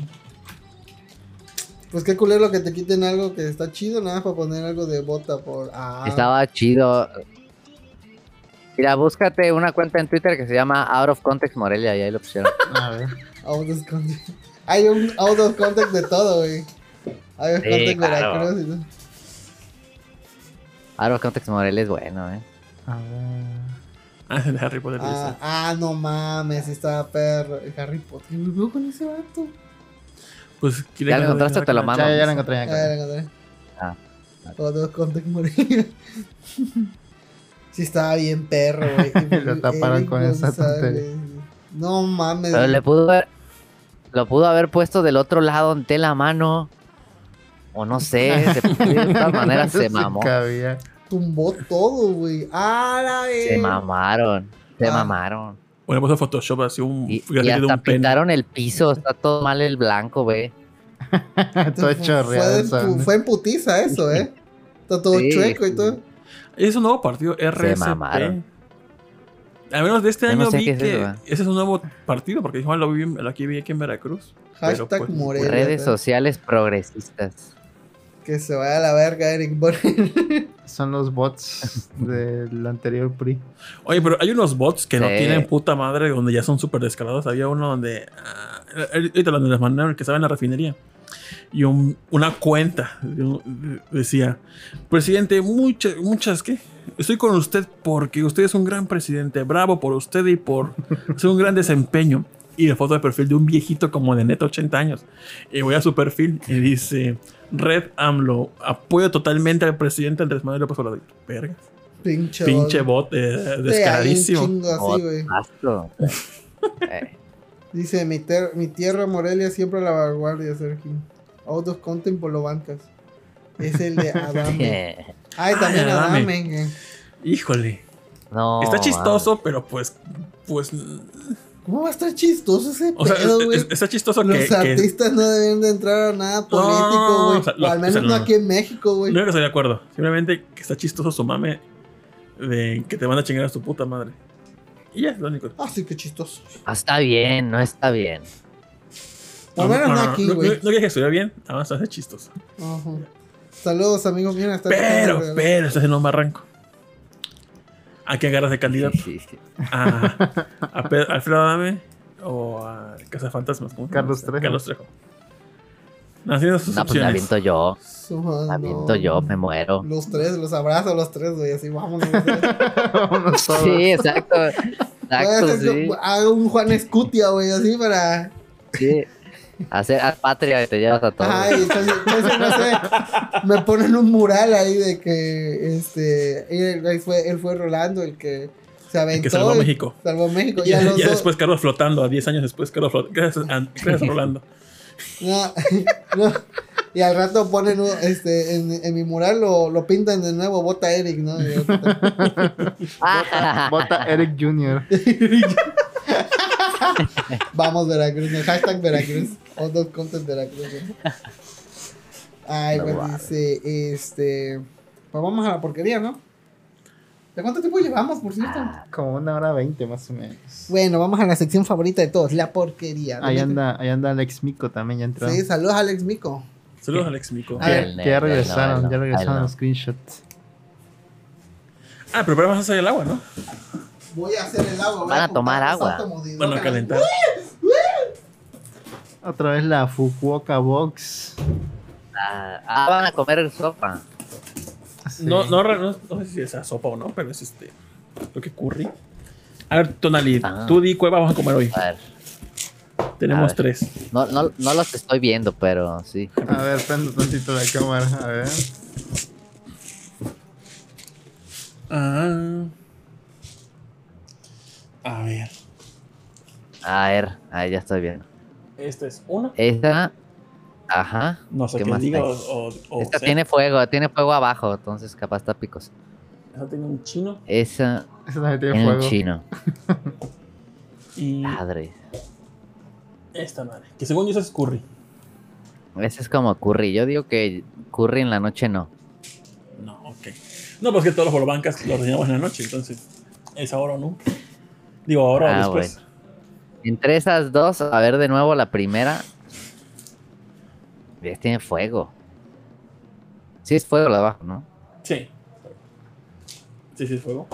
S3: Pues qué culero que te quiten algo que está chido, nada para poner algo de bota por... Ah,
S5: Estaba chido. Mira, búscate una cuenta en Twitter que se llama Out of Context Morelia y ahí lo pusieron.
S4: A ver.
S3: out of context. Hay un out of context de todo, güey. Out of
S5: Sí,
S3: context
S5: claro.
S3: Veracruz y todo.
S5: Out of Context Morelia es bueno, ¿eh?
S4: A ver.
S2: Ah, de Harry Potter.
S3: Ah, ah, no mames, estaba perro. El Harry Potter. ¿Qué me veo con ese vato?
S2: Pues quiere
S5: Ya lo
S2: que-
S5: encontraste, te lo mando.
S4: Ya, ya la encontré. Ya
S3: A
S4: la encontré.
S3: ver, a ver.
S5: Ah,
S3: Out of context Morelia. Sí, estaba bien perro, güey.
S4: Lo taparon
S3: Eric
S4: con esa
S3: González. No mames.
S5: Pero le pudo haber, lo pudo haber puesto del otro lado de la mano. O no sé, de, de todas maneras se
S4: Sí
S5: mamó.
S4: cabía.
S3: Tumbó todo, güey. ¡Ah, la
S5: Se
S3: verga!
S5: mamaron, se
S3: Ah.
S5: mamaron.
S2: Bueno, puso Photoshop así un
S5: Y, y
S2: gráfico
S5: hasta
S2: pene.
S5: pintaron el piso, está todo mal el blanco, güey.
S4: Todo
S3: Fue,
S4: chorreado.
S3: en
S4: eso,
S3: pu-
S4: ¿no?
S3: fue en putiza eso, ¿eh? Está todo
S5: Sí.
S3: chueco y todo.
S2: Es un nuevo partido, RSP.
S5: mamaron.
S2: A menos de este
S5: Yo no
S2: año
S5: sé
S2: vi
S5: qué es
S2: que
S5: eso, ¿verdad?
S2: ese es un nuevo partido, porque igual lo vi, lo aquí vi aquí en Veracruz. Pero,
S3: Hashtag
S2: pues,
S3: Morelia.
S5: Redes
S3: ¿sabes?
S5: sociales progresistas.
S3: Que se vaya a la verga, Eric Borges.
S4: Son los bots del anterior PRI.
S2: Oye, pero hay unos bots que no
S5: Sí.
S2: tienen puta madre, donde ya son súper descarados. Había uno donde. ah, ahorita donde les mandaron, el que estaba en la refinería. Y un- una cuenta de un- de- decía: Presidente, muchas, muchas, ¿qué? Estoy con usted porque usted es un gran presidente. Bravo por usted y por hacer un gran desempeño. Y la foto de perfil de un viejito como de neta 80 años. Y voy a su perfil y dice: Red AMLO, apoyo totalmente al presidente Andrés Manuel López Obrador. Verga.
S3: Pinche,
S2: Pinche
S3: bot.
S2: bot eh,
S3: Sí, hay
S2: descaradísimo.
S3: un chingo así, güey.
S5: Pasto. Eh,
S3: Dice, mi, ter- mi tierra Morelia siempre a la vanguardia, Sergio. Autos content por lo bancas. Es el de Adame.
S5: eh,
S3: Ay, también
S2: Ay, Adame.
S3: Adame. eh.
S2: Híjole.
S5: no, ah,
S2: está
S5: mames.
S2: chistoso, pero pues. Pues.
S3: ¿Cómo va a estar chistoso ese
S2: O sea,
S3: pedo, güey?
S2: es- está chistoso
S3: Los
S2: que. que-
S3: artistas no deben de entrar a nada político, güey.
S2: o sea,
S3: o
S2: los-
S3: al menos
S2: o sea,
S3: no
S2: no.
S3: aquí en México, güey.
S2: no es que estoy de acuerdo. Simplemente que está chistoso su mame de que te van a chingar a tu puta madre. Y ya, es lo único.
S3: Ah, sí, qué Ah, chistoso.
S5: Ah, está bien, no está bien.
S2: No,
S3: Al
S2: no,
S3: menos
S2: no,
S3: no
S2: no,
S3: aquí,
S2: no, no,
S3: güey.
S2: no quieres que estuviera bien, nada más hace chistos.
S3: Ajá. Saludos, amigos míos. hasta-
S2: Pero, pero, estás en un barranco. ¿A quién agarras de candidato?
S5: Sí, sí, sí.
S2: ¿A, a Pedro- Alfredo Adame o a Casa Fantasmas?
S4: Carlos Trejo.
S2: Carlos Trejo. No, haciendo sus
S5: No, pues la
S2: opciones.
S5: aviento yo.
S3: Su- ah,
S5: La
S3: no.
S5: aviento yo, me muero.
S3: Los tres, los abrazo los tres, güey. Así, vámonos. los tres.
S4: Vámonos todos.
S5: Sí, exacto. Exacto,
S3: Voy a hacer
S5: sí.
S3: como- Hago un Juan Escutia, güey, así para.
S5: sí. Hacer haz patria y te llevas a todos.
S3: Ay, entonces, entonces, no sé. Me ponen un mural ahí de que este. Él, él fue, él fue Rolando el que se aventó.
S2: que salvó a
S3: el-
S2: México.
S3: Salvó a México. Y
S2: Ya,
S3: a los
S2: ya
S3: dos-
S2: después Carlos flotando, a 10 años después Carlos flotando. Gracias, a- gracias Rolando.
S3: No, no. Y al rato ponen un- este, en, en mi mural lo, lo pintan de nuevo, bota Eric, ¿no? Y yo,
S5: Ah,
S4: Vota Eric Jr.
S3: Vamos Veracruz, ¿no? hashtag Veracruz, hot dog content Veracruz. ¿no? Ay,
S5: No
S3: pues
S5: mames.
S3: dice, este, pues vamos a la porquería, ¿no? ¿De cuánto tiempo llevamos, por cierto?
S4: Como una hora veinte más o menos.
S3: Bueno, vamos a la sección favorita de todos, la porquería.
S4: Ahí anda, ahí anda Alex Mico también, ya entró.
S3: Sí, saludos Alex Mico.
S2: Saludos, Alex Mico.
S3: A ver.
S5: él no,
S4: Que ya
S5: él no, él
S4: regresaron,
S5: no,
S4: ya
S5: él
S4: regresaron
S5: no.
S4: los screenshots.
S2: Ah, pero vamos a hacer el agua, ¿no?
S3: Voy a hacer el agua. voy
S5: Van a
S3: comprar
S5: tomar
S3: un
S5: agua.
S3: santo modidor.
S2: Bueno, a calentar.
S4: Otra vez la Fukuoka Box.
S5: Ah, ah, van a comer sopa.
S4: Sí.
S2: No, no, re- no, no sé si es a sopa o no, pero es este. Creo que curry. A ver, Tonali,
S5: Ah.
S2: tú di cuál vamos a comer hoy.
S5: A ver, A
S2: Tenemos
S5: ver.
S2: tres.
S5: no, no, no los estoy viendo, pero sí.
S4: A ver, prendo tantito la cámara, a ver.
S2: Ah. A ver.
S5: A ver, ahí ya estoy viendo.
S2: Esta es una.
S5: Esta, ajá.
S2: No sé
S5: Eh, ¿Qué
S2: qué,
S5: más
S2: diga.
S5: hay?
S2: O, o- o
S5: Esta
S2: sea,
S5: tiene fuego, tiene fuego abajo, entonces capaz está picos.
S2: esta tiene un chino
S5: Esa
S4: Esa también tiene
S5: en un
S4: fuego.
S5: chino.
S2: y
S5: Padre.
S2: esta madre. Que según yo esa es curry.
S5: Ese es como curry. Yo digo que curry en la noche no.
S2: No, ok. No, pues que todos los bolobancas los rellenamos en la noche, entonces. Es ahora o nunca. Digo, ahora
S5: Ah,
S2: o después.
S5: Entre esas dos, a ver de nuevo la primera. Esta tiene fuego. Sí, es fuego lo de abajo, ¿no?
S2: Sí. Sí, sí, es fuego.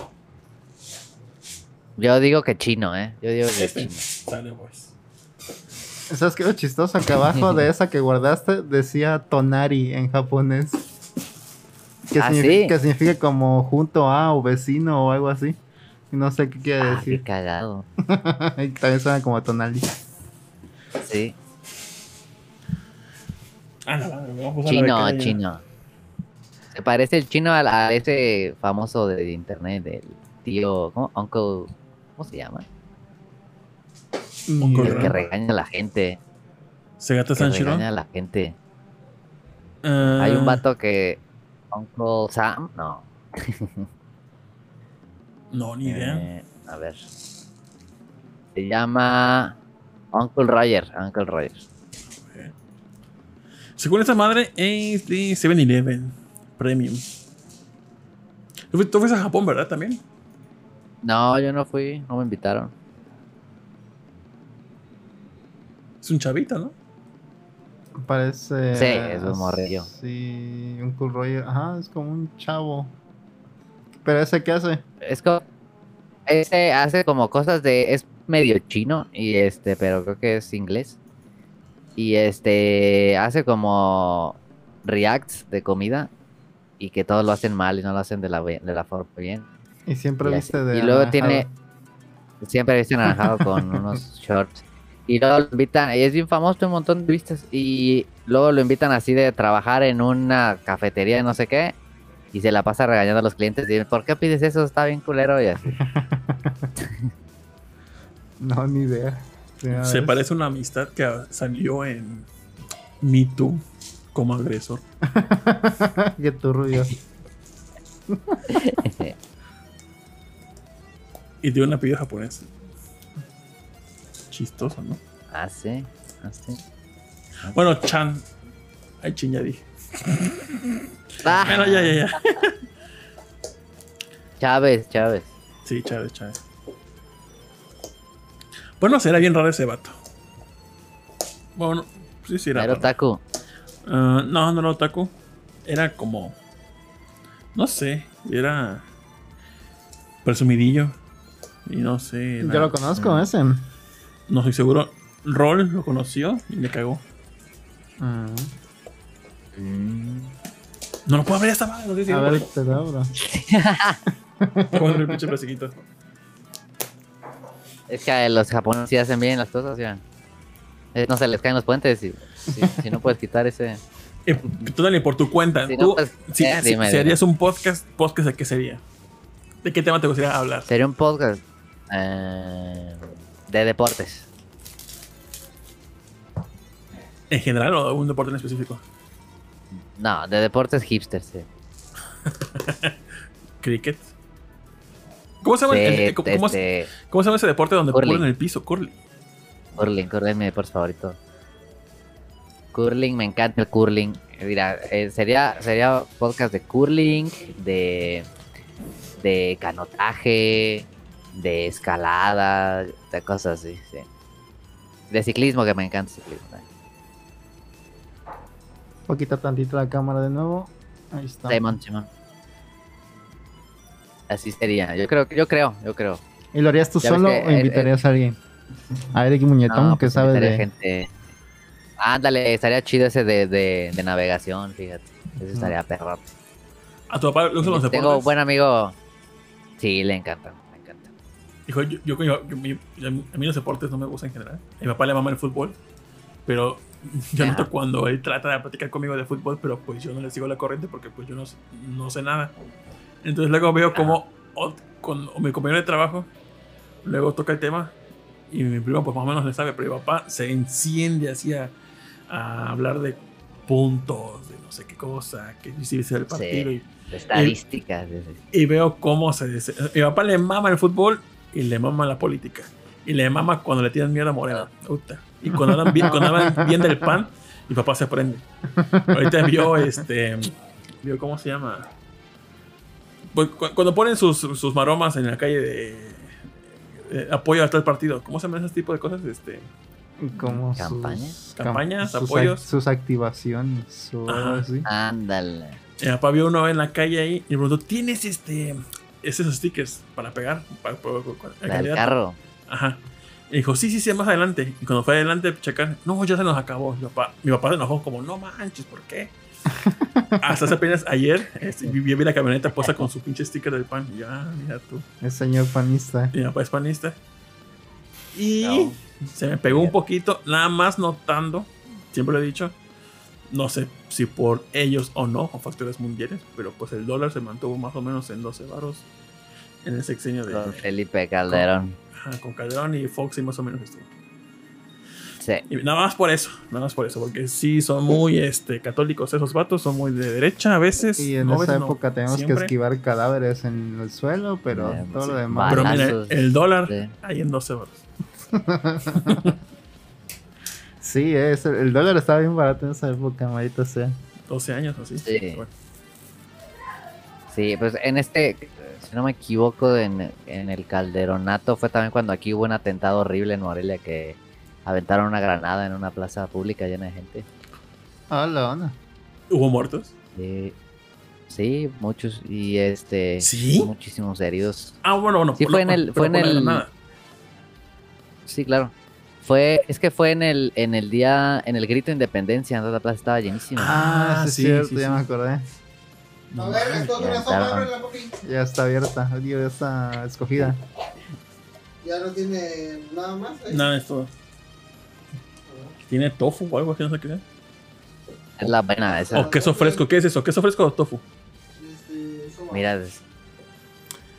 S5: Yo digo que chino, ¿eh? Yo digo que
S2: Este.
S5: chino.
S2: Sale, pues.
S4: ¿Sabes qué es lo chistoso? Que abajo de esa que guardaste decía Tonari en japonés. Que,
S5: ¿Ah,
S4: significa,
S5: sí?
S4: que significa como junto a o vecino o algo así. Y No sé qué quiere
S5: Ah, qué
S4: decir.
S5: cagado.
S4: Y también suena como Tonali.
S5: Sí.
S2: Ah, la madre, vamos a usar la de
S5: Chino,
S2: cada-
S5: chino. Se parece el chino al- a, ese famoso de internet, el tío, ¿cómo? Uncle, ¿cómo se llama?
S2: Un
S5: El que
S2: correo.
S5: regaña a la gente.
S2: Segata
S5: Que
S2: Sanchiro.
S5: regaña a la gente.
S2: Ah,
S5: Hay un vato que. Uncle Sam, no.
S2: No, ni idea.
S5: eh, a ver. Se llama. Uncle Roger, Uncle Roger.
S2: Según esta madre, es de 7-Eleven Premium. Tú, fu- tú fuiste a Japón, ¿verdad? También.
S5: No, yo no fui, no me invitaron.
S2: Es un chavito, ¿no?
S4: Parece.
S5: Sí, es un morrillo.
S4: Sí, un cool rollo. Ajá, es como un chavo. Pero ese qué hace?
S5: Es como. Ese hace como cosas de. Es medio chino, y este, pero creo que es inglés. Y este. Hace como. Reacts de comida. Y que todos lo hacen mal y no lo hacen de la, be- de la forma bien.
S4: Y siempre
S5: Y así.
S4: viste de.
S5: Y luego
S4: anaranjado.
S5: tiene- Siempre viste naranjado con unos shorts. Y luego lo invitan, y es bien famoso, tiene un montón de vistas. Y luego lo invitan así de trabajar en una cafetería, de no sé qué. Y se la pasa regañando a los clientes. Dicen, ¿por qué pides eso? Está bien culero. Y así.
S4: No, ni idea. Primera
S2: Se
S4: vez.
S2: parece a una amistad que salió en Me Too como agresor.
S4: qué turbio.
S2: Y tiene un apellido japonés. Chistoso, ¿no?
S5: Ah, sí. Ah, sí.
S2: Bueno, Chan. Ay, chin, ya dije.
S5: Ah,
S2: Bueno, ya, ya, ya.
S5: Chávez, Chávez.
S2: Sí, Chávez, Chávez. Bueno, será bien raro ese vato. Bueno, sí, sí, era.
S5: Pero
S2: raro.
S5: Taku.
S2: Ah, no, no era otaku. Era como. No sé. Era. Presumidillo. Y no sé.
S4: Yo
S2: era-
S4: lo conozco, ese.
S2: No estoy seguro. Roll lo conoció y le cagó.
S4: Mm.
S2: No lo puedo abrir esta madre. No sé si
S4: A
S2: lo
S4: ver,
S2: puedo-
S4: te da, bro.
S2: puedo abrir el pinche plastiquito.
S5: Es que los japoneses sí hacen bien las cosas, ya. Eh, No se les caen los puentes y si, si no puedes quitar ese.
S2: Eh, total, y por tu cuenta.
S5: Si no,
S2: tú,
S5: pues,
S2: si,
S5: eh,
S2: si-
S5: dime,
S2: si
S5: dime.
S2: harías un podcast, ¿podcast de qué sería? ¿De qué tema te gustaría hablar?
S5: Sería un podcast eh, de deportes.
S2: ¿En general o un deporte en específico?
S5: No, de deportes hipsters. sí.
S2: ¿Cricket? ¿Cómo se llama, el-
S5: Sí,
S2: el- cómo- cómo-
S5: este,
S2: cómo se llama ese deporte donde
S5: Curling.
S2: pulen el piso? Curling.
S5: Curling, curling es mi deporte favorito. Curling, me encanta el curling. Eh, Mira, eh, sería, sería podcast de curling, de, de canotaje, de escalada, de cosas así, sí. De ciclismo, que me encanta el ciclismo. también.
S4: Poquita tantito la cámara de nuevo. Ahí está.
S5: Simon, Simon. Así sería, yo creo, yo creo, yo creo.
S4: ¿Y lo harías tú
S5: Ya ves
S4: solo
S5: que
S4: o
S5: el-
S4: invitarías a alguien? A Eric Muñetón,
S5: No,
S4: que
S5: pues,
S4: sabe
S5: invitaría
S4: de.
S5: gente. Ándale, estaría chido ese de, de, de navegación, fíjate. Eso
S4: Ujú.
S5: estaría perro.
S2: ¿A tu papá le gustan los deportes?
S5: Tengo un buen amigo. Sí, le encanta, le encanta.
S2: Hijo, yo, yo- yo- yo- yo- a mí los deportes no me gustan en general. A mi papá le mama el fútbol, pero yo
S5: Ajá.
S2: noto cuando él trata de platicar conmigo de fútbol, pero pues yo no le sigo la corriente porque pues yo no, sé- no sé nada. Entonces luego veo como ot- con o mi compañero de trabajo, luego toca el tema y mi primo pues más o menos le sabe, pero mi papá se enciende así a, a hablar de puntos, de no sé qué cosa, que si se ve el partido y
S5: Estadísticas. sí, sí.
S2: y veo cómo se dice. Mi papá le mama el fútbol y le mama la política. Y le mama cuando le tiran mierda a morena. Puta. Y cuando hablan bien, cuando hablan bien del pan, mi papá se prende. Ahorita vio este. Vio cómo se llama. Pues, cu- Cuando ponen sus, sus maromas en la calle de. eh, apoyo hasta el partido. ¿Cómo se llaman ese tipo de cosas? Este,
S4: Como sus-
S5: Campañas.
S4: cam-
S2: Campañas,
S4: sus ac-
S2: apoyos.
S4: Sus activaciones o algo
S2: Ajá.
S4: así.
S5: Ándale.
S2: mi papá vio uno en la calle ahí y me preguntó: ¿Tienes este. esos stickers para pegar? Para, para- para- al
S5: La del
S2: candidato?"
S5: carro.
S2: Ajá. Y dijo, sí, sí, sí, más adelante. Y cuando fue adelante, checar, no, ya se nos acabó. Mi papá, mi papá se enojó, como, no manches, ¿por qué? Hasta hace apenas ayer, este, vi, vi la camioneta puesta con su pinche sticker del pan. Y yo, ah, mira tú.
S4: El señor panista.
S2: Mi papá es panista. Y
S5: No.
S2: se me pegó un poquito, nada más notando, siempre lo he dicho, no sé si por ellos o no, o factores mundiales, pero pues el dólar se mantuvo más o menos en 12 varos en el sexenio de,
S5: Don Felipe Calderón.
S2: ajá, con Calderón y Foxy más o menos estuvo.
S5: Sí.
S2: Y nada más por eso, nada más por eso, porque sí son muy este, católicos esos vatos, son muy de derecha a veces.
S4: Y en
S2: no, a
S4: esa
S2: veces no,
S4: época tenemos que
S2: siempre.
S4: esquivar cadáveres en el suelo, pero
S5: Bien,
S4: todo
S5: sí.
S4: lo demás.
S2: Pero mira,
S5: balazos.
S2: el dólar
S5: Sí.
S2: ahí en 12 euros.
S4: Sí, es, el dólar estaba bien barato en esa época, maldita sea.
S2: 12 años así.
S5: Sí.
S2: Bueno,
S5: Sí, pues en este, si no me equivoco, en, en el Calderonato fue también cuando aquí hubo un atentado horrible en Morelia que aventaron una granada en una plaza pública llena de gente.
S4: Hola, hola.
S2: ¿Hubo muertos?
S5: Sí, Eh, sí muchos y este,
S2: ¿Sí?
S5: muchísimos heridos.
S2: Ah, bueno, bueno.
S5: Sí,
S2: por
S5: fue
S2: lo-
S5: en el-
S2: pero
S5: fue en
S2: por la
S5: el-
S2: granada.
S5: Sí, claro. Fue, es que fue en el, en el día, en el grito de independencia, entonces la plaza estaba llenísima.
S4: Ah, sí,
S2: sí,
S4: cierto,
S2: sí,
S4: ya
S2: sí.
S4: me acordé.
S3: A ver, esto es
S5: ya
S3: una
S5: tardan.
S3: sopa, ábrela, papi.
S4: Ya está abierta, digo, ya está escogida.
S3: Ya no tiene nada más. ¿eh?
S2: Nada, es todo. ¿Tiene tofu o algo así? No sé qué. es.
S5: Es la pena esa.
S2: O queso fresco. ¿Qué es eso? ¿Queso fresco o tofu?
S3: Este, sopa.
S5: Mira, es-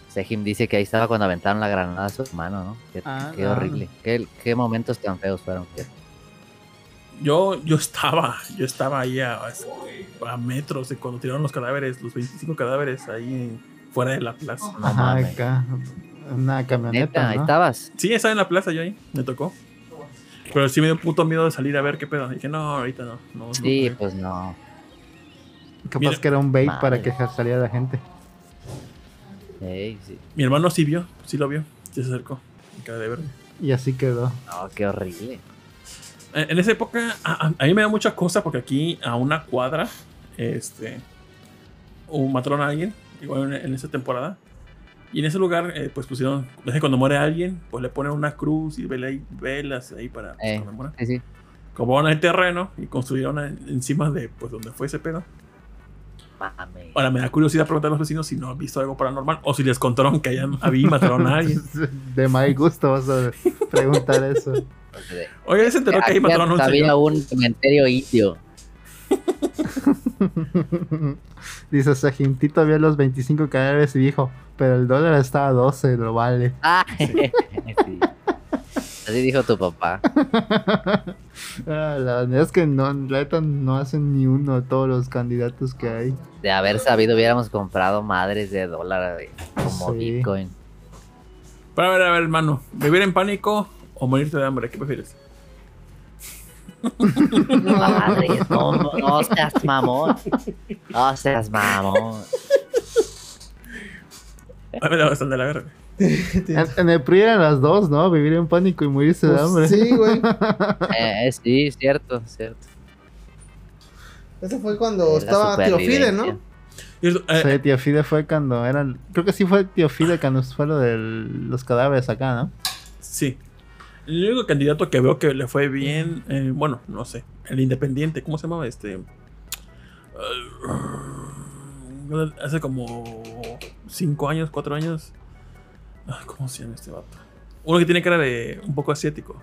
S5: Sejim dice que ahí estaba cuando aventaron la granada a su hermano, ¿no? Qué,
S4: Ah,
S5: qué
S4: no.
S5: horrible. Qué, qué momentos tan feos fueron.
S2: Yo, yo estaba, yo estaba ahí a, a metros de cuando tiraron los cadáveres, los 25 cadáveres ahí fuera de la plaza.
S5: No
S4: Ajá,
S5: mames.
S4: acá. Una
S5: Neta,
S4: camioneta.
S5: ahí
S4: ¿no?
S5: estabas.
S2: Sí, estaba en la plaza yo ahí, me tocó. Pero sí me dio puto miedo de salir a ver qué pedo. Dije, no, ahorita no. no, no
S5: Sí,
S2: creo".
S5: pues no.
S4: Capaz
S2: Mira.
S4: que era un bait
S5: Madre.
S4: para que saliera la gente.
S5: Ey, sí.
S2: Mi hermano sí vio, sí lo vio, sí se acercó. Me quedé de verme.
S4: Y así quedó.
S5: No, qué horrible.
S2: En en esa época, a, a- a mí me da muchas cosas porque aquí a una cuadra, este, o mataron a alguien, igual en, en esa temporada. Y en ese lugar, eh, pues pusieron, es que cuando muere alguien, pues le ponen una cruz y vela- y velas ahí para pues,
S5: Eh.
S2: conmemorar.
S5: Sí, sí.
S2: Compraron el terreno y construyeron en- encima de pues donde fue ese pedo.
S5: Mame.
S2: Ahora me da curiosidad preguntar a los vecinos si no han visto algo paranormal o si les contaron que hayan había y mataron a alguien.
S4: De mal gusto vas a preguntar eso.
S2: Oye, se enteró que ahí
S5: Aquí
S2: mataron a un
S5: hasta había
S2: señor.
S5: un cementerio indio.
S4: Dice, Sajintito vio los 25 cadáveres y dijo, pero el dólar está a 12, lo vale.
S5: Ah, sí. Así dijo tu papá.
S4: Ah, la verdad es que no, la neta no hacen ni uno de todos los candidatos que hay.
S5: De haber sabido, hubiéramos comprado madres de dólar güey, como
S4: Sí.
S5: Bitcoin.
S2: Pero a ver, a ver, hermano, ¿vivir en pánico o morirte de hambre? ¿Qué prefieres?
S5: Madres, Ah, no, no, no seas mamón. No seas mamón.
S2: A ver, hasta el de la verga.
S4: En, en el PRI eran las dos, ¿no? Vivir en pánico y morirse de hambre.
S3: Este, Pues sí, güey.
S5: Eh, eh, sí, cierto, cierto.
S3: Ese fue cuando
S5: La
S3: estaba Tío Fide,
S5: supervivencia.
S3: ¿no?
S2: Y eso, eh,
S4: Sí, tío Fide fue cuando eran... Creo que sí fue tío Fide cuando fue lo de los cadáveres acá, ¿no?
S2: Sí. El único candidato que veo que le fue bien, eh, bueno, no sé, el independiente, ¿cómo se llamaba este? Ah, Hace como cinco años, cuatro años. Ah, ¿Cómo se llama este vato? Uno que tiene cara de un poco asiático.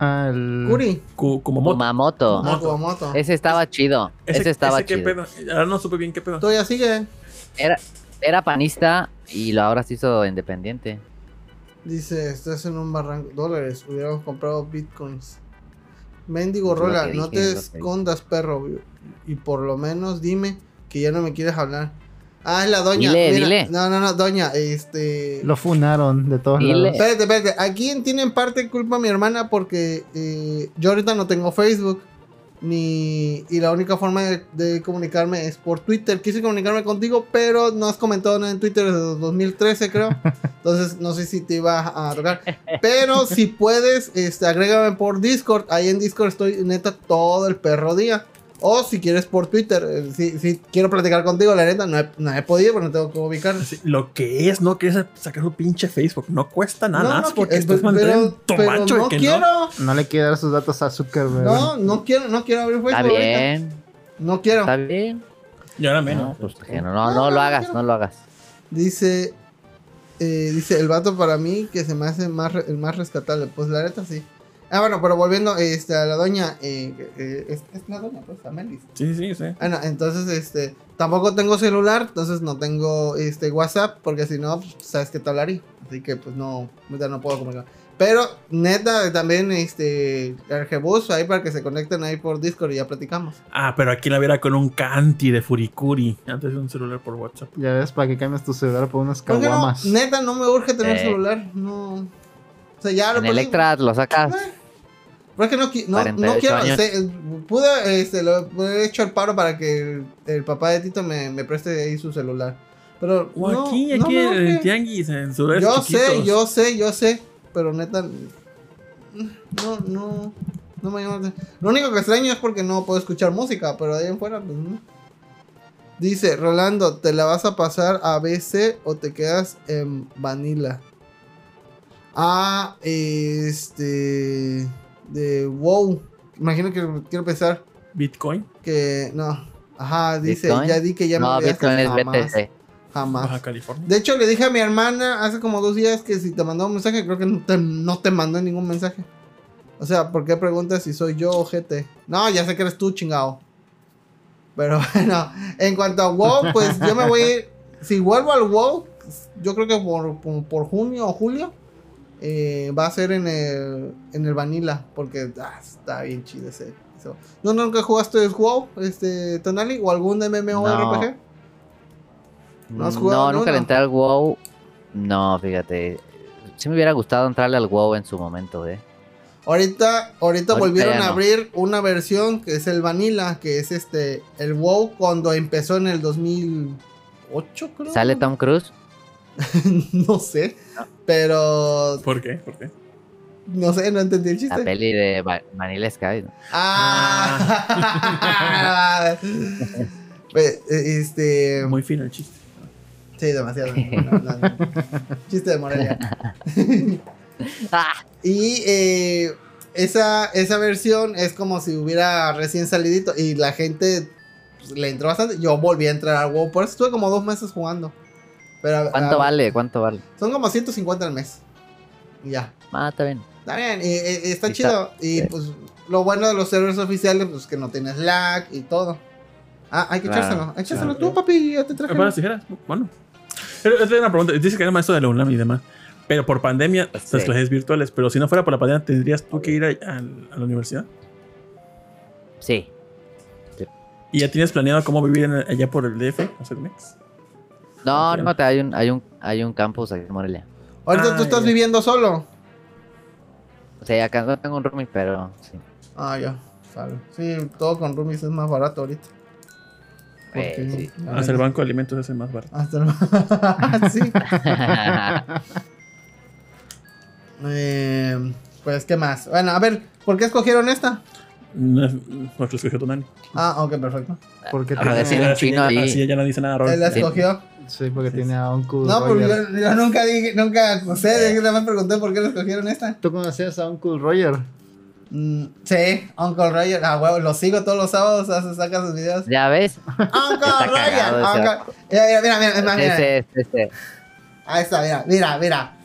S4: Ah, el...
S3: Curi.
S2: Ku- Kumamoto.
S5: Kumamoto.
S2: Kumamoto.
S3: Ah, Kumamoto.
S5: Ese estaba chido. Ese, estaba
S2: ese qué
S5: chido.
S2: pedo. Ahora no supe bien qué pedo.
S3: Todavía sigue. ¿eh?
S5: Era, era panista y lo ahora se hizo independiente.
S3: Dice, estás en un barranco. Dólares, hubiéramos comprado bitcoins. Mendigo
S5: Es lo
S3: Rola,
S5: que
S3: no te
S5: dije, es lo que dije.
S3: escondas, perro. Y por lo menos dime que ya no me quieres hablar. Ah, es la doña.
S5: Dile,
S3: mira.
S5: dile.
S3: No, no, no, doña. Este.
S4: Lo funaron de todos
S5: Dile.
S4: lados.
S3: Espérate, espérate. Aquí tiene en parte culpa mi hermana porque eh, yo ahorita no tengo Facebook. Ni, y la única forma de, de comunicarme es por Twitter. Quise comunicarme contigo, pero no has comentado nada en Twitter desde 2013, creo. Entonces, no sé si te iba a tocar. Pero si puedes, este, agrégame por Discord. Ahí en Discord estoy neta todo el perro día. O si quieres por Twitter. eh, Si, si quiero platicar contigo, la neta, no he, no he podido, porque no tengo cómo ubicar.
S2: Sí, Lo que es, no quieres sacar un pinche Facebook. No cuesta nada
S3: No,
S2: más
S3: no,
S2: porque
S3: eh,
S2: estás
S3: pero-
S2: mandando un
S3: pero
S2: tomacho de
S3: no
S2: que
S3: quiero.
S2: no.
S4: No le quiere dar sus datos a Zuckerberg.
S3: No, no quiero, no quiero abrir
S5: Está
S3: Facebook. Pues ahorita.
S5: bien,
S3: No quiero.
S5: está bien.
S2: Y ahora
S5: No,
S2: menos.
S5: pues, que no, no, no lo hagas, no lo hagas.
S3: Dice, eh, dice el vato para mí que se me hace más re- el más rescatable. Pues la neta sí. Ah, bueno, pero volviendo este, a la doña, eh, eh, es, es la doña, pues, Amelis.
S2: Sí, sí, sí.
S3: Ah, no, entonces, este, tampoco tengo celular, entonces no tengo, este, WhatsApp, porque si no, pues, sabes que te hablaría. Así que, pues, no, ahorita no puedo comunicar. Pero, neta, también, este, Argebus, ahí para que se conecten ahí por Discord y ya platicamos.
S2: Ah, pero aquí la viera con un canti de Furikuri antes de un celular por WhatsApp.
S4: Ya ves, para que cambies tu celular por unas
S3: Porque no,
S4: caguamas.
S3: neta, no me urge tener
S5: Eh.
S3: celular, no. O sea, ya
S5: En
S3: por eso-
S5: Electra lo sacas.
S3: Pero es que no, qui- no, no
S5: 48
S3: quiero.
S5: años.
S3: se- pude, este, lo he hecho el paro para que el, el papá de Tito me, me preste ahí su celular. Pero.
S2: O
S3: no,
S2: aquí,
S3: no
S2: aquí
S3: me
S2: en el
S3: urge.
S2: tianguis, en su
S3: Yo sé, yo sé, yo sé. Pero neta. No, no. No me llama la atención. Lo único que extraño es porque no puedo escuchar música, pero de ahí en fuera, pues no. Dice, Rolando, ¿te la vas a pasar a BC o te quedas en Vanilla? Ah, este. De WoW. Imagino que quiero pensar
S2: Bitcoin,
S3: que. No. Ajá, dice,
S5: ¿Bitcoin?
S3: ya di que ya me
S5: No,
S3: olvidaste.
S5: Bitcoin es
S3: jamás,
S5: BTC.
S3: jamás.
S2: Baja California.
S3: De hecho, le dije a mi hermana hace como dos días que si te mandó un mensaje, creo que no te, no te mandó ningún mensaje. O sea, ¿por qué preguntas si soy yo o GT? No, ya sé que eres tú, chingado. Pero bueno, en cuanto a WoW, pues yo me voy a ir. Si vuelvo al WoW, yo creo que por, por, por junio o julio eh, va a ser en el, en el Vanilla, porque ah, está bien chido ese. ese- ¿No nunca jugaste WoW, este, Tonali, o algún MMORPG? ¿No has jugado
S5: Mm, No, nunca
S3: alguno?
S5: le entré al WoW. No, fíjate. Sí me hubiera gustado entrarle al WoW en su momento, eh.
S3: Ahorita, ahorita
S5: Ahorita
S3: volvieron
S5: ya
S3: a
S5: no.
S3: abrir una versión que es el Vanilla, que es este, el WoW cuando empezó en el 2008, creo.
S5: ¿Sale Ah. Tom Cruise?
S3: no sé, pero
S2: ¿Por qué? ¿Por qué?
S3: No sé, no entendí el
S5: La
S3: chiste.
S5: peli de Va- Vanilla Sky. ¿no?
S3: Ah, Pues, eh, este.
S2: Muy fino el chiste.
S3: Sí, demasiado. No, no, no. Chiste de Morelia.
S5: Ah,
S3: Y eh, esa, esa versión es como si hubiera recién salidito. Y la gente pues, le entró bastante. Yo volví a entrar al WoW. Por eso estuve como dos meses jugando. Pero,
S5: ¿Cuánto
S3: ah,
S5: vale? ¿Cuánto vale?
S3: Son como 150 al mes. Y ya.
S5: Ah, está bien.
S3: Está bien. y- y- y está
S5: Y
S3: chido. Y
S5: sí.
S3: pues lo bueno de los servers oficiales, pues que no tienes lag y todo. Ah, hay que
S5: Claro,
S3: echárselo. Échaselo
S2: claro.
S3: tú, papi. Yo te
S2: ¿Me
S3: traje.
S2: pones Eh, las tijeras? Bueno. Pero yo tengo una pregunta. Dice que era maestro de la UNAM y demás. Pero por pandemia,
S5: Pues
S2: las
S5: sí.
S2: clases virtuales. Pero si no fuera por la pandemia, ¿tendrías tú que ir a, a- a la universidad?
S5: Sí.
S2: ¿Y ya tienes planeado cómo vivir en- allá por el DF? O sea, el Mex?
S5: No,
S2: Ok.
S5: no, te- hay un, hay un, hay un campus aquí en Morelia.
S3: Ahorita tú
S2: Ah,
S3: estás
S2: ya.
S3: viviendo solo.
S5: O sea, acá no tengo un roomie, pero sí.
S3: Ah, ya. Sale. Sí, todo con roomies es más barato ahorita.
S5: Eh,
S3: Porque-
S5: sí.
S2: Hasta
S3: la
S2: Ah, el
S3: verdad-
S2: banco de alimentos es el más barato.
S3: Hasta el- sí. Eh, pues, ¿qué más? Bueno, a ver, ¿por qué escogieron esta?
S2: No es- Porque lo escogió tu nani.
S3: Ah, ok, perfecto.
S4: Porque
S5: Ahora
S4: tiene,
S5: sí. un
S2: Así
S5: chino
S2: ella-
S5: ahí.
S2: así ella no dice nada, Robert.
S3: Él la
S5: Sí.
S3: escogió.
S4: sí, porque tiene a Uncle
S3: No, pues, porque
S4: Roger.
S3: yo, yo nunca dije, nunca
S5: Eh.
S3: acusé, yo nada más pregunté por qué la escogieron esta.
S4: ¿Tú conocías a Uncle Roger?
S3: Mm, sí, Uncle Roger, ah, huevo, lo sigo todos los sábados, hace, saca sus videos.
S5: ¿Ya ves?
S3: Uncle
S5: Está
S3: Roger,
S5: cagado ese
S3: Uncle. Mira, mira, mira, mira, mira, mira.
S5: Ese, ese, ese.
S3: Ahí está, mira, mira, mira.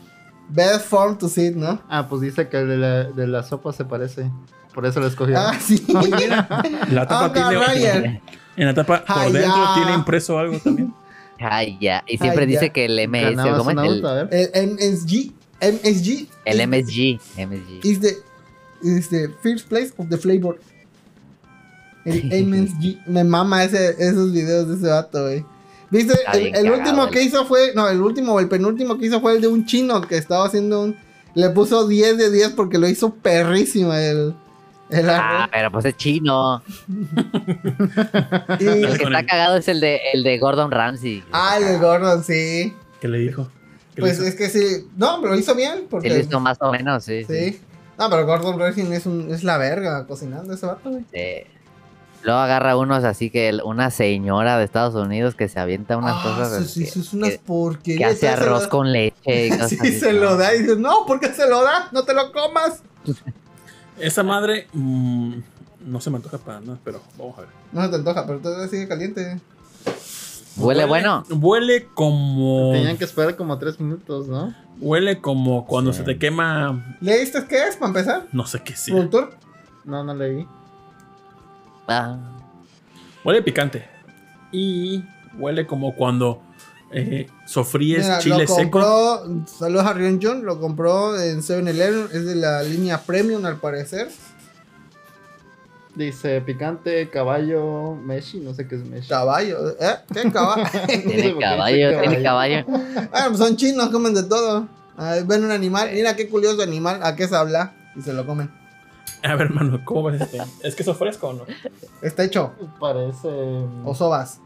S3: Best form to sit, ¿no?
S4: Ah, pues dice que el de la, de la sopa se parece. Por eso lo escogió.
S3: Ah, sí. Ah,
S2: La tapa
S3: Uncle
S2: tiene-
S3: Roger.
S2: En la tapa por
S3: Ay,
S2: dentro
S3: ya.
S2: tiene impreso algo también.
S5: Ay, ya. Y siempre
S3: Ay, ya.
S5: dice que el MS,
S4: Ganabas
S5: ¿cómo es?
S4: un
S5: El,
S4: auto, a ver.
S3: El MSG. MSG.
S5: el MSG. MSG.
S3: is the is the first place of the flavor. El MSG. Me mama ese, esos videos de ese vato, güey. ¿Viste?
S5: Está
S3: El,
S5: bien
S3: el
S5: cagado,
S3: último
S5: el-
S3: que hizo fue. No, el último o el penúltimo que hizo fue el de un chino que estaba haciendo un. Le puso 10 de 10 porque lo hizo perrísimo el. El
S5: Ah,
S3: arroz.
S5: pero pues es chino.
S3: Y-
S5: El que
S2: Con
S5: está
S2: el-
S5: cagado es el de, el de Gordon Ramsay.
S3: ah, el de Gordon, sí.
S2: ¿Qué le dijo? ¿Qué le
S3: Pues
S2: hizo?
S3: es que sí. No, pero lo hizo bien.
S5: Sí, lo
S3: Porque,
S5: hizo más o menos, sí. sí.
S3: sí. No, pero Gordon Ramsay es, un, es la verga cocinando ese vato, güey.
S5: Sí. Luego agarra unos así que el- una señora de Estados Unidos que se avienta unas
S3: Ah,
S5: cosas.
S3: sí, sí,
S5: que-
S3: sí, es unas
S5: que-
S3: porquerías.
S5: que hace
S3: Entonces,
S5: arroz
S3: lo-
S5: con leche y cosas
S3: Sí,
S5: así.
S3: se lo da y dices, no, ¿por qué se lo da? No te lo comas.
S2: Esa madre mm, no se me antoja para nada, pero vamos a ver.
S3: No se te antoja, pero todavía sigue caliente.
S5: Huele bueno.
S2: Huele como.
S4: Tenían que esperar como tres minutos, ¿no?
S2: Huele como cuando
S5: Sí.
S2: se te quema.
S3: ¿Leíste qué es para empezar?
S2: No sé qué sí.
S3: ¿Productor?
S4: No, no leí.
S5: Ah,
S2: Huele picante. Y huele como cuando eh, sofríes
S3: Mira,
S2: chile
S3: lo
S2: seco.
S3: compró, saludos a Rion John, lo compró en 7-Eleven, es de la línea Premium al parecer.
S4: Dice picante, caballo, meshi, no sé qué es meshi.
S3: Caballo, ¿eh? ¿Qué caballo?
S5: tiene caballo, tiene caballo.
S3: Ah, pues son chinos, comen de todo. Ah, ven un animal, mira qué curioso animal, ¿a qué se habla? Y se lo comen.
S2: A ver, hermano, ¿cómo ves este? ¿Es que eso fresco o no?
S3: Está hecho,
S4: pues, Parece.
S3: o sobas.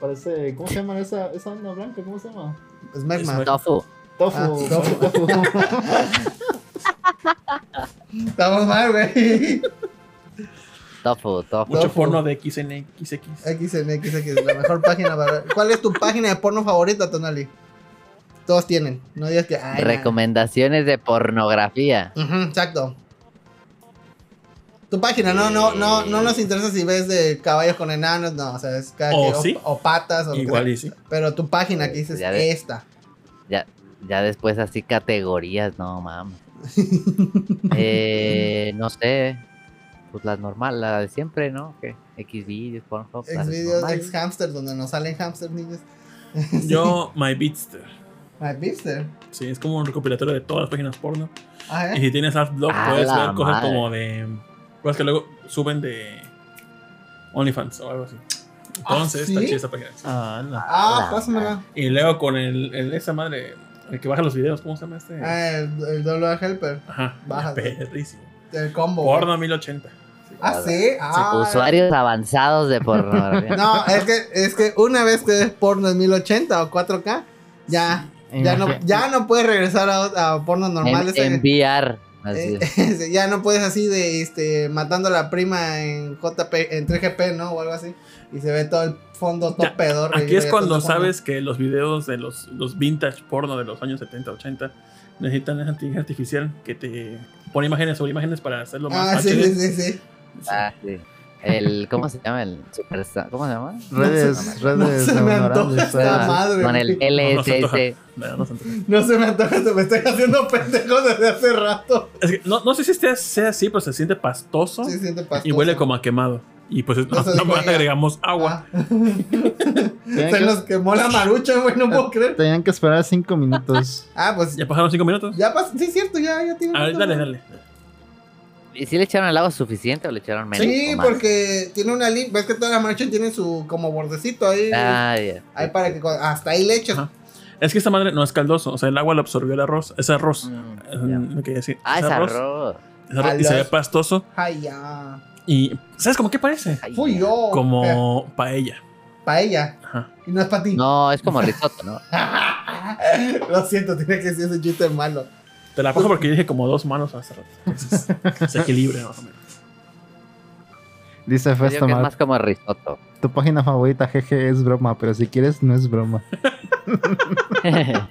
S4: Parece. ¿Cómo se llama esa, esa onda blanca? ¿Cómo se llama?
S3: Es merma.
S5: Tofu.
S4: Tofu.
S3: Ah,
S4: parece tofu.
S3: Estamos mal, güey.
S5: Tofu, tofu.
S2: Mucho
S3: Tofu.
S2: porno de XNXX.
S3: XNXX, la mejor página para ver. ¿Cuál es tu página de porno favorita, Tonali? Todos tienen. No digas que. ay,
S5: Recomendaciones de pornografía.
S3: na- Ujú, exacto. Tu página, no, no, no, no nos interesa si ves de caballos con enanos, no, o sea, es cada
S2: O
S3: que-
S2: sí.
S3: o patas o lo que
S2: Igual
S3: sea.
S2: y sí.
S3: Pero tu página que dices
S5: Ya de-
S3: esta.
S5: Ya, ya después así categorías, no mames. Eh, no sé. Pues las normal, la de siempre, ¿no? ¿Qué? X videos, Pornhub. las
S3: Ex videos,
S5: normales.
S3: ex hamster, donde nos salen hamster niños.
S2: Yo, My Beatster.
S3: Ah, ¿Viste?
S2: Sí, es como un recopilatorio de todas las páginas porno.
S3: Ah,
S2: Y
S3: ¿eh?
S2: si tienes Adblock,
S5: A
S2: puedes
S5: la
S2: ver cosas
S5: madre.
S2: como de. Cosas que luego suben de OnlyFans o algo así. Entonces,
S3: ¿Ah, sí?
S2: está chida esa página.
S4: Ah, la-
S3: Ah,
S5: la-
S3: pásamela.
S2: Y luego con el, el- esa madre, el que baja los videos, ¿cómo se llama este?
S3: Ah, el, el Double Helper,
S2: Ajá,
S3: baja.
S2: perrísimo.
S3: el combo.
S2: Porno 1080.
S3: Ah, sí. Ah,
S5: Usuarios avanzados de pornografía.
S3: No, es que, es que una vez que ves porno en 1080 o 4K, ya Ya no, ya no puedes regresar a, a pornos normales.
S5: en,
S3: eh.
S5: enviar. Así
S3: Eh,
S5: es.
S3: ya no puedes así de este matando a la prima en JP en 3GP, ¿no? O algo así. Y se ve todo el fondo
S2: Ya,
S3: todo pedorro y
S2: Aquí es
S3: reggaetón
S2: cuando
S3: de fondo.
S2: sabes que los videos de los, los vintage porno de los años 70, 80 necesitan esa inteligencia artificial que te pone imágenes sobre imágenes para hacerlo más
S3: Ah, sí,
S2: HD.
S3: sí, sí, sí.
S2: Sí.
S5: Ah, sí. El, ¿Cómo se llama el superstar? ¿Cómo se llama? Ah,
S4: Redes,
S3: no
S4: redes
S3: se me antoja
S4: neuronales,
S3: esta
S4: redes-
S3: madre,
S5: Con el
S3: güey.
S2: No, no se antoja.
S5: LSS.
S2: No, no se entiende.
S3: No se me antoja, se me estoy haciendo pendejo desde hace rato.
S2: Es que no, no sé si este sea así, pero se siente pastoso
S3: Sí, siente
S2: y
S3: pastoso.
S2: huele como a quemado. Y pues no,
S3: Entonces,
S2: no más le
S3: oiga.
S2: agregamos agua.
S3: agua.
S4: Tenían
S3: se
S4: que-
S3: nos quemó la marucha, güey, no puedo creer.
S4: Tenían que esperar cinco minutos.
S3: Ah, pues
S2: ¿Ya pasaron cinco minutos?
S3: ya pasó, sí es cierto, ya ya tiene
S2: A ver,
S3: un
S2: dale,
S3: montón.
S2: dale.
S5: ¿Y si le echaron el agua suficiente o le echaron menos?
S3: Sí,
S5: o más?
S3: porque tiene una línea, ves que todas las maruchas tienen su como bordecito ahí.
S5: Ah, ya.
S3: Ahí para que cu- hasta ahí le eches.
S2: Ajá. Es que esta madre no es caldoso. O sea, el agua lo absorbió el arroz. Es arroz.
S5: Mm,
S2: Es
S5: ya.
S2: lo que quería decir.
S5: Ah, es arroz.
S2: Es arroz Y se ve
S3: Alas.
S2: pastoso.
S3: Ay, ya.
S2: Y ¿sabes cómo qué parece?
S5: Ay,
S3: Fui
S5: ya.
S3: yo.
S2: Como
S3: eh.
S2: paella.
S3: Para ella.
S2: Ajá.
S3: Y no es para ti.
S5: No, es como risotto, ¿no?
S3: Lo siento, tiene que ser ese chiste malo.
S2: Te la paso porque yo dije como dos manos hace rato. Entonces, se equilibra más o menos.
S4: Dice
S5: Yo
S4: Pues
S5: digo que es
S4: Festomar,
S5: más como risotto.
S4: tu página favorita, jeje, es broma, pero si quieres, no es broma.
S5: Ah,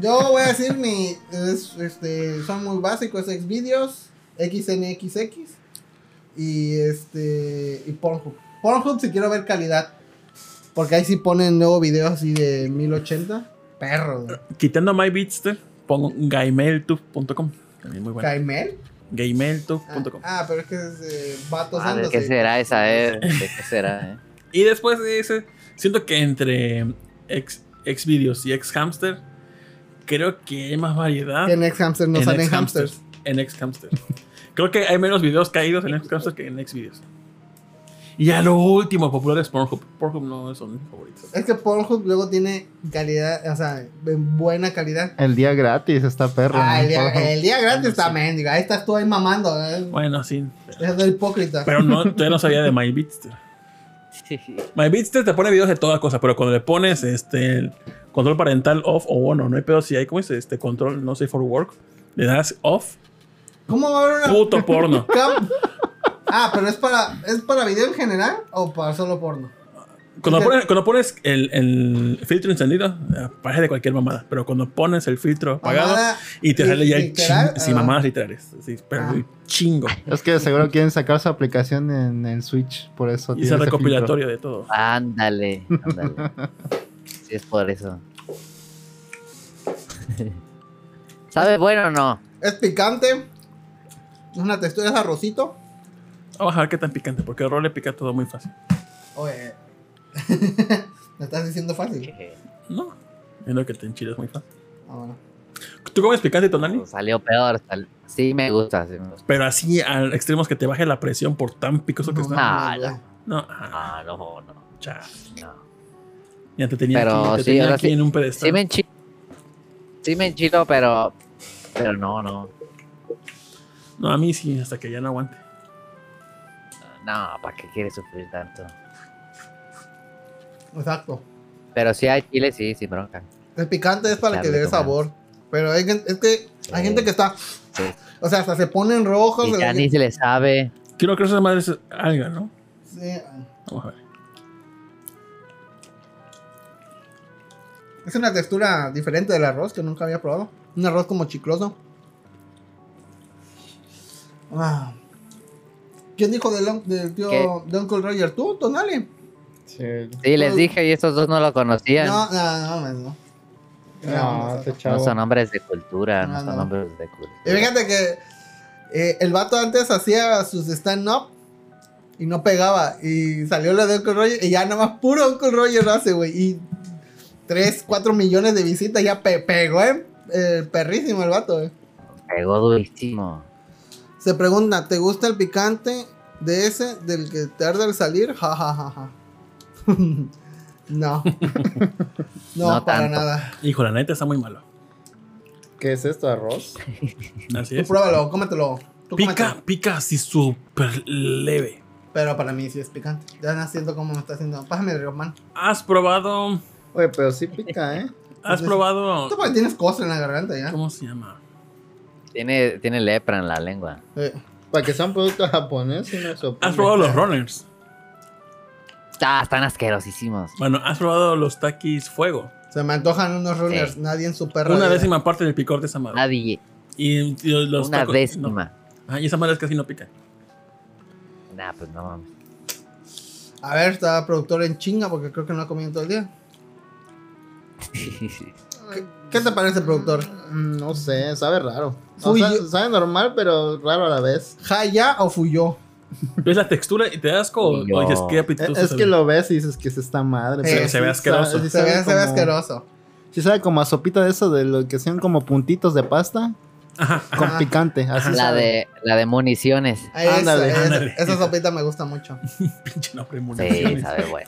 S3: Yo voy a decir mi. es, este, son muy básicos: Xvideos, XNXX y este. Y Pornhub. Pornhub, si quiero ver calidad. Porque ahí sí ponen nuevo videos así de 1080. Perro, güey.
S2: Quitando MyBeatster, pongo gmail.com. También muy bueno.
S3: ¿Caimel? Ah,
S2: gmail.com.
S3: ah, pero es que es eh, vatos
S5: Madre,
S3: dándose.
S5: Ah, ¿Qué será esa, eh? ¿De qué será, eh?
S3: ah.
S2: Y después de ese, siento que entre ex, Xvideos y ex hamster, creo que hay más variedad.
S3: Que en X Hamster no salen
S2: Xhamster.
S3: hamsters.
S2: En X-Hamster. Creo que hay menos videos caídos en X-Hamster que en X-Videos. Y a lo último popular es Pornhub. Pornhub no son mis favoritos.
S3: Es que Pornhub luego tiene calidad, o sea, en buena calidad.
S4: El día gratis está perro.
S3: Ah,
S4: ¿no?
S3: el día,
S4: Pornhub.
S3: el día gratis
S2: Sí.
S3: está mendiga. Ahí estás tú ahí mamando. eh.
S2: Bueno, sí. pero-
S3: Es de hipócrita.
S2: Pero no, todavía no sabía de MyBeatster.
S5: eh?
S2: MyBeatster te pone videos de toda cosa, pero cuando le pones este el control parental off o bueno, no hay pedo si hay como es este control no sé for work, le das off,
S3: ¿Cómo va a haber una
S2: puto porno.
S3: cam? Ah, pero es para es para video en general o para solo porno.
S2: Cuando pones, cuando pones el, el filtro encendido, aparece de cualquier mamada, pero cuando pones el filtro apagado,
S3: Mamada,
S2: Y te sale ya el
S3: literal,
S2: chingo. Sí,
S3: ah.
S2: mamadas literales. Sí, pero
S3: Ah.
S2: un chingo.
S4: Es que seguro quieren sacar su aplicación en el Switch, por eso.
S2: Y
S4: tiene
S2: ese
S4: ese
S2: recopilatorio de todo.
S5: Ándale, ándale. Sí, es por eso. ¿Sabe bueno o no?
S3: Es picante. Es una textura es arrocito.
S2: Vamos a ver qué tan picante, porque el rol le pica todo muy fácil.
S3: Oye. Me estás diciendo fácil.
S2: No, es lo que te enchilas muy fácil.
S3: Ah, bueno.
S2: ¿Tú comes picante, Tonali?
S5: No, Salió peor. sal- Sí, me gusta. Sí, me gusta.
S2: Pero así al extremo es que te baje la presión por tan picoso que está.
S5: Ah,
S3: mames,
S5: no.
S2: No, ah,
S5: Ah, no, no, no.
S2: cha. Ya te tenía
S5: Pero
S2: aquí, te
S5: sí,
S2: tenía
S5: ahora
S2: aquí
S5: sí-
S2: en un
S5: Sí
S2: pedestal.
S5: me enchilo. Sí me enchilo, pero. Pero no, no.
S2: No, a mí sí, hasta que ya no aguante.
S5: No, ¿para qué quieres sufrir tanto?
S3: güey. Exacto.
S5: Pero si hay chile, sí, sin bronca.
S3: El picante es para que
S5: Darle
S3: le dé
S5: tomate.
S3: sabor. Pero hay, gen- es que hay
S5: Sí.
S3: gente que está.
S5: Sí.
S3: O sea, hasta se ponen rojos.
S5: Y
S3: de la
S5: ya ni
S3: gente-
S5: se le sabe.
S2: Quiero que esas madres alga, ¿no?
S3: Sí,
S2: Vamos a ver.
S3: Es una textura diferente del arroz que nunca había probado. Un arroz como chicloso. Ah. ¿Quién dijo del, on- del tío
S5: ¿Qué?
S3: de Uncle Roger? ¿Tú, Tonali?
S4: Sí.
S5: Sí, les dije y estos dos no lo conocían.
S3: No, no, no, no.
S4: No,
S3: no.
S4: este
S5: No
S4: chavo.
S5: son hombres de cultura, no,
S3: No,
S5: son
S3: no.
S5: hombres de cultura.
S3: Y fíjate que eh, el vato antes hacía sus stand-up y no pegaba. Y salió la de Uncle Roger y ya nada más puro Uncle Roger hace, güey. Y 3, 4 millones de visitas ya pe- pegó, ¿eh? Eh, perrísimo el vato, güey.
S5: Pegó durísimo.
S3: Se pregunta, ¿te gusta el picante de ese del que te arde al salir? Ja, ja, ja, ja. no. no, para
S5: No tanto.
S3: nada.
S2: Hijo, la neta está muy malo.
S4: ¿Qué es esto, arroz?
S2: Así
S3: Tú
S2: es.
S3: pruébalo, cómetelo. Tú
S2: Pica,
S3: cómetelo.
S2: pica así súper leve.
S3: Pero para mí sí es picante. Ya no siento cómo me está haciendo. Pásame el Román.
S2: ¿Has probado
S4: Oye, pero sí pica, ¿eh?
S2: ¿Has probado.
S3: Tú porque tienes cosas en la garganta ya.
S2: ¿Cómo se llama?
S5: Tiene, tiene lepra en la lengua.
S4: Eh, para que sean productos japoneses, no sorprende.
S2: ¿Has probado los runners?
S5: Ah, están asquerosísimos.
S2: Bueno, ¿has probado los takis fuego?
S3: Se me antojan unos rollers.
S5: Sí.
S3: Nadie en su perra.
S2: Una
S3: vida.
S2: décima parte del picor de esa madre.
S5: Nadie.
S2: Y, y los
S5: Una
S2: tacos-
S5: décima.
S2: no. Ajá, y esa madre casi no pica.
S5: Nah, pues no mames.
S3: A ver, está productor en chinga porque creo que no ha comido en todo el día. ¿Qué te parece, productor?
S4: Mm, No sé, sabe raro. O
S3: Fui
S4: sea,
S3: yo-
S4: sabe normal, pero raro a la vez.
S3: ¿Jaya o fuyó?
S2: ¿Ves la textura y te das asco o-
S5: No.
S2: o dices qué
S4: Eh,
S2: apetitoso
S4: Es
S2: se
S4: que
S2: ve?
S4: lo ves y dices que es esta madre.
S3: Eh,
S4: pero
S2: se ve
S4: sí
S2: asqueroso.
S4: sabe- sí
S3: Se
S4: sabe
S3: ve, se ve
S4: como-
S3: asqueroso.
S4: Sí sabe como a sopita de eso, de lo que son como puntitos de pasta
S2: Ajá.
S4: con
S3: Ajá.
S4: picante. Así
S5: La
S4: sabe.
S5: de, la de municiones.
S3: Esa,
S4: Ándale,
S3: esa-
S2: ándale.
S3: esa sopita me gusta mucho.
S2: Pinche nombre de
S5: Sí,
S2: municiones.
S5: sabe bueno.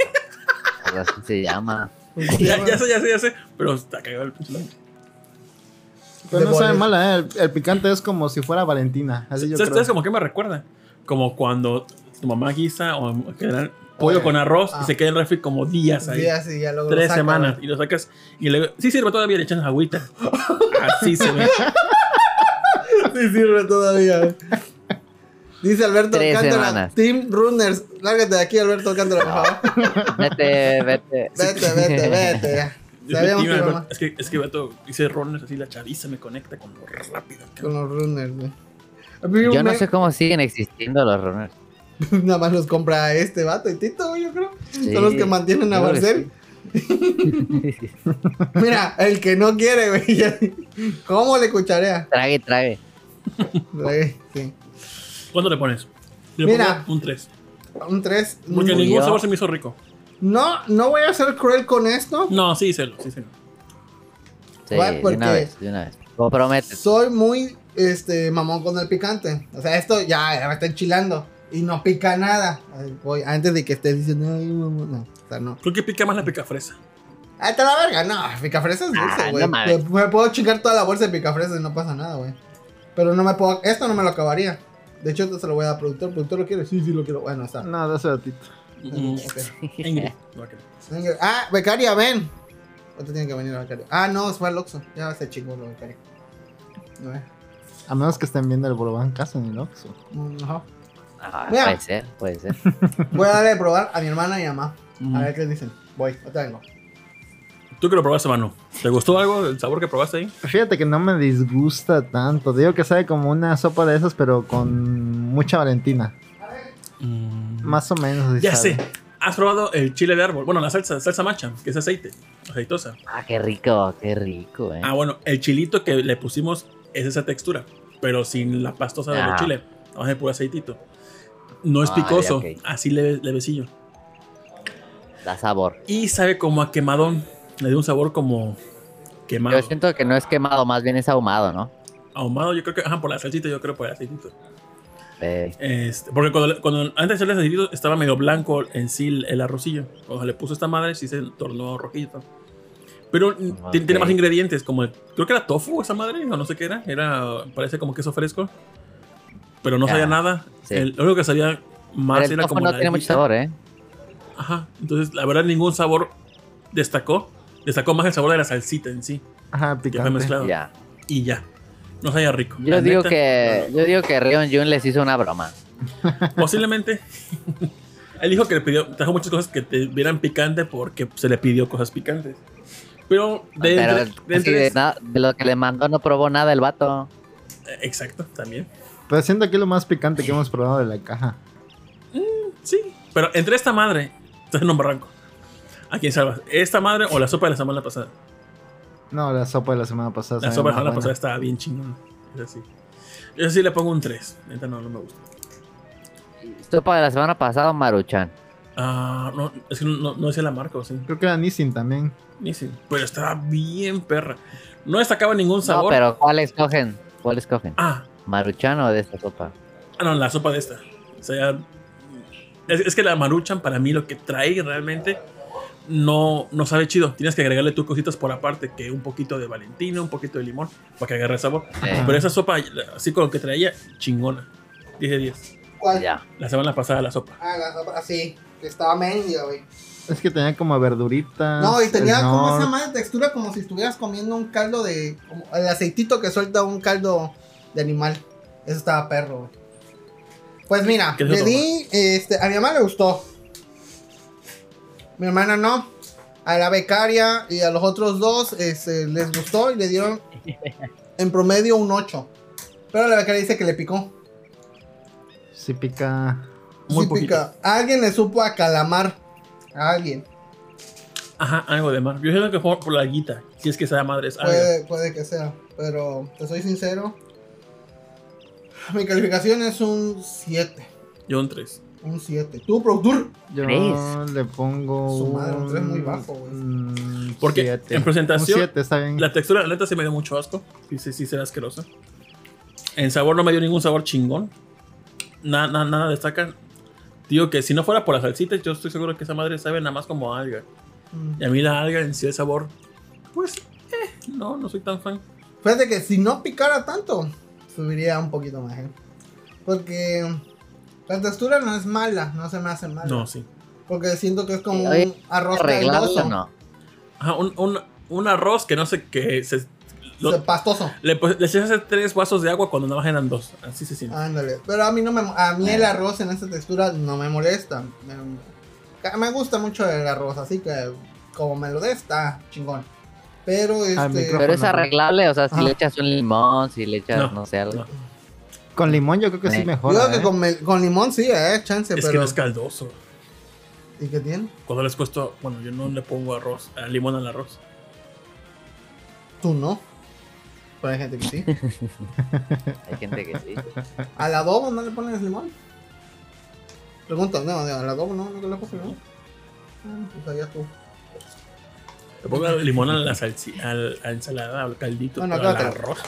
S5: Algo así se llama.
S2: Ya, ya sé, ya sé, ya sé. Pero está cagado el pinche nombre.
S4: Pero
S3: de
S4: no sabe
S3: bolis.
S4: mala, ¿eh? el, el picante es como si fuera Valentina. Así yo
S2: ¿Sabes
S4: creo.
S2: sabes como que me recuerda? Como cuando tu mamá guisa o que dan pollo
S3: Oye,
S2: con arroz
S3: ah.
S2: y se queda en el refri como días ahí.
S3: Días y ya luego lo
S2: tres
S3: sacan.
S2: semanas y lo sacas y luego sí sirve todavía le echan agüita así se ve
S3: Sí sirve todavía. Dice Alberto
S5: Tres
S3: Alcántara,
S5: semanas.
S3: Team Runners. Lárgate de aquí, Alberto Alcántara, por favor.
S5: Vete, vete.
S3: Vete, vete, vete. Sabíamos que
S2: Efectivamente,
S3: iba
S2: Alberto.
S3: mal.
S2: es que es que vato hice runners así la chaviza me conecta con lo rápido que-
S3: Con los Runners, güey. A mí
S5: Yo no
S3: me-
S5: sé cómo siguen existiendo los runners.
S3: Nada más los compra este vato y Tito, güey, yo creo.
S5: Sí,
S3: Son los que mantienen a
S5: yo creo que
S3: Barcel. Mira, el que no quiere, güey. ya- ¿Cómo le cucharea?
S5: Trague, trague.
S3: Güey, sí.
S2: ¿cuánto le pones? Le
S3: Mira.
S2: pongo un 3
S3: Un 3.
S2: porque
S5: Mm.
S2: ningún
S5: Yo-
S2: sabor se me hizo rico
S3: No, no voy a ser cruel con esto.
S2: no sí se sí se
S5: Sí,
S3: Guay,
S5: de una
S3: porque-
S5: vez, de una vez. Compromete.
S3: Soy muy este mamón con el picante. O sea, esto ya, ya me está enchilando. Y no pica nada. Ay, voy, antes de que estés diciendo, ay, mamón. No, o sea, no.
S2: creo que pica más la pica fresa
S3: Ah, está la verga. No, picafresas es dulce,
S5: Ah,
S3: güey.
S5: no mames.
S3: me, me puedo chingar toda la bolsa de picafresas y no pasa nada, güey. Pero no me puedo. Esto no me lo acabaría. De hecho, esto se lo voy a dar al productor. ¿El productor lo quiere? Sí, sí, lo quiero. Bueno, está.
S4: No, de hace ratito.
S2: Mm,
S3: Ok.
S2: Ingrid, no, que-
S3: Venga. Ah, Becaria, ven. Otro tiene que venir a Becaria. Ah, no, fue al Oxxo. Ya se chingó lo Becaria. A ver.
S4: A menos que estén viendo el Bolobán Casa en el Oxxo.
S3: Mm, ajá.
S5: Ah,
S3: Mira.
S5: puede ser, puede ser.
S3: Voy a darle de probar a mi hermana y a mamá.
S5: Mm.
S3: A ver qué dicen. Voy, no tengo.
S2: tú que lo probaste mano ¿te gustó algo el sabor que probaste ahí?
S4: Fíjate que no me disgusta tanto. Digo que sabe como una sopa de esas, pero con mucha Valentina.
S5: Mm.
S4: Más o menos. así
S2: ya
S4: sabe.
S2: sé has probado el chile de árbol bueno la salsa salsa macha que es aceite aceitosa
S5: Ah, qué rico, qué rico, eh.
S2: Ah, bueno, el chilito que le pusimos es esa textura, pero sin la pastosa del
S5: Ajá.
S2: chile. Vamos a puro aceitito. No es
S5: Ah,
S2: picoso,
S5: ya, ok.
S2: así leve- levecillo.
S5: Da sabor.
S2: Y sabe como a quemadón. Le da un sabor como quemado.
S5: Yo siento que no es quemado, más bien es ahumado, ¿no?
S2: Ahumado, yo creo que. Ajá, por la salsita, yo creo por el aceitito.
S5: Eh,
S2: Este, porque cuando, cuando antes de hacerle el aceitito estaba medio blanco en sí el, el arrocillo. Cuando le puso esta madre, sí se tornó rojito. Pero mm, tiene- tiene
S5: Ah, Ok.
S2: más ingredientes, como el- creo que era tofu esa madre, o no sé qué era. Era, parece como queso fresco. Pero no
S5: Ya,
S2: sabía nada.
S5: Ah, sí.
S2: El- lo único que sabía
S5: pero
S2: más
S5: el
S2: era
S5: tofu
S2: como.
S5: no
S2: la
S5: tiene mucho
S2: hojita.
S5: sabor, eh.
S2: Ajá. Entonces, la verdad, ningún sabor destacó. Destacó más el sabor de la salsita en sí,
S4: Ajá,
S2: que fue
S4: picante.
S2: mezclado.
S5: Ya.
S2: Y ya. No sabía rico.
S5: Yo
S2: La
S5: digo
S2: neta,
S5: que yo digo que Rion Jun les hizo una broma.
S2: Posiblemente. Él dijo que le pidió, trajo muchas cosas que te vieran picante porque se le pidió cosas picantes. Pero de,
S5: pero
S2: entre- de
S5: así de
S2: entre-
S5: na- de lo que le mandó no probó nada el vato.
S2: eh, Exacto, también.
S4: Pero siento que es lo más picante que hemos probado de la caja.
S2: Sí. Pero entre esta madre, estás en un barranco. ¿A quién salvas? ¿Esta madre o la sopa de la semana pasada?
S4: No, la sopa de la semana pasada.
S5: Pues
S2: La
S4: sabe
S2: sopa de la semana
S4: más
S2: pasada
S4: buena.
S2: estaba bien chingona. Es así. Yo sí le pongo un 3. Neta, no, no me gusta.
S5: Sopa de la semana pasada Maruchan.
S2: Ah, no, es que no, no, no decía la marca, o sí.
S4: Creo que era Nissin también.
S2: Ni si- Pero estaba bien perra. No destacaba ningún
S5: No,
S2: sabor.
S5: pero ¿cuál escogen? ¿Cuál escogen?
S2: Ah,
S5: ¿Maruchan o de esta sopa?
S2: Ah, no, la sopa de esta. O sea, es, es que la maruchan para mí lo que trae realmente no, no sabe chido. Tienes que agregarle tus cositas por aparte, que un poquito de valentino, un poquito de limón, para que agarre sabor.
S5: Eh,
S2: Pero esa sopa, así con lo que traía, chingona. 10 de 10.
S3: ¿Cuál?
S5: ya.
S2: La semana pasada la sopa.
S3: Ah, la sopa. Así. Que estaba mendiga, güey.
S4: Es que tenía como verduritas.
S3: No, y
S2: Este,
S3: tenía
S4: el
S3: como esa
S4: nor-
S3: madre textura como si estuvieras comiendo un caldo de. como el aceitito que suelta un caldo de animal. Eso estaba perro, güey. Pues mira,
S2: ¿Qué es
S3: le
S2: eso,
S3: di. Este, a mi mamá le gustó. Mi hermana no. A la becaria y a los otros dos este, les gustó y le dieron en promedio un 8. Pero la becaria dice que le picó.
S4: Sí pica.
S2: Muy
S3: Sí pica. Alguien le supo a calamar. A alguien.
S2: Ajá, algo de mar. Yo siento que fue por la guita. Si es que sea madre, es alga.
S3: Puede, puede que sea, pero te soy sincero. Mi calificación es un 7.
S2: Yo un 3.
S3: Un 7. Tú, productor.
S4: Yo
S5: ¿Crees?
S4: le pongo.
S3: Su madre, un tres muy bajo, güey.
S4: un
S2: Porque
S4: siete.
S2: en presentación,
S4: Un 7 está bien.
S2: La textura, la neta, se me dio mucho asco. Sí, sí, sí, será asquerosa. En sabor no me dio ningún sabor chingón. Nada, nada, nada destaca. Digo que si no fuera por las salsitas, yo estoy seguro que esa madre sabe nada más como alga. Y a mí la alga en sí de sabor, pues, eh, no, no soy tan fan.
S3: Fíjate que si no picara tanto, subiría un poquito más. ¿eh? Porque la textura no es mala, no se me hace mala.
S2: No, sí.
S3: Porque siento que es como
S5: Oye,
S3: un arroz
S5: arreglado
S3: caldoso.
S5: no.
S2: Ajá, un, un, un arroz que no sé qué. Se, lo-
S3: se- Pastoso.
S2: le, pues, les echas tres vasos de agua cuando nada más eran dos. Así se siente.
S3: Ándale, pero a mí no me a mí el arroz en esta textura no me molesta. Me, me gusta mucho el arroz, así que como me lo dé está chingón. Pero este
S5: Pero es
S4: micrófono.
S5: arreglable, o sea, si
S3: Ajá.
S5: le echas un limón, si le echas,
S2: No,
S5: no, sé, algo.
S2: no.
S4: Con limón yo creo que sí
S5: Eh.
S3: yo
S4: mejor.
S3: creo que con, mel- con limón sí, eh, chance,
S2: es que
S3: pero
S2: no es caldoso.
S3: ¿y qué tiene?
S2: Cuando les cuesto, bueno, yo no le pongo arroz, eh, limón al arroz.
S3: Tú no. Pero hay gente que sí.
S5: Hay gente que sí.
S3: ¿Al adobo no le pones limón? Pregunta, no, no, al adobo no, no le pones limón. Ah, Pues allá tú.
S2: Le pongo limón a la salsi, al, a la ensalada, al caldito,
S3: Bueno,
S2: pero al
S3: acá te-
S2: arroz.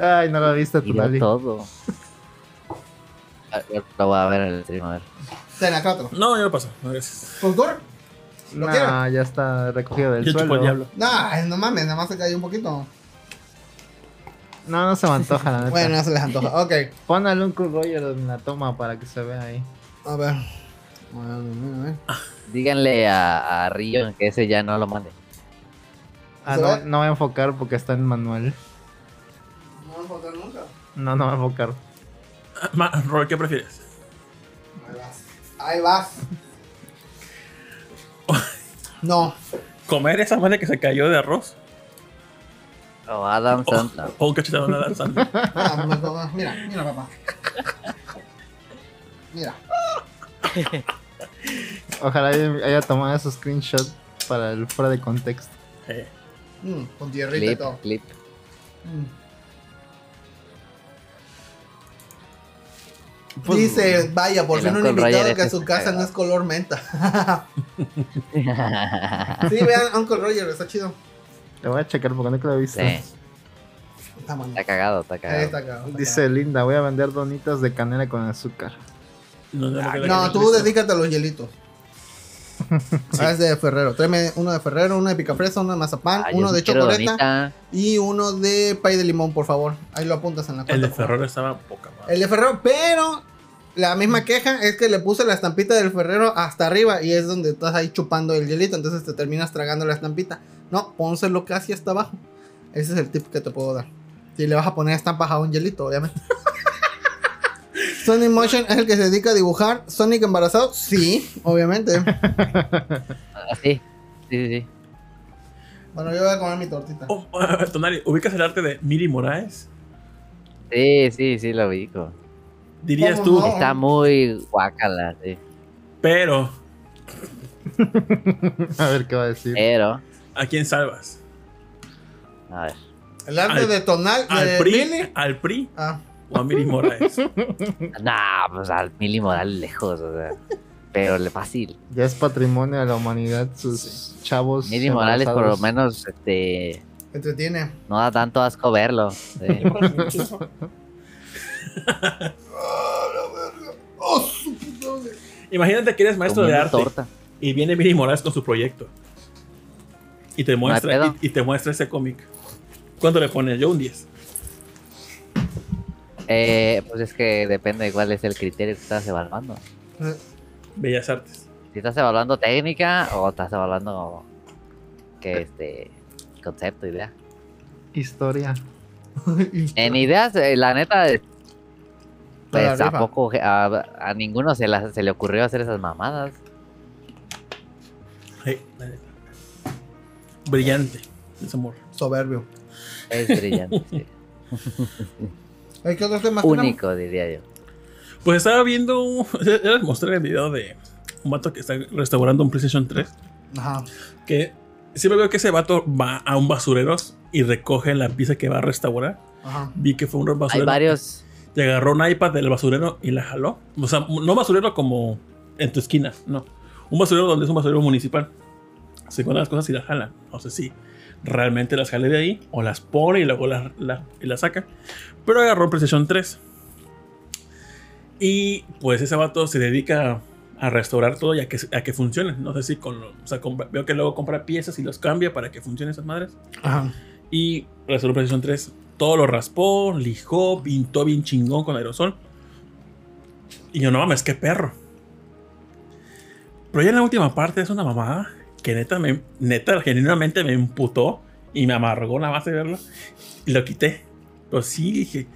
S4: Ay, no lo viste tú,
S5: Tiró
S4: Lali.
S5: todo. A ver, Lo voy a ver en el stream, a ver.
S3: Tenacatro.
S2: No, ya lo pasó. no, gracias.
S3: ¿Productor? Pues ¿Lo
S4: No,
S3: quiero?
S4: ya está recogido del
S2: Yo chupo el
S4: suelo.
S2: diablo.
S3: Nah, no mames, nada más se cayó un poquito.
S4: No, no se me antoja, la neta.
S3: Bueno, no se les antoja. Ok.
S4: Póngale un Cool Roger en la toma para que se vea ahí.
S3: A ver. Bueno, mira, a ver.
S5: Díganle a, a Rion que ese ya no lo mande.
S4: Ah,
S3: ¿Se
S4: no,
S3: ve?
S4: no voy a enfocar porque está en manual.
S3: No van a faltar nunca.
S4: No, no voy a enfocar.
S2: Ah, Ma, Roy, ¿qué prefieres?
S3: Ahí vas. Ahí vas. no.
S2: ¿Comer esa madre que se cayó de arroz?
S5: O Adam
S3: Oh,
S2: O-
S5: Sandler.
S2: O un cachetadón a dar Sandler.
S3: Ah, me acuerdo. Mira, mira, papá. Mira.
S4: Ojalá haya haya tomado esos screenshots para el fuera de contexto.
S2: Eh,
S3: Mm, con tierrita y
S5: Clip,
S3: todo.
S5: clip.
S3: Mm.
S4: Pues,
S3: Dice, vaya, por
S5: el
S3: fin un
S5: Uncle Roger
S3: invitado
S5: es
S3: que a su
S5: este
S3: casa no
S5: cagado.
S3: es color menta. sí, vean, Uncle Roger, está chido.
S4: Te voy a checar porque nunca lo he visto.
S5: Sí,
S3: Está mal.
S5: está cagado, está
S3: Ahí
S5: cagado.
S3: está cagado. está
S4: Dice Linda, voy a vender donitas de canela con azúcar.
S2: no, no,
S3: cagado. Ah, No, tú dedícate a los hielitos. Ah, es de Ferrero. Tráeme uno de Ferrero, uno de picafresa, uno de mazapán,
S5: Ah, yo
S3: uno
S5: sí
S3: de
S5: quiero
S3: chocolate.
S5: donita.
S3: Y uno de pay de limón, por favor. Ahí lo apuntas en la cuenta.
S2: El de
S3: por favor.
S2: Ferrero estaba poca madre.
S3: El de Ferrero, pero la
S2: Mm.
S3: misma queja es que le puse la estampita del Ferrero hasta arriba y es donde estás ahí chupando el hielito, entonces te terminas tragando la estampita. No, pónselo casi hasta abajo. Ese es el tip que te puedo dar. Si le vas a poner estampas a un hielito, obviamente. Sonic Motion es el que se dedica a dibujar. Sonic embarazado, sí, obviamente.
S5: Ah, Sí, sí, sí. sí.
S3: Bueno, yo voy a comer mi tortita.
S2: Oh, Tonali, ¿ubicas el arte de Miri Moraes?
S5: Sí, sí, sí, lo ubico.
S2: Dirías
S3: ¿Cómo
S2: tú,
S3: no?
S5: Está muy guacala, sí.
S2: pero
S4: A ver qué va a decir.
S5: Pero,
S2: ¿a quién salvas?
S5: a ver.
S3: El arte
S2: al-
S3: de tonal de
S2: ¿Al PRI?
S3: Lili.
S2: ¿Al PRI
S3: Ah,
S2: o a Miri Moraes?
S5: Nah, pues al Mili Morales lejos, o sea. Pero le fácil.
S4: Ya es patrimonio de la humanidad, sus chavos.
S5: Mili Morales por lo
S4: embarazados.
S5: menos este
S3: entretiene.
S5: no da tanto asco verlo. sí.
S3: Oh, su puta madre.
S2: Imagínate que eres maestro de
S5: Comiendo
S2: arte
S5: torta.
S2: y viene Miri Moraes con su proyecto. Y te muestra,
S5: pedo.
S2: y, y te muestra ese cómic. ¿Cuánto le pones? Yo un 10.
S5: Eh, pues es que depende de cuál es el criterio que estás evaluando.
S2: Bellas Artes.
S5: Si estás evaluando técnica o estás evaluando que este concepto, idea.
S4: Historia.
S5: En ideas, eh, la neta,
S3: la
S5: pues
S3: rifa.
S5: tampoco a, a ninguno se, la- se le ocurrió hacer esas mamadas.
S2: Sí, la neta. Brillante. Ese amor.
S3: Soberbio.
S5: Es brillante, sí.
S3: Hay que otros temas tenemos?
S5: único, diría yo.
S2: Pues estaba viendo. un- Ya les mostré el video de un vato que está restaurando un PlayStation 3.
S3: Ajá.
S2: Que siempre veo que ese vato va a un basurero y recoge la pieza que va a restaurar.
S3: Ajá.
S2: Vi que fue un
S5: Hay
S2: basurero.
S5: varios.
S2: Y agarró un iPad del basurero y la jaló. O sea, no basurero como en tu esquina, no. Un basurero donde es un basurero municipal. Se encuentran las cosas y las jala. No sé si realmente las jale de ahí o las pone y luego las la- y las saca. Pero agarró un PlayStation 3. Y pues ese vato se dedica a restaurar todo y a que, a que funcione. No sé si con. lo- o sea, compra- veo que luego compra piezas y los cambia para que funcionen esas madres.
S3: Ajá.
S2: Y restauró PlayStation 3. Todo lo raspó, lijó, pintó bien chingón con aerosol. Y yo, no mames, qué perro. Pero ya en la última parte es una mamada que neta, me, neta, genuinamente me imputó y me amargó nada más de verlo. Y lo quité. Pero sí dije,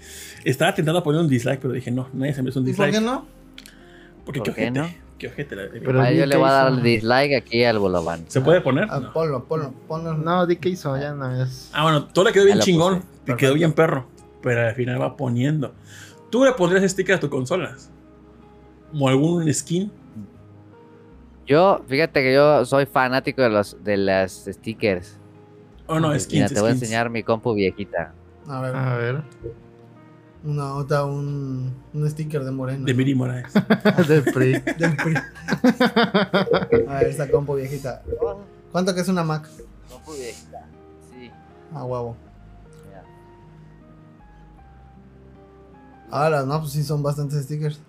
S2: estaba tentando poner un dislike, pero dije, no, nadie se me hizo un
S3: ¿Y por
S2: dislike.
S3: qué no?
S2: Porque
S5: ¿Por
S2: qué
S5: qué
S2: ojete,
S5: no?
S2: qué ojete. la-
S4: Pero
S5: Ah,
S4: di
S5: yo le
S4: que
S5: voy a dar
S4: hizo-
S5: dislike aquí al Bolovan.
S2: ¿Se puede poner?
S3: Ah,
S2: No.
S3: Ponlo, ponlo, ponlo.
S4: No, di que hizo, ya no es.
S2: Ah, bueno, todo le quedó bien
S5: Ya la
S2: chingón.
S5: puse.
S2: Te quedó bien perro. Pero al final va poniendo. ¿Tú le pondrías stickers a tus consolas? ¿O algún skin?
S5: Yo, fíjate que yo soy fanático de los de las stickers.
S2: ¿O Oh, no, skins?
S5: Mira, te voy a
S2: skins.
S5: enseñar mi compu viejita.
S3: A ver,
S5: Ah.
S4: A ver.
S3: una otra, un, un sticker de moreno.
S2: De Miri Moraes.
S4: De PRI.
S3: Del PRI. A ver, esa compu viejita. ¿Cuánto que es una Mac?
S5: Compu viejita. Sí.
S3: A huevo. Ahora, no, pues sí son bastantes stickers.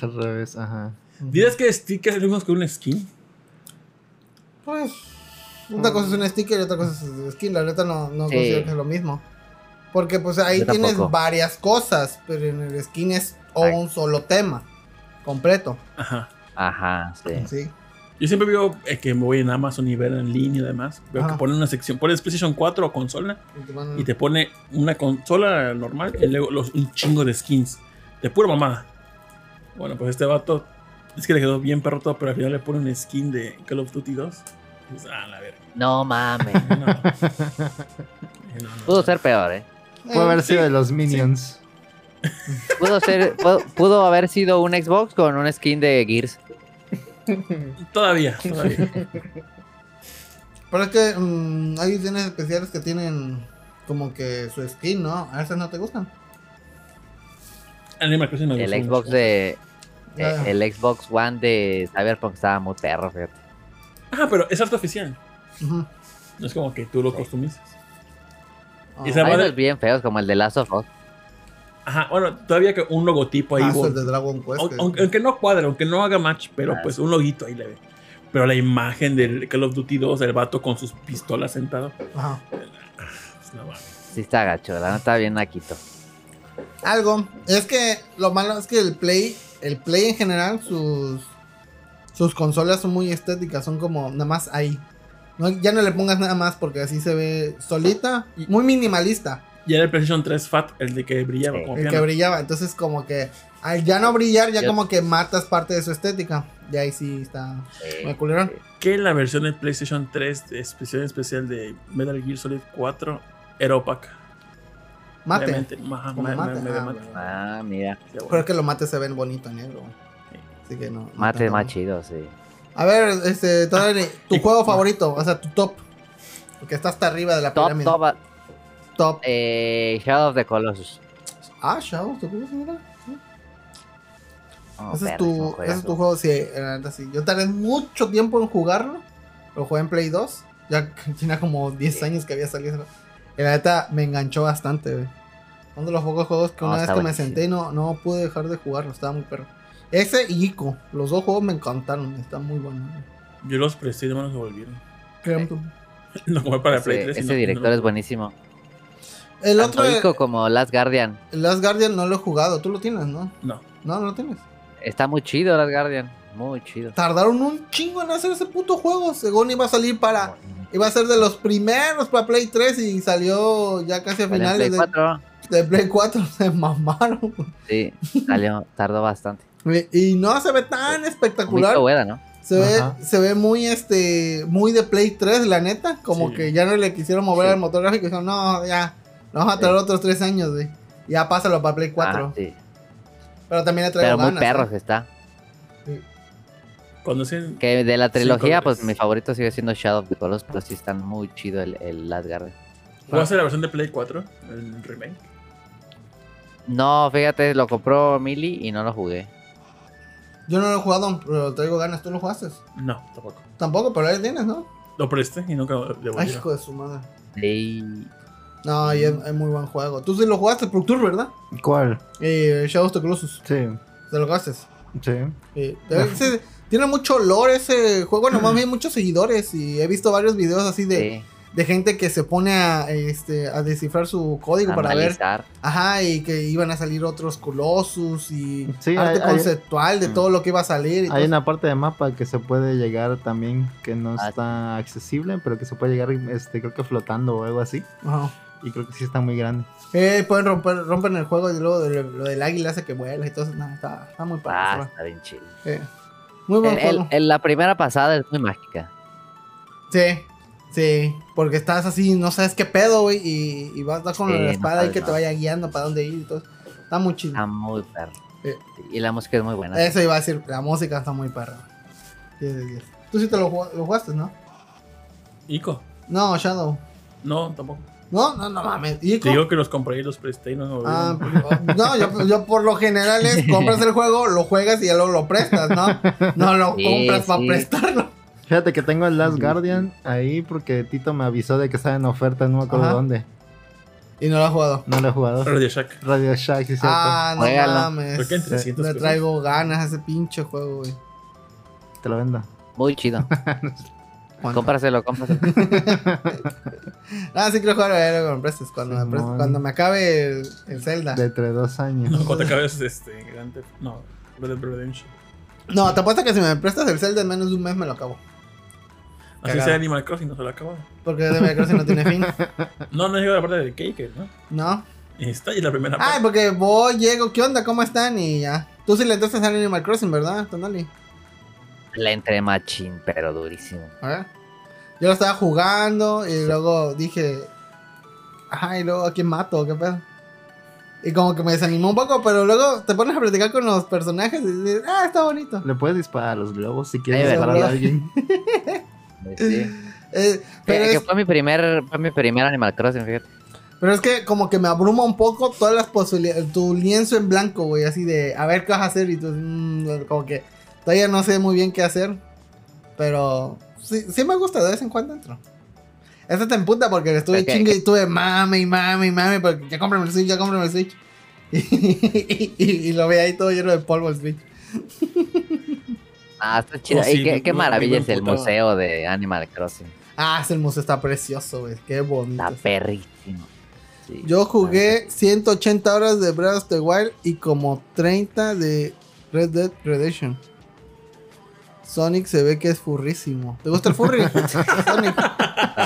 S4: Al revés, ajá.
S2: ¿Dirías que stickers es lo mismo que un skin?
S3: Pues. Una cosa es un sticker y otra cosa es un skin. La neta no, no
S5: Sí.
S3: considero que es lo mismo. Porque pues ahí
S5: Yo
S3: tienes
S5: tampoco.
S3: varias cosas, pero en el skin es o
S5: Ay.
S3: un solo tema completo.
S2: Ajá.
S5: Ajá, sí.
S3: Sí.
S2: Yo siempre veo eh, que me voy en Amazon y ver en línea y demás. Veo
S3: Ajá.
S2: que ponen una sección. Pones PlayStation 4 o consola
S3: Y te mandan-
S2: y te pone una consola normal y luego los- un chingo de skins. De pura mamada. Bueno, pues este vato es que le quedó bien perro todo, pero al final le pone un skin de Call of Duty 2. Y dices, ah, la verga.
S5: No mames.
S2: No. Dije, no, no,
S5: Pudo
S2: no.
S5: ser peor, ¿eh?
S4: Puede haber sido de los Minions.
S5: Pudo ser, pudo, pudo haber sido un Xbox con un skin de Gears.
S2: Todavía, todavía.
S3: Pero es que mm, hay ediciones especiales que tienen como que su skin, ¿no? A esas no te gustan.
S2: Animal Crossing me
S5: El
S2: gustó
S5: Xbox
S2: mucho.
S5: de.
S3: Ah.
S5: eh, El Xbox One de Cyberpunk estaba muy perro, fíjate.
S2: Ah, pero es arte oficial.
S3: Ujú.
S2: No es como que tú lo customizas.
S3: Ah,
S2: Y esa
S5: Hay
S2: madre-
S5: unos bien feos como el de Last of Us.
S2: Ajá, bueno, todavía que un logotipo ahí.
S3: ah,
S2: bo-
S3: eso es de Dragon Quest.
S2: aunque,
S3: que-
S2: aunque- aunque no cuadre, aunque no haga match, pero pues un loguito ahí le ve. Pero la imagen del Call of Duty 2, el vato con sus pistolas sentado.
S3: Ajá.
S2: pues, no mames.
S5: Sí está gacho, la neta está bien naquito.
S3: Algo. Es que lo malo es que el Play, el Play en general, sus sus consolas son muy estéticas, son como nada más ahí. No, ya no le pongas nada más porque así se ve solita, muy minimalista,
S2: Y era el PlayStation 3 Fat, el de que brillaba
S5: Sí.
S2: como
S3: el que
S2: piano.
S3: brillaba. Entonces como que al ya no brillar, ya
S5: Yo-
S3: como que matas parte de su estética. Y ahí sí está muy
S5: Sí.
S3: culerón.
S2: Que la versión de PlayStation 3 de especial especial de Metal Gear Solid 4 era opaca.
S3: Mate.
S2: Obviamente, ajá,
S3: Como
S2: me- me-
S3: mate.
S2: me-
S3: Ah,
S2: mate.
S3: bueno.
S5: Ah, mira.
S2: Sí, bueno.
S3: Pero es que los mates se ven bonito en negro. Así que no. no
S5: Mate
S3: tanto.
S5: más chido, sí.
S3: A ver, este, Tonali, tu
S2: y-
S3: juego favorito, o sea, tu top. Porque está hasta arriba de la
S5: Top,
S3: pirámide.
S5: top. ah,
S3: Top.
S5: Eh, Shadow of the Colossus.
S3: Ah, Shadow, ¿tu juego señora?
S5: Oh,
S3: ese, es
S5: perro, un
S3: tu, ese es
S5: juegazo.
S3: tu juego, sí, eh, la neta, sí. Yo tardé mucho tiempo en jugarlo. Lo jugué en Play 2. Ya que tenía como 10 años que había salido. Y la neta me enganchó bastante, güey. Uno de los pocos juegos que
S5: No,
S3: una vez que
S5: está
S3: me
S5: buenísimo.
S3: senté y no, no pude dejar de jugarlo. Estaba muy perro. Ese y Ico. Los dos juegos me encantaron. Están muy buenos. güey.
S2: Yo los presté y no me los devolvieron.
S3: Créeme tú.
S2: No como para Play
S5: Ese,
S2: 3.
S5: ese
S2: sino-
S5: director
S2: no-
S5: es buenísimo.
S3: Eh. El
S5: Tanto
S3: otro,
S5: Ico como Last Guardian.
S3: el Last Guardian, no lo he jugado. Tú lo tienes, ¿no?
S2: No.
S3: No, no lo tienes.
S5: Está muy chido Last Guardian. Muy chido.
S3: Tardaron un chingo en hacer ese puto juego. Según iba a salir para. Iba a ser de los primeros para Play 3 y salió ya casi a
S5: Salió en Play
S3: finales de,
S5: 4.
S3: de Play 4. Se mamaron.
S5: Sí, salió, tardó bastante.
S3: Y y no se ve tan
S5: Muy
S3: espectacular.
S5: buena, ¿no? Ah,
S3: Se ve,
S4: Ajá.
S3: se ve muy este muy de Play 3, la neta. Como
S2: Sí.
S3: que ya no le quisieron mover
S5: Sí.
S3: al motor gráfico. Dijeron, no, ya. nos Vamos a traer otros 3 años, güey. Ya pásalo para Play 4.
S5: Ah, sí.
S3: Pero también le traigo
S5: Pero muy
S3: ganas.
S5: perros
S3: ¿eh?
S5: está.
S2: Conocen.
S5: Que de la trilogía,
S2: Cinco
S5: pues
S2: veces.
S5: mi favorito sigue siendo Shadow of the Colossus, pero sí están muy chido el, el Last Guardian.
S2: ¿Puedo hacer la versión de Play 4? El remake.
S5: No, fíjate, lo compró Mili y no lo jugué.
S3: Yo no lo he jugado, pero le traigo ganas. ¿Tú lo jugaste?
S2: No, tampoco.
S3: Tampoco, pero ahí tienes, ¿no?
S2: Lo presté y nunca lo
S3: Ay,
S2: devolví.
S3: hijo de su madre.
S5: Y
S3: No, y es, es muy buen juego. Tú sí lo jugaste, Pro Tour, ¿verdad?
S4: ¿Cuál?
S3: Eh, Shadow of the Colossus.
S4: Sí,
S3: Te lo jugaste.
S4: sí.
S3: Eh, pero ese- tiene mucho olor ese juego. Nomás hay muchos seguidores y he visto varios videos así de.
S5: sí,
S3: de gente que se pone a, este, a descifrar su código para ver.
S5: analizar.
S3: Ajá, y que iban a salir otros Colossus y
S4: Sí,
S3: arte
S4: hay- hay-
S3: conceptual de
S5: Mm.
S3: todo lo que iba a salir. y todo
S4: Hay
S3: eso.
S4: una parte de mapa que se puede llegar también que no
S5: Ah.
S4: está accesible, pero que se puede llegar, este, creo que flotando o algo así.
S3: Ajá.
S4: Y creo que sí está muy grande.
S3: Eh, pueden romper rompen el juego y luego de- lo del águila hace que vuela y todo eso. No, está, está muy padre.
S5: Ah,
S3: está
S5: está bien chido.
S3: bueno. Eh, Muy buen
S5: El- el-
S3: juego.
S5: el- la primera pasada es muy mágica.
S3: Sí, sí. Porque estás así, no sabes qué pedo, güey. Y, y vas a estar con
S5: Sí,
S3: la
S5: no
S3: espada y
S5: sabes
S3: que te
S5: nada. Ah,
S3: vaya guiando para dónde ir y todo. eso. Está muy chido.
S5: Está muy perro.
S3: Sí.
S5: Y la música es muy buena.
S3: Eso iba a decir, la música está muy perra. 10 de 10. Tú sí te lo, ju- lo jugaste, ¿no?
S2: Ico.
S3: No, Shadow.
S2: No, tampoco.
S3: No, no, no mames. ¿Y
S2: Te
S3: cómo?
S2: digo que los compré y los presté y no los devolví.
S3: Ah, no, yo, yo por lo general es compras el juego, lo juegas y ya luego lo prestas, ¿no? No lo
S5: Sí,
S3: compras para
S5: sí.
S3: prestarlo.
S4: Fíjate que tengo el
S3: Mm,
S4: Last Guardian ahí porque Tito me avisó de que estaba en oferta, no me acuerdo
S3: Ajá.
S4: dónde.
S3: Y no lo he jugado.
S4: No lo he jugado.
S2: Radio Shack.
S4: Radio Shack, sí, cierto.
S3: Ah, no
S5: Juégalo.
S2: Creo que en
S3: mames.
S2: 300
S3: Le
S2: pesos.
S3: traigo ganas a ese pinche juego, güey.
S4: Te lo vendo.
S5: Muy chido.
S3: ¿Cuánto?
S5: cómpraselo, cómpraselo.
S3: Ah, sí quiero jugar a ver, me lo prestes. Cuando, me, prestes-
S4: Simón.
S3: cuando me acabe el, el Zelda.
S4: De entre dos años.
S2: No, cuando acabes este grande. No, Red Dead Redemption.
S3: No, te apuesto que si me prestas el Zelda en menos de un mes me lo acabo.
S2: Así
S3: Cagado.
S2: sea Animal Crossing, no se lo acabó.
S3: Porque Animal Crossing no tiene fin.
S2: No, no llegó la parte de Cake, ¿no?
S3: ¿No?
S2: Y está y la primera
S3: Ay,
S2: parte.
S3: porque voy, llego, ¿qué onda? ¿Cómo están? Y ya. Tú sí le entraste a Animal Crossing, ¿verdad, Tonali?
S5: La entré machín, pero durísimo.
S3: A ver. ¿Eh? Yo lo estaba jugando y luego dije. Ajá, y luego a quién mato, qué pedo. Y como que me desanimó un poco, pero luego te pones a platicar con los personajes y dices, ah, está bonito.
S4: Le puedes disparar a los globos si quieres
S5: Ay,
S4: disparar a
S3: ¿verdad?
S4: alguien.
S5: Sí.
S3: Eh, pero,
S5: Que, que
S3: es,
S5: fue mi primer, fue mi primer Animal Crossing, fíjate.
S3: pero es que como que me abruma un poco todas las posibilidades. Tu lienzo en blanco, güey, así de a ver qué vas a hacer. Y tú, mm, como que todavía no sé muy bien qué hacer. Pero sí, sí me gusta, de vez en cuando entro. Eso te emputa porque le estuve
S5: Ok.
S3: chingue y estuve mame y mame y mame. Porque ya cómprame el Switch, ya cómprame el Switch. Y, y lo ve ahí todo lleno de polvo el Switch.
S5: Ah, está chido.
S2: Oh, sí,
S5: y qué,
S2: me-
S5: qué
S2: me-
S5: maravilla
S2: me
S5: es el
S2: emputaba.
S5: museo de Animal Crossing.
S3: Ah, ese museo está precioso, güey. Qué bonito.
S5: Está
S3: está.
S5: perrísimo. Sí.
S3: Pues Yo jugué 180 horas de Breath of the Wild y como 30 de Red Dead Redemption. Sonic se ve que es furrísimo. ¿Te gusta el furry? Sonic.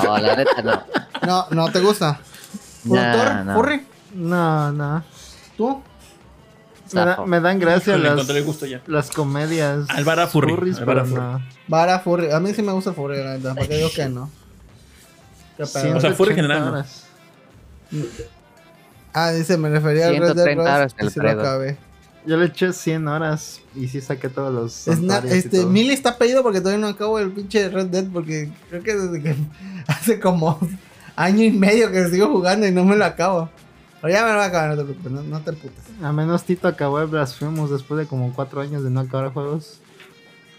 S5: No, la neta no.
S3: No, no te gusta. ¿Productor?
S5: No, no.
S3: ¿Furry?
S4: No, no.
S3: ¿Tú?
S4: Me, da-
S5: Zafo.
S4: me dan gracia
S2: Híjole,
S4: pues, las,
S2: encontré el gusto ya.
S4: las comedias.
S2: Alvara Furry,
S4: furries,
S2: Alvara
S4: pero
S2: Furry.
S4: no.
S3: Vara furry. A mí sí me gusta el furry, la verdad. ¿Para qué digo que no? Qué pedo.
S2: O sea, furry
S4: 180
S2: general, ¿no?
S4: horas.
S3: Ah, dice, me refería al Red Dead
S5: 130 horas
S3: Redemption.
S5: del
S3: y sí lo
S5: Fredo.
S3: acabé.
S4: Yo le eché 100 horas y sí saqué todos los.
S3: Es na-
S4: santuarios y
S3: este,
S4: todo.
S3: Mili está pedido porque todavía no acabo el pinche Red Dead porque creo que desde que hace como año y medio que sigo jugando y no me lo acabo. Pero ya me lo voy a acabar, no te preocupes, no, no te putes.
S4: A menos Tito acabó el Blasphemous después de como 4 años de no acabar juegos.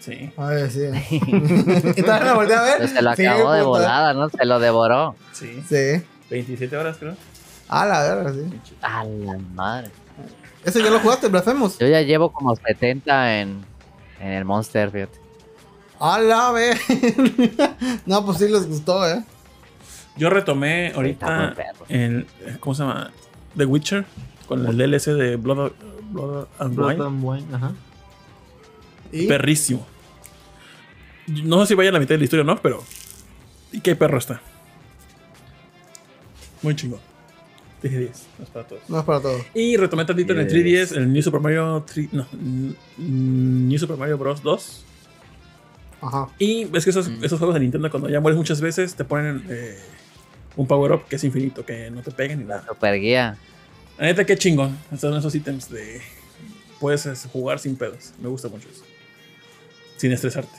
S2: Sí.
S3: A ver, sí. ¿Y todavía lo volteé a ver?
S5: Pues se lo
S3: Sí,
S5: acabó de
S3: puta.
S5: volada, ¿no? Se lo devoró.
S2: Sí.
S3: Sí.
S2: 27 horas, creo.
S3: Ah, la verga, sí.
S5: A la madre.
S3: ¿Eso ya lo jugaste, Blasphemous?
S5: Yo ya llevo como 70 en, en el Monster, fíjate.
S3: A la verga. No, pues sí les gustó, eh.
S2: Yo retomé
S5: Está muy
S2: ahorita
S5: perro.
S2: el. ¿Cómo se llama? The Witcher. Con el DLC de Blood, Blood and
S4: Blood
S2: Wine.
S4: and Wine, ajá.
S3: ¿Y?
S2: Perrísimo. No sé si vaya a la mitad de la historia o no, pero. ¿Y qué perro está? Muy chingón. 10 de 10. No es para todos.
S3: No es para todo.
S2: Y retomé tantito en el
S5: Yes.
S2: 3DS, el New Super Mario 3, no, n- n- New Super Mario Bros 2.
S3: Ajá.
S2: Y ves que esos,
S5: Mm.
S2: esos juegos de Nintendo, cuando ya mueres muchas veces, te ponen eh, un power up que es infinito, que no te peguen ni nada.
S5: Super guía.
S2: La neta, qué chingón. Estos son esos ítems de. Puedes eh, jugar sin pedos. Me gusta mucho eso. Sin estresarte.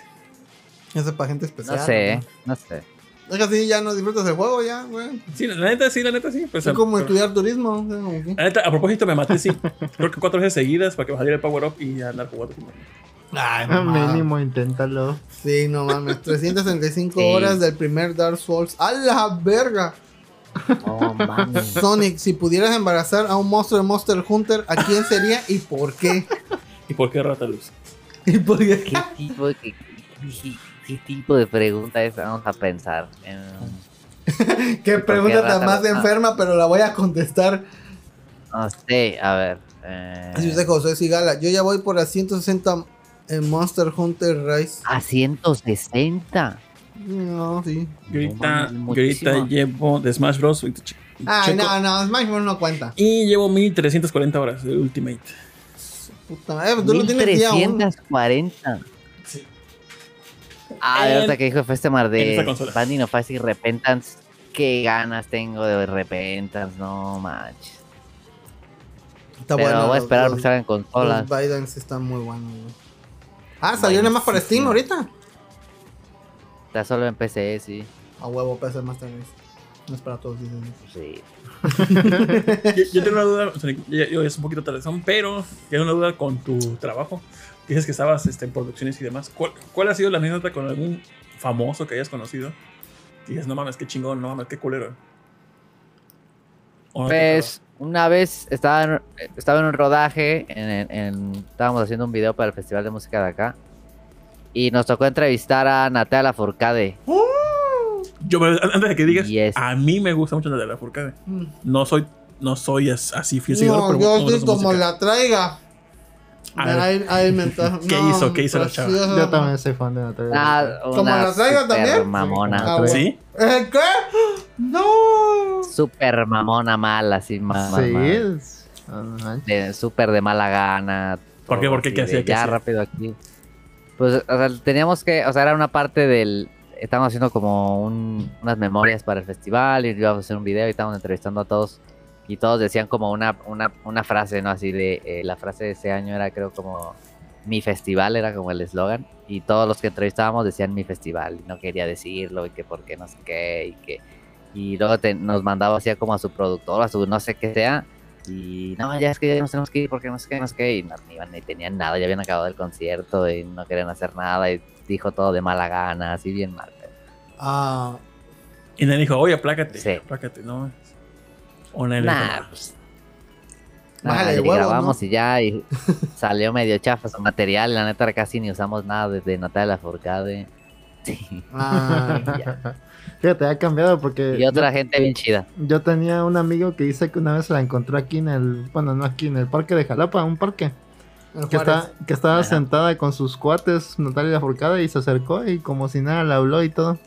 S3: Eso es para gente
S5: No
S3: especial.
S5: sé, ¿eh? no sé.
S3: Es que así ya no disfrutas el juego, ya, güey.
S2: Sí, la neta, sí, la neta, sí. pero, o sea,
S3: es como
S2: pero-
S3: estudiar turismo. o sea, como que-
S2: La neta, a propósito, me maté, sí. Creo que cuatro veces seguidas para que me saliera el power up y andar jugando. con-
S3: Ay, mamá.
S4: Mínimo, inténtalo.
S3: Sí, no mames. 365
S5: Sí.
S3: horas del primer Dark Souls. ¡A la verga!
S5: No mames.
S3: Sonic, si pudieras embarazar a un monstruo de Monster Hunter, ¿a quién sería y por qué?
S2: ¿Y por qué rata luz?
S3: ¿Y por qué?
S5: ¿Qué tipo, de- qué, qué- qué tipo de pregunta es? Vamos a pensar. Em,
S3: Qué pregunta
S5: rata
S3: tan más
S5: lo- ah.
S3: enferma, pero la voy a contestar.
S5: Eh. no sé, a ver. eh,
S3: Así dice José Sigala. Yo ya voy por las 160 en Monster Hunter Rise.
S5: a 160.
S3: No, sí.
S2: Yo ahorita,
S5: No,
S2: yo ahorita
S5: muchísimo.
S2: llevo de Smash Bros. ahorita che-
S3: Ay,
S2: checo,
S3: Ah, no, no, Smash Bros. no cuenta.
S2: Y llevo 1340 horas de Ultimate.
S3: Puta madre, tú lo tienes día uno.
S5: 1340.
S2: Sí.
S5: Ah, de
S2: En-
S5: otra que dijo Festemar
S2: en esa
S5: de
S2: consola.
S5: Banding of Ice y Repentance. Qué ganas tengo de Repentance, no manches.
S3: Está
S5: Pero
S3: bueno,
S5: voy a
S3: los-
S5: esperar a que
S3: los-
S5: salgan consolas.
S3: Los Bidens están muy buenos. güey. Ah, salió nada más para Steam ahorita.
S5: Está solo en PC, sí.
S3: A huevo, PC Master Race. No es para todos, dicen.
S5: Sí.
S2: yo, yo tengo una duda, o sea, yo, yo es un poquito tardezón, pero tengo una duda con tu trabajo. Dices que estabas este, en producciones y demás. ¿Cuál, cuál ha sido la anécdota con algún famoso que hayas conocido? Y dices, no mames, qué chingón, no mames, qué culero. ¿O no te
S5: Pues una vez estaba en, estaba en un rodaje, en, en- en- estábamos haciendo un video para el Festival de Música de acá. Y nos tocó entrevistar a Natalia Forcade.
S2: tocaba? Yo, pero antes de que digas,
S5: Yes.
S2: a mí me gusta mucho la Furcade.
S3: Mm.
S2: No soy, no soy as- así fiel seguidor,
S3: No,
S2: pero me
S3: yo
S2: gusta
S3: sí
S2: su
S3: como
S2: música.
S3: la traiga.
S2: A ver.
S3: Ahí, ahí me está-
S2: ¿Qué
S3: no,
S2: hizo? ¿Qué hizo la chava?
S3: preciosa.
S4: Yo también soy fan de Natalia.
S5: Ah,
S4: Lafourcade.
S5: una
S3: ¿Como la traiga
S5: super
S3: también?
S5: mamona.
S3: Ah, bueno.
S2: ¿Sí?
S3: ¿Eh, ¿Qué? No.
S5: Super mamona mala, así ma- ma-
S4: Sí.
S5: ma-
S4: es- ah, no manches.
S5: de- Súper de mala gana.
S2: ¿Por qué?
S5: todo
S2: ¿Por qué?
S5: así
S2: ¿Qué
S5: de
S2: hacía? ¿Qué
S5: ya
S2: hacía?
S5: rápido aquí. Pues o sea, teníamos que, o sea, era una parte del... Estábamos haciendo como un- unas memorias para el festival y íbamos a hacer un video y estábamos entrevistando a todos. Y todos decían como una, una, una frase, ¿no? Así de... eh, la frase de ese año era creo como... Mi festival era como el eslogan. Y todos los que entrevistábamos decían mi festival. Y no quería decirlo y que por qué no sé qué y que... Y luego te- nos mandaba así como a su productor, a su no sé qué sea. Y no, ya es que ya nos tenemos que ir porque no sé qué, no sé qué. Y no, ni, iban- ni tenían nada, ya habían acabado el concierto y no querían hacer nada. Y dijo todo de mala gana, así bien mal.
S3: Ah,
S2: Y le dijo, oye, aplácate,
S5: Sí.
S2: aplácate, no. O nadie le dijo
S5: Nah,
S2: nada.
S5: pues.
S3: Bájale
S5: Nah,
S3: de
S5: y
S3: huevos,
S5: grabamos
S3: ¿no?
S5: y ya, y salió medio chafa su material. La neta, casi ni usamos nada desde Natalia Forcade. Sí.
S3: ah.
S4: Fíjate, ha cambiado porque
S5: Y otra gente bien chida.
S4: yo tenía un amigo que dice que una vez se la encontró aquí en el, bueno, no aquí, en el parque de Jalapa, un parque.
S3: el
S4: Que,
S3: Juárez.
S4: está, que estaba
S5: Ajá.
S4: sentada con sus cuates, Natalia Forcada, y se acercó y como si nada le habló y todo.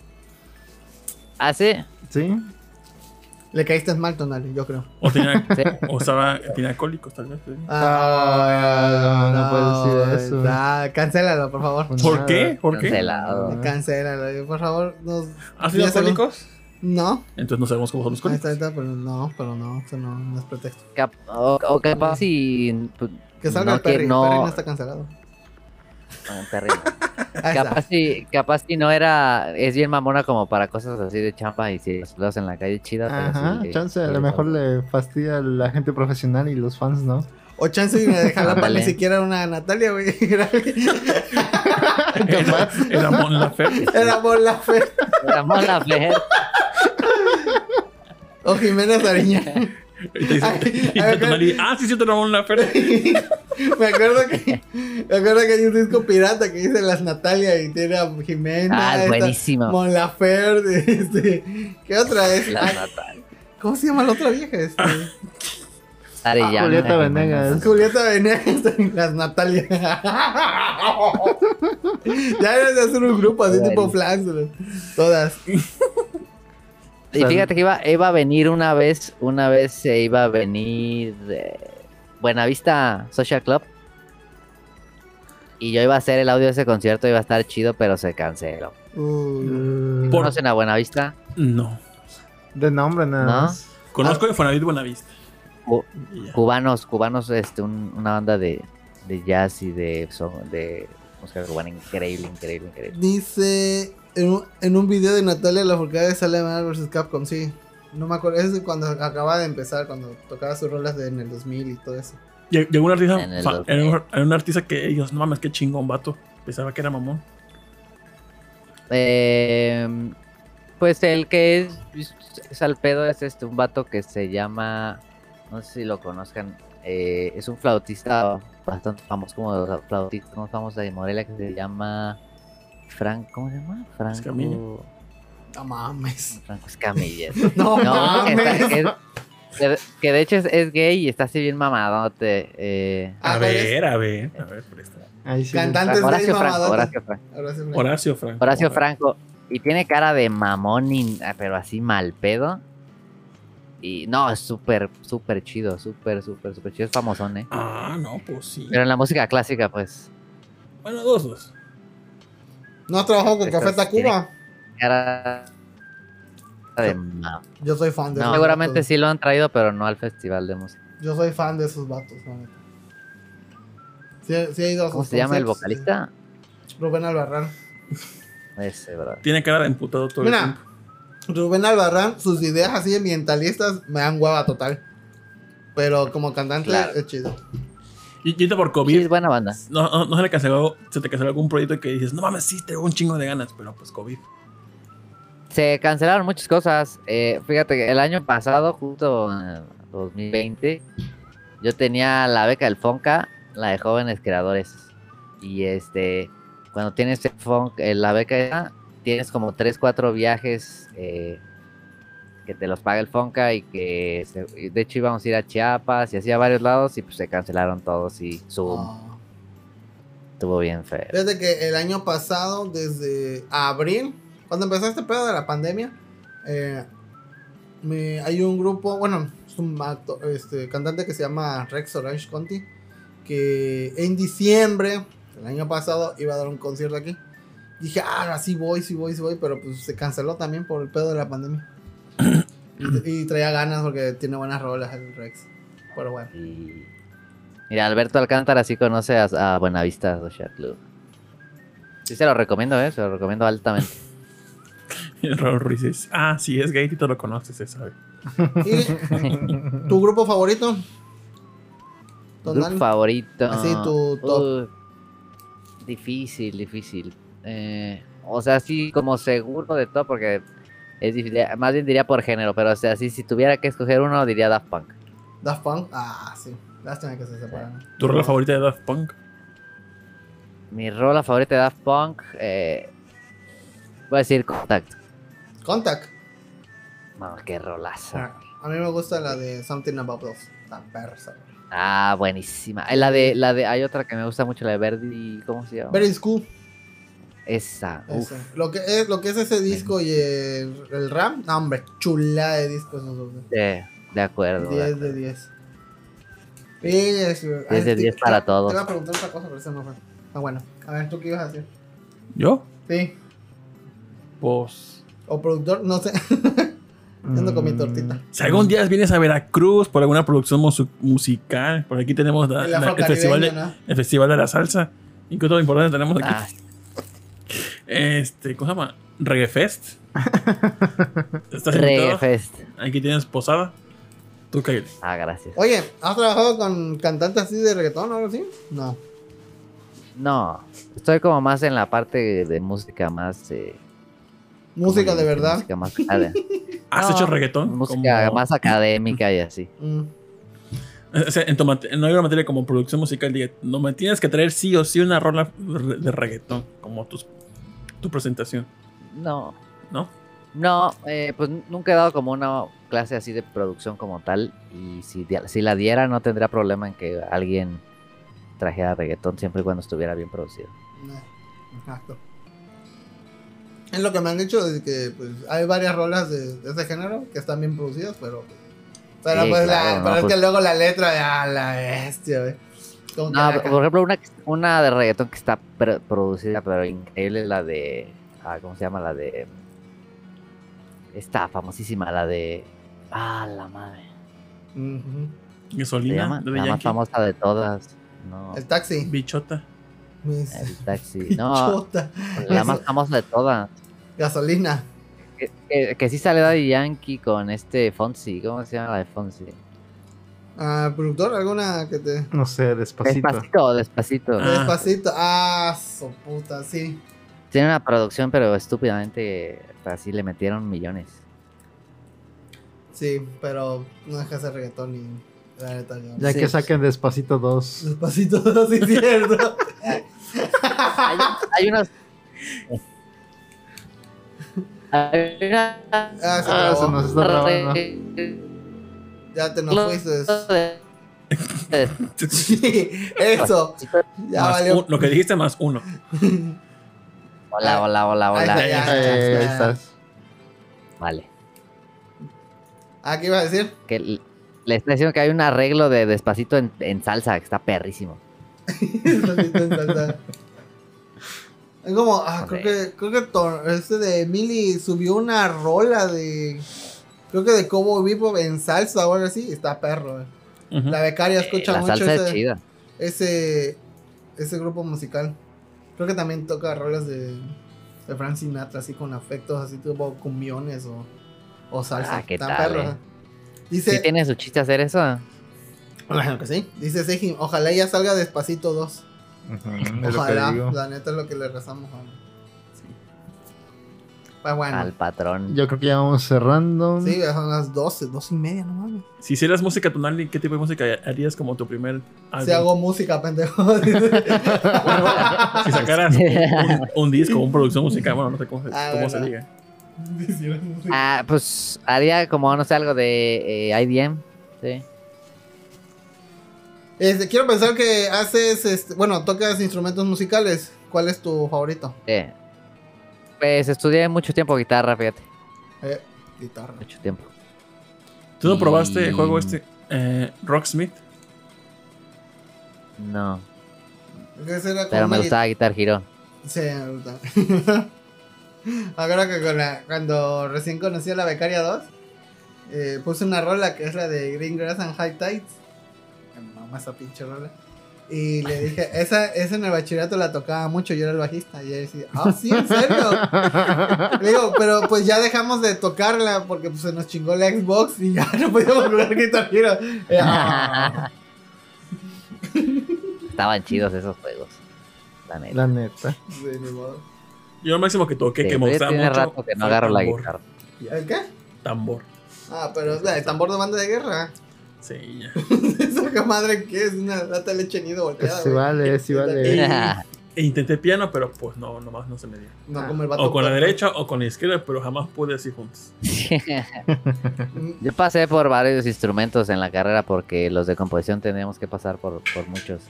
S5: Ah, sí.
S4: Sí,
S3: Le caíste mal, Tonali, yo creo.
S2: O, tenía,
S5: Sí. Pues,
S2: o estaba, tenía cólicos, tal vez. ¿sí?
S4: Ah, no, no puedes decir eso.
S3: Ah, cancélalo, por favor.
S4: Bueno,
S2: ¿Por
S4: pues nada.
S2: qué? ¿Por qué?
S5: Cancelado.
S4: Ah.
S3: Cancélalo, por favor. No.
S2: ¿Has tenido
S3: Ya se lo-
S2: cólicos?
S3: No,
S2: Entonces no sabemos cómo son los
S3: ahí
S2: cólicos.
S3: está, ahí está, pero no, pero no, eso no, no es pretexto.
S5: Cap- o, o capaz si. pues,
S3: Que salga
S5: No,
S3: el Perry,
S5: que
S3: el
S5: no.
S3: Perry no está cancelado.
S5: no, terrible.
S3: Ahí
S5: Capaz
S3: está.
S5: si, capaz si no era, es bien mamona como para cosas así de chamba y si los en la calle chida. pero
S4: Ajá,
S5: sí,
S4: chance, a
S5: sí,
S4: lo
S5: no.
S4: mejor le fastidia a la gente profesional y los fans, ¿no?
S3: O chance de dejarla para ni
S5: Ándale.
S3: siquiera una Natalia, güey. Era,
S2: Era, era Mon Laferte.
S3: era Mon Laferte
S5: La mala Fer.
S3: o Jimena Sariña.
S2: Y te dice-
S3: Ay,
S2: y
S3: ay,
S2: te toman
S3: ok.
S2: y, Ah, sí, sí, te era Mon Laferte.
S3: me acuerdo que me acuerdo que hay un disco pirata que dice las Natalia y tiene a Jimena,
S5: Ah, es
S3: esta
S5: buenísima.
S3: Mon Laferte, este, ¿qué otra es?
S5: La
S3: Ay,
S5: Natal.
S3: ¿Cómo se llama la otra vieja? Este,
S5: Arellana.
S4: Julieta Venegas.
S3: Julieta Venegas y las Natalia. ya eres de hacer un grupo así tipo Flash. güey. Todas.
S5: Y fíjate que iba, iba a venir una vez, una vez se iba a venir eh, Buenavista Social Club. Y yo iba a hacer el audio de ese concierto, iba a estar chido, pero se canceló.
S3: Uh,
S2: Por-
S5: ¿Conocen a Buenavista?
S2: No.
S4: Mm, De nombre nada
S5: ¿No?
S4: más.
S3: Ah.
S2: Conozco Infonavit Buenavista.
S5: Cu-
S2: Y ya.
S5: Cubanos, cubanos, este, un- una banda de, de jazz y de, son- de música cubana increíble, increíble, increíble.
S3: dice en un, en un video de Natalia La Forcada sale Marvel vs Capcom, sí. No me acuerdo, es de cuando acababa de empezar, cuando tocaba sus rolas de- en el 2000 y todo eso.
S2: Lle- Llegó un artista,
S5: En el
S2: fa-
S5: 2000.
S2: era un, era un artista que ellos, no mames, qué chingón vato. Pensaba que era mamón.
S5: Eh, pues el que es, es al pedo es este, un vato que se llama, no sé si lo conozcan, eh, es un flautista bastante famoso, como de los flautistas más famosos de Morelia, que se llama Franco, ¿cómo se llama?
S2: Escamilla.
S5: Franco,
S3: No mames.
S5: Franco Escamilla.
S3: No,
S5: No, que,
S3: mames.
S5: está- que es- que de hecho es, es gay y está así bien mamadote. Eh,
S3: Ah,
S2: A
S3: ¿cuál es?
S2: ver, a ver, a ver, presta.
S4: Ahí sí.
S3: Cantante. Antes de
S5: Horacio
S3: ir
S5: Franco,
S3: mamadote.
S5: Horacio Franco.
S3: Ahora sí, Frank.
S2: Horacio Franco.
S5: Horacio Franco. Y tiene cara de mamón, y- ah, pero así mal pedo. Y no, es súper, súper chido, súper, súper, súper chido. Es famosón, ¿eh?
S2: Ah, no, pues sí.
S5: Pero en la música clásica, pues,
S2: Bueno, dos, dos.
S3: No trabajó con
S5: Estás-
S3: Café Tacuba.
S5: cara de mamón.
S3: Yo soy fan de
S5: No,
S3: esos
S5: seguramente
S3: vatos.
S5: sí lo han traído, pero no al festival de música.
S3: Yo soy fan de esos vatos, la neta. Sí, sí he ido a
S5: ¿Cómo
S3: sus
S5: se llama el
S3: conciertos,
S5: vocalista?
S3: sí. Rubén Albarrán.
S5: Ese, bro.
S2: Tiene cara de emputado todo el
S3: Mira,
S2: tiempo.
S3: Rubén Albarrán, sus ideas así ambientalistas me dan hueva total. Pero como cantante
S5: Claro.
S3: es chido.
S2: Y, y ahorita por
S5: Sí, es
S2: COVID,
S5: buena banda.
S2: no, no, no se le canceló, se te canceló algún proyecto que dices, no mames, sí, tengo un chingo de ganas, pero pues COVID.
S5: Se cancelaron muchas cosas. Eh, fíjate que el año pasado, justo eh, 2020, yo tenía la beca del Fonca, la de jóvenes creadores. Y este, cuando tienes el Fon- eh, la beca, esa, tienes como 3, 4 viajes eh, que te los paga el Fonca y que se- y de hecho íbamos a ir a Chiapas y así a varios lados y pues se cancelaron todos y Zoom
S3: Ah.
S5: estuvo bien feo.
S3: Fíjate que el año pasado, desde abril, cuando empezó este pedo de la pandemia, eh, me- hay un grupo, bueno, es un acto- este, cantante que se llama Rex Orange Conti, que en diciembre del año pasado iba a dar un concierto aquí. Dije, ah, sí voy, sí voy, sí voy, pero pues se canceló también por el pedo de la pandemia. y, y traía ganas porque tiene buenas rolas el Rex. Pero bueno.
S5: Y... Mira, Alberto Alcántara sí conoce a, a Buenavista Social Club. Sí, se lo recomiendo, ¿eh? Se lo recomiendo altamente.
S2: Y el Raúl Ruiz dice, ah, sí, es gay, y tú lo conoces, se sabe.
S3: ¿Y tu grupo favorito? Don
S5: Grupo
S3: Dani.
S5: favorito.
S3: Así, tu top.
S5: Uy, difícil, difícil. Eh, o sea, sí, como seguro de todo, porque es difícil. eh, Más bien diría por género, pero o sea, sí, si tuviera que escoger uno, diría Daft Punk.
S3: Daft Punk, ah, sí. Lástima que se separaron.
S2: ¿Tu rola favorita de Daft Punk?
S5: Mi rola favorita de Daft Punk, eh, voy a decir Contact.
S3: Contact.
S5: Vamos, qué rolaza.
S3: A mí me gusta la de Something About Us. La persa.
S5: Ah, buenísima. Eh, La de, la de, hay otra que me gusta mucho, la de Verdi, ¿cómo se llama?
S3: Very School.
S5: Esa. uf.
S3: esa. Lo que es, lo que es ese disco y el, el RAM. No, hombre, chula de discos. esos dos.
S5: De, de acuerdo. de
S3: 10
S5: acuerdo.
S3: de 10. Es,
S5: 10 de 10 para todos.
S3: Te iba a preguntar otra cosa, pero esa no fue. Ah, bueno. A ver, ¿tú qué ibas a decir?
S2: ¿Yo?
S3: Sí.
S2: Pues...
S3: O productor, no sé. Ando con mi tortita.
S2: Si algún día vienes a Veracruz por alguna producción musu- musical, por aquí tenemos la-
S3: El
S2: la- Ah, el,
S3: afrocaribeño,
S2: festival de,
S3: ¿no?
S2: el Festival de la Salsa. Y qué otro importante tenemos aquí.
S5: Ah,
S2: Este, ¿cómo se llama? Reggae Fest. Estás
S5: Reggae
S2: invitado.
S5: Fest.
S2: Aquí tienes posada. Tú cállate.
S5: Ah, gracias.
S3: Oye, ¿has trabajado con cantantes así de reggaetón o algo así? No.
S5: No, estoy como más en la parte de música más. eh, ¿cómo
S3: Música
S5: le
S3: de
S5: dicen?
S3: verdad.
S5: Música más, acad-
S2: ¿Has
S5: No,
S2: hecho reggaetón?
S5: música
S2: Como-
S5: más académica y así.
S3: Mm.
S2: O sea, en, tu mate- no hay una materia como producción musical. diga, no me tienes que traer sí o sí una rola re- de reggaetón. Como tus, tu presentación,
S5: No,
S2: ¿no?
S5: No, eh, pues nunca he dado como una clase así de producción como tal. Y si, dia- si la diera, no tendría problema en que alguien trajera reggaetón siempre y cuando estuviera bien producido.
S3: No, Eh, Exacto. Es lo que me han dicho, de que pues, hay varias rolas de, de ese género que están bien producidas, pero. Pero
S5: Sí,
S3: pues,
S5: claro,
S3: la,
S5: no,
S3: pero es
S5: pues-
S3: que luego la letra, ya, la bestia, güey. Como que
S5: No,
S3: la-
S5: por ejemplo, una, que- una de reggaetón que está pre- producida, pero increíble, es la de. ah, ¿Cómo se llama? La de. Esta famosísima, la de. Ah, la madre.
S3: Ujú.
S5: ¿Se
S2: Gasolina,
S5: llama?
S2: de
S5: La más
S2: Yankee,
S5: famosa de todas. No,
S3: El taxi.
S2: bichota.
S3: Mis-
S5: el taxi. Eh, No,
S3: Pichota.
S5: la más famosa de todas.
S3: Gasolina.
S5: Que, que, que sí sale Daddy Yankee con este Fonsi. ¿Cómo se llama la de Fonsi?
S3: Ah, productor, alguna que te.
S4: No sé, despacito.
S5: Despacito, despacito.
S2: Ah.
S3: Despacito. Ah, su puta, sí.
S5: Tiene una producción, pero estúpidamente así le metieron millones.
S3: Sí, pero no deja hacer reggaetón y. La neta, yo-
S4: Ya
S5: Sí,
S4: que
S5: pues.
S4: saquen despacito 2.
S3: Despacito, sí, es cierto.
S5: Hay, hay unas. Hay una.
S3: Ah, se
S4: Ah, se
S3: acabó.
S4: nos está grabando.
S3: Ya te nos fuiste.
S5: de- de-
S3: Sí, eso. Ya
S2: Más
S3: valió.
S2: un- lo que dijiste más uno.
S5: Hola, hola, hola,
S3: Ahí está,
S5: hola.
S3: ya,
S4: Ahí, ahí,
S3: ya,
S4: ahí
S3: ya.
S4: estás.
S5: Vale.
S3: Ah, ¿qué iba a decir?
S5: Que l- le está diciendo que hay un arreglo de despacito en, en salsa que está perrísimo.
S3: Despacito en salsa. Es como, ah,
S5: Ok.
S3: creo que, creo que to- este de Mili subió una rola de. Creo que de Cobo Vivo en salsa o algo así. Está perro. eh.
S2: Ujú.
S3: La becaria escucha
S5: Eh, la
S3: mucho
S5: salsa es
S3: ese,
S5: chida.
S3: ese, ese grupo musical. Creo que también toca rolas de, de Frank Sinatra, así con afectos, así tipo cumbiones o, o salsa.
S5: Ah, ¿qué
S3: Está
S5: tal,
S3: perro,
S5: eh?
S3: eh. Dice,
S5: Sí tiene su chiste hacer eso. ah,
S3: Bueno, que sí. Dice Sejin, ojalá ya salga despacito 2.
S4: Ujú, es lo que
S3: Ojalá,
S4: digo.
S3: la neta es lo que le rezamos a sí. Pues bueno,
S5: Al patrón.
S4: Yo creo que ya vamos cerrando.
S3: sí, ya son las 12, 12 y media, no mames.
S2: Si hicieras música tonal, ¿qué tipo de música harías como tu primer álbum?
S3: Si hago música, pendejo.
S5: Ah,
S2: Si sacaras un, un- un disco, una producción musical, bueno, no sé cómo, se-
S3: Ah,
S2: cómo se
S3: verdad.
S2: diga.
S3: Hiciera música.
S5: Ah, pues haría como, no sé, algo de eh, IDM. Sí.
S3: Este, quiero pensar que haces, este, bueno, tocas instrumentos musicales. ¿Cuál es tu favorito?
S5: sí. eh. Pues estudié mucho tiempo guitarra, fíjate.
S3: Eh, guitarra.
S5: Mucho tiempo.
S2: ¿Tú no probaste el
S5: Y-
S2: juego este, eh, Rocksmith?
S5: No.
S3: Ese era como
S5: Pero me
S3: una
S5: gustaba Guitar Hero.
S3: Sí, me gusta. Ahora que con la- cuando recién conocí a la Becaria 2, eh, puse una rola que es la de Green Grass and High Tides. Que Me mamá esa pinche rola. Y le dije, esa, esa en el bachillerato la tocaba mucho, yo era el bajista. Y ella decía, ah, sí, en serio. Le digo, pero pues ya dejamos de tocarla porque pues, se nos chingó la Xbox y ya no podíamos jugar Guitar Hero. Eh, ah.
S5: Estaban chidos esos juegos. La neta.
S4: La neta.
S3: Sí, ni modo.
S2: Yo lo máximo que toqué,
S5: Sí,
S2: que me
S5: pero ya
S2: gustaba
S5: tiene
S2: mucho,
S5: rato que no
S2: fue
S5: agarro la
S2: tambor.
S5: guitarra.
S3: ¿El qué?
S2: Tambor.
S3: Ah, pero es la de tambor de banda de guerra.
S2: Sí, ya.
S3: Esa que madre que es una lata de leche nido volteada.
S4: Pues Sí
S3: güey.
S4: vale, sí vale.
S2: E intenté piano, pero pues no, nomás no se me dio.
S3: No como el vato.
S2: O con la
S3: que-
S2: derecha o con la izquierda, pero jamás pude así juntos.
S3: Mm,
S5: Yo pasé por varios instrumentos en la carrera porque los de composición teníamos que pasar por, por muchos.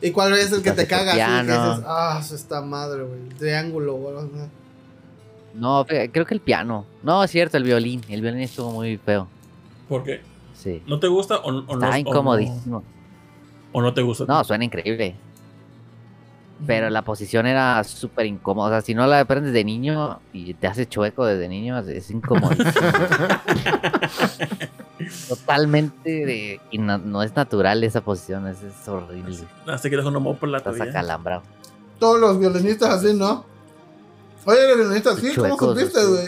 S3: ¿Y cuál es el que te
S5: Hace
S3: caga? así, que
S5: piano.
S3: dices, ah, eso está madre, güey. El triángulo, güey. o sea.
S5: No, fe- creo que el piano. No, es cierto, el violín. El violín estuvo muy feo.
S2: ¿Por qué?
S5: Sí.
S2: ¿No te gusta o, o no? o
S5: Estaba
S2: no-
S5: incomodísimo.
S2: O no te gusta.
S5: No, suena increíble. Pero la posición era súper incómoda. O sea, si no la aprendes de niño y te haces chueco desde niño, es- es incomodísimo. Totalmente de- y no, no es natural esa posición, es, es horrible.
S2: Así que eres un homo por la
S5: Estás
S2: tuya.
S5: acalambrado.
S3: Todos los violinistas así, ¿no? Oye, los violinistas, sí, ¿cómo
S5: Chuecos,
S3: supiste,
S5: sí.
S3: güey?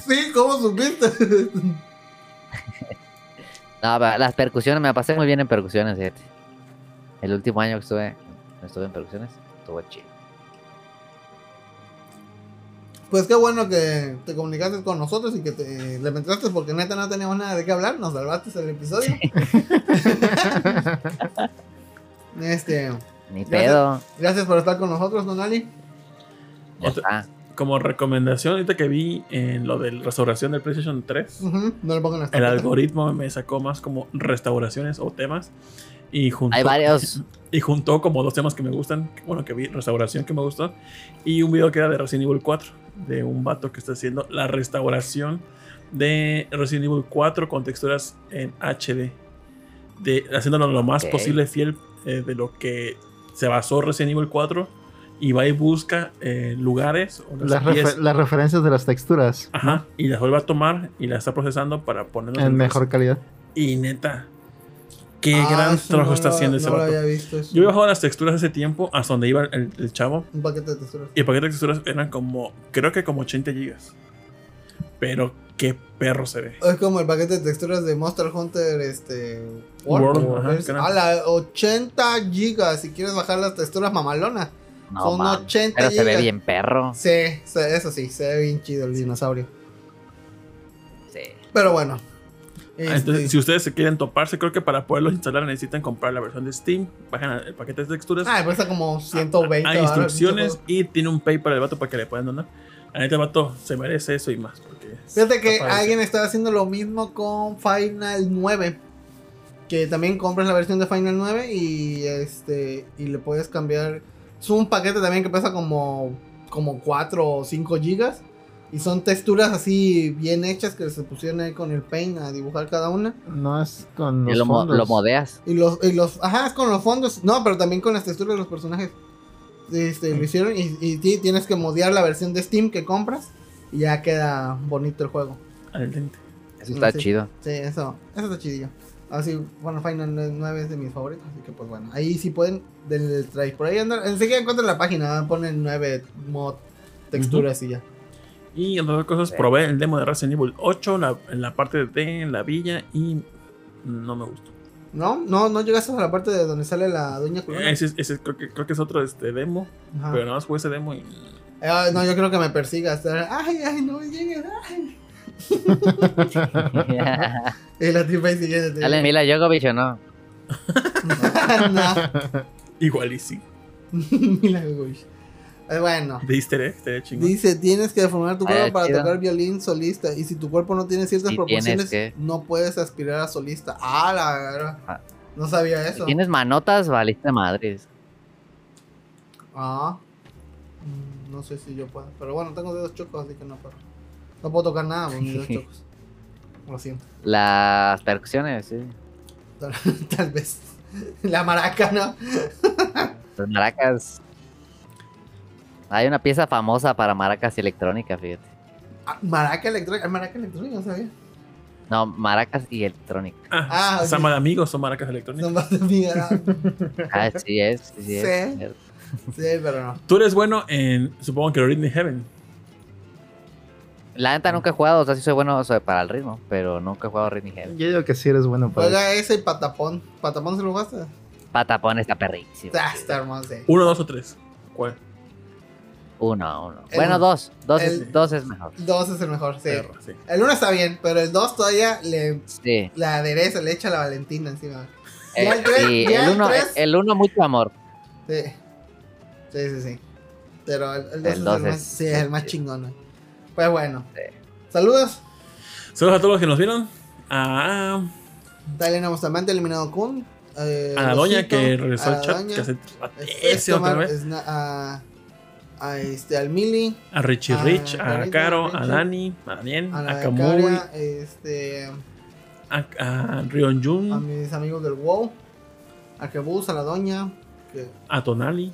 S3: sí, ¿cómo supiste?
S5: No, va- las percusiones, me la pasé muy bien en percusiones, fíjate. El último año que estuve, estuve en percusiones, estuvo chido.
S3: pues qué bueno que te comunicaste con nosotros y que te, le metiste porque neta no teníamos nada de qué hablar. Nos salvaste el episodio. este,
S5: Ni
S3: Gracias.
S5: pedo.
S3: Este, gracias por estar con nosotros, Donali.
S5: Ya
S2: Otra-
S5: está.
S2: como recomendación, ahorita que vi en lo de restauración del PlayStation 3,
S3: Ujú, No le pongan hasta
S2: el
S3: acá.
S2: algoritmo me sacó más como restauraciones o temas. Y junto
S5: Hay varios.
S2: y juntó como dos temas que me gustan. Bueno, que vi, restauración que me gustó. Y un video que era de Resident Evil 4, de un vato que está haciendo la restauración de Resident Evil 4 con texturas en HD. De, haciéndolo lo más
S5: Ok.
S2: posible fiel eh, de lo que se basó Resident Evil 4. Y va y busca eh, lugares o las
S4: Las, refe-
S2: piezas.
S4: las referencias de las texturas
S2: Ajá, y las vuelve a tomar y las está procesando para ponerlas
S4: en
S2: el-
S4: mejor calidad.
S2: Y neta, qué
S3: Ah,
S2: gran
S3: eso
S2: trabajo
S3: no
S2: está
S3: lo-
S2: haciendo ese
S3: no lo
S2: vato.
S3: había visto eso.
S2: Yo he bajado las texturas hace tiempo hasta donde iba el, el chavo.
S3: Un paquete de texturas.
S2: Y el paquete de texturas eran como, creo que como 80 gigas. Pero qué perro se ve.
S3: Es como el paquete de texturas de Monster Hunter, este.
S2: World,
S3: World,
S2: ajá,
S3: es-
S2: creo.
S3: a la 80 gigas. Si quieres bajar las texturas mamalonas.
S5: No,
S3: Son
S5: man,
S3: 80
S5: Pero se ve
S3: gigas.
S5: bien perro.
S3: Sí, sí, eso sí, se ve bien chido el dinosaurio.
S5: Sí.
S3: Pero bueno.
S2: Ah, Entonces,
S3: este,
S2: si ustedes se quieren toparse, creo que para poderlos instalar necesitan comprar la versión de Steam. Bajan el paquete de texturas.
S3: Ah, cuesta como 120
S2: Hay
S3: varos,
S2: instrucciones
S3: mucho
S2: y tiene un PayPal del vato para que le puedan donar. La neta, el vato se merece eso y más. Porque
S3: juego. Fíjate que
S2: está padre.
S3: alguien estaba haciendo lo mismo con Final 9. Que también compras la versión de Final 9 y este y le puedes cambiar. Es un paquete también que pesa como, como 4 o 5 gigas. Y son texturas así bien hechas que se pusieron ahí con el paint a dibujar cada una.
S4: No es con
S5: Y
S4: los
S5: lo, mo-
S4: fondos.
S5: lo modeas.
S3: Y los, y los, ajá, es con los fondos. No, pero también con las texturas de los personajes. Este, lo hicieron y, y ti- tienes que modear la versión de Steam que compras y ya queda bonito el juego.
S2: al dente.
S5: Eso
S3: No
S5: está
S3: sé.
S5: chido.
S3: Sí, eso, eso está chidillo. Así, bueno, Final 9 es de mis favoritos, así que pues bueno, ahí sí pueden denle el try. Por ahí andan, enseguida encuentran la página, ponen 9 mod texturas y ya.
S2: Y entre otras cosas,
S5: Sí.
S2: probé el demo de Resident Evil 8 la- en la parte de la villa y no me gustó.
S3: ¿No? ¿No no llegaste a la parte de donde sale la doña culona?
S2: Ese, es- ese es- creo, que, creo que es otro este, demo,
S3: Ajá.
S2: pero nada más jugué ese demo y.
S3: Ah, no, yo creo que me persiga hasta... Ay, ay, no me llegues, ay. Y la tipa ahí siguiente.
S5: Dale, Mila Jokovic o no.
S3: no.
S2: Igual y sí.
S3: Mila Jovovich. Eh, bueno,
S2: De Easter egg, estaría chingón.
S3: dice, tienes que formar tu
S5: Ah,
S3: cuerpo para
S5: chido.
S3: tocar violín solista. Y si tu cuerpo no tiene ciertas
S5: Sí,
S3: proporciones,
S5: tienes que.
S3: no puedes aspirar a solista. Ah, la verga.
S5: Ah.
S3: No sabía
S5: Si
S3: eso.
S5: tienes manotas, valiste madres.
S3: Ah. Mm, No sé si yo puedo. Pero bueno, tengo dedos chocos, así que no puedo. No puedo tocar nada con mis dedos chocos. Lo siento.
S5: Las percusiones, sí.
S3: Tal, tal vez. La maraca, ¿no?
S5: Las maracas. Hay una pieza famosa para maracas electrónicas, fíjate.
S3: Ah, Maraca electrónica. Ah, Maraca electrónica, no sabía.
S5: No, maracas y electrónicas.
S2: Ah,
S3: Ah,
S2: Sama
S3: ok.
S2: de amigos son maracas electrónicas.
S3: No más de mí, ah,
S5: Ah, sí es, sí, sí es.
S3: Sí. Sí, pero no.
S2: Tú eres bueno en, supongo que Rhythm Heaven.
S5: La neta nunca he jugado, o sea, sí soy bueno o sea, para el ritmo, pero nunca he jugado Ridney Heavy.
S4: Yo digo que sí eres bueno
S5: Pues.
S4: para eso.
S3: Juega ese y patapón. ¿Patapón se lo jugaste?
S5: Patapón está perrísimo.
S3: Ah, está hermoso. sí.
S2: Uno, dos o tres. ¿Cuál?
S5: Uno, uno.
S3: El-
S5: bueno, dos. Dos,
S3: el-
S5: es, dos es mejor.
S3: Dos es el mejor, sí.
S2: Perro, sí.
S3: El uno está bien, pero el dos todavía le
S5: Sí.
S3: la adereza, le echa la Valentina encima.
S5: Eh,
S3: Ya el tres-
S5: sí,
S3: ya
S5: el
S3: el
S5: uno,
S3: tres.
S5: el uno mucho amor.
S3: Sí. Sí, sí, sí. Pero el, el dos
S5: El
S3: es,
S5: dos
S3: el, más,
S5: es-
S3: sí, es el más
S5: sí.
S3: chingón. güey. Pues bueno.
S5: Sí.
S3: Saludos.
S2: Saludos a todos los que nos vieron. A,
S3: Talena Bustamante, eliminado Kun. eh,
S2: a la doña
S3: Rosito,
S2: que regresó
S3: a
S2: al
S3: la
S2: chat.
S3: doña, este
S2: Que hace ese
S3: Efesto
S2: otra
S3: Mar-
S2: vez.
S3: Esna- a, a este, al Mili,
S2: A Richie
S3: a
S2: Rich, a
S3: Karina,
S2: Caro, a
S3: Richie,
S2: Dani, a Daniel,
S3: a la
S2: a Kamui,
S3: Becaria, este, a
S2: a, a Rion Jun,
S3: mis amigos del WoW, a Kebus, a la doña, que-
S2: a Tonali.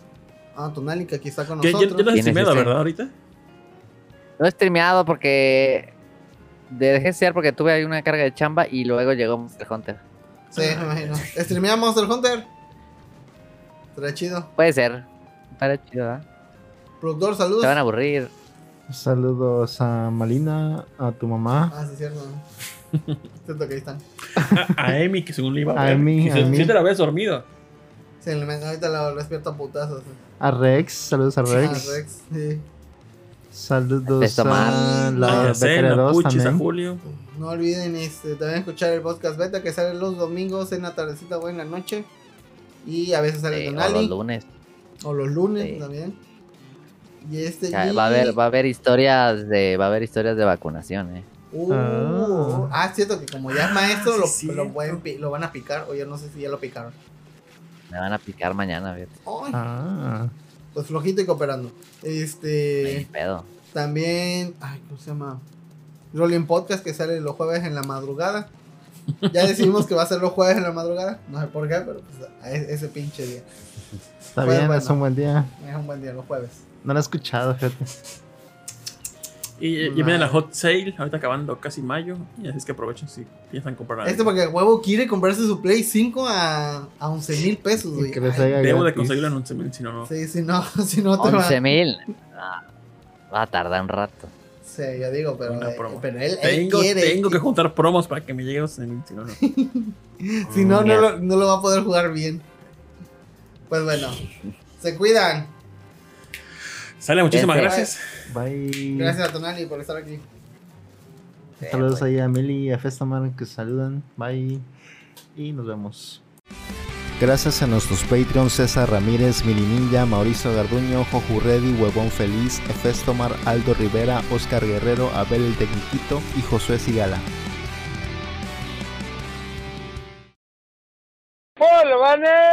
S3: a Tonali, que aquí está con
S2: Que ya,
S3: nosotros.
S2: ya las
S5: ¿Quién es
S2: estimé, la
S5: ese?
S2: ¿verdad? Ahorita.
S5: No he streameado porque dejé de ser porque tuve ahí una carga de chamba y luego llegó Monster Hunter.
S3: Sí, me imagino. Streamea Monster Hunter. Será chido.
S5: Puede ser. Para chido, ¿verdad?
S3: Productor, saludos.
S5: Se van a aburrir.
S4: Saludos a Malina, a tu mamá.
S3: Ah, sí, cierto. cierto que ahí están.
S2: A, a Emi, que según le iba a
S4: A
S2: ver.
S4: Emi,
S2: Si
S4: a
S2: se-
S4: Emi.
S2: si te la ves dormido.
S3: Sí, le- ahorita lo despierto a putazos.
S4: A Rex, saludos a Rex.
S3: Ah, Rex, sí.
S4: Saludos
S5: Efecto
S4: a
S3: Mar.
S2: a
S4: la
S2: Yacel,
S4: Becaria
S2: a
S4: 2
S2: Puchis, a
S4: también.
S2: Julio.
S3: No olviden este, también escuchar el podcast beta que sale los domingos en la tardecita o en la noche. Y a veces sale
S5: Sí, eh, o
S3: con
S5: los
S3: Ali.
S5: lunes.
S3: O los lunes
S5: Sí.
S3: también. Y este.
S5: Ah, Va a haber, va a haber historias de, va a haber historias de vacunación, eh.
S3: Uh,
S4: Ah.
S3: ah, es cierto que como ya es maestro,
S2: sí,
S3: lo-
S2: cierto.
S3: lo, pueden pi- lo van a picar. O yo no sé si ya lo picaron.
S5: Me van a picar mañana, fíjate.
S3: Ay,
S4: Ah,
S3: Pues flojito y cooperando.
S5: Ni
S3: Este.
S5: pedo.
S3: También. Ay, ¿cómo se llama? Rolling Podcast que sale los jueves en la madrugada. Ya decidimos que va a ser los jueves en la madrugada. No sé por qué, pero pues, a e- ese pinche día.
S4: está
S3: Bueno,
S4: bien,
S3: bueno.
S4: es un buen día.
S3: Es un buen día, los jueves.
S4: No lo he escuchado, fíjate.
S2: Y, y viene la hot sale, ahorita acabando casi mayo. Y así es que aprovechen si piensan comprar algo.
S3: Este porque el huevo quiere comprarse su Play 5 a, a 11 mil pesos, güey.
S4: Y que les
S3: Ay,
S4: haya
S2: Debo de
S4: gratis.
S2: conseguirlo en 11.000, si no, no.
S3: Sí, si no, si no te va.
S5: 11 mil. Ah, va a tardar un rato.
S3: Sí, yo digo, pero,
S2: Una
S3: eh,
S2: promo.
S3: pero él, él
S2: Tengo,
S3: quiere.
S2: tengo que juntar promos para que me lleguen los 11.000, si no, no.
S3: Si no, no
S4: Mm,
S5: Ya.
S3: lo, no lo va a poder jugar bien. Pues bueno, se cuidan.
S2: Sale, muchísimas
S5: Este-
S2: gracias.
S4: Bye.
S3: Gracias a Tonali por estar aquí.
S4: Saludos ahí a Meli y a Festamar que saludan. Bye. Y nos vemos.
S1: Gracias a nuestros Patreons César Ramírez, Mili Ninja, Mauricio Garduño, Joju Reddy, Huevón Feliz, Efestomar, Aldo Rivera, Oscar Guerrero, Abel el Tecniquito y Josué Sigala.
S6: Paul, gané.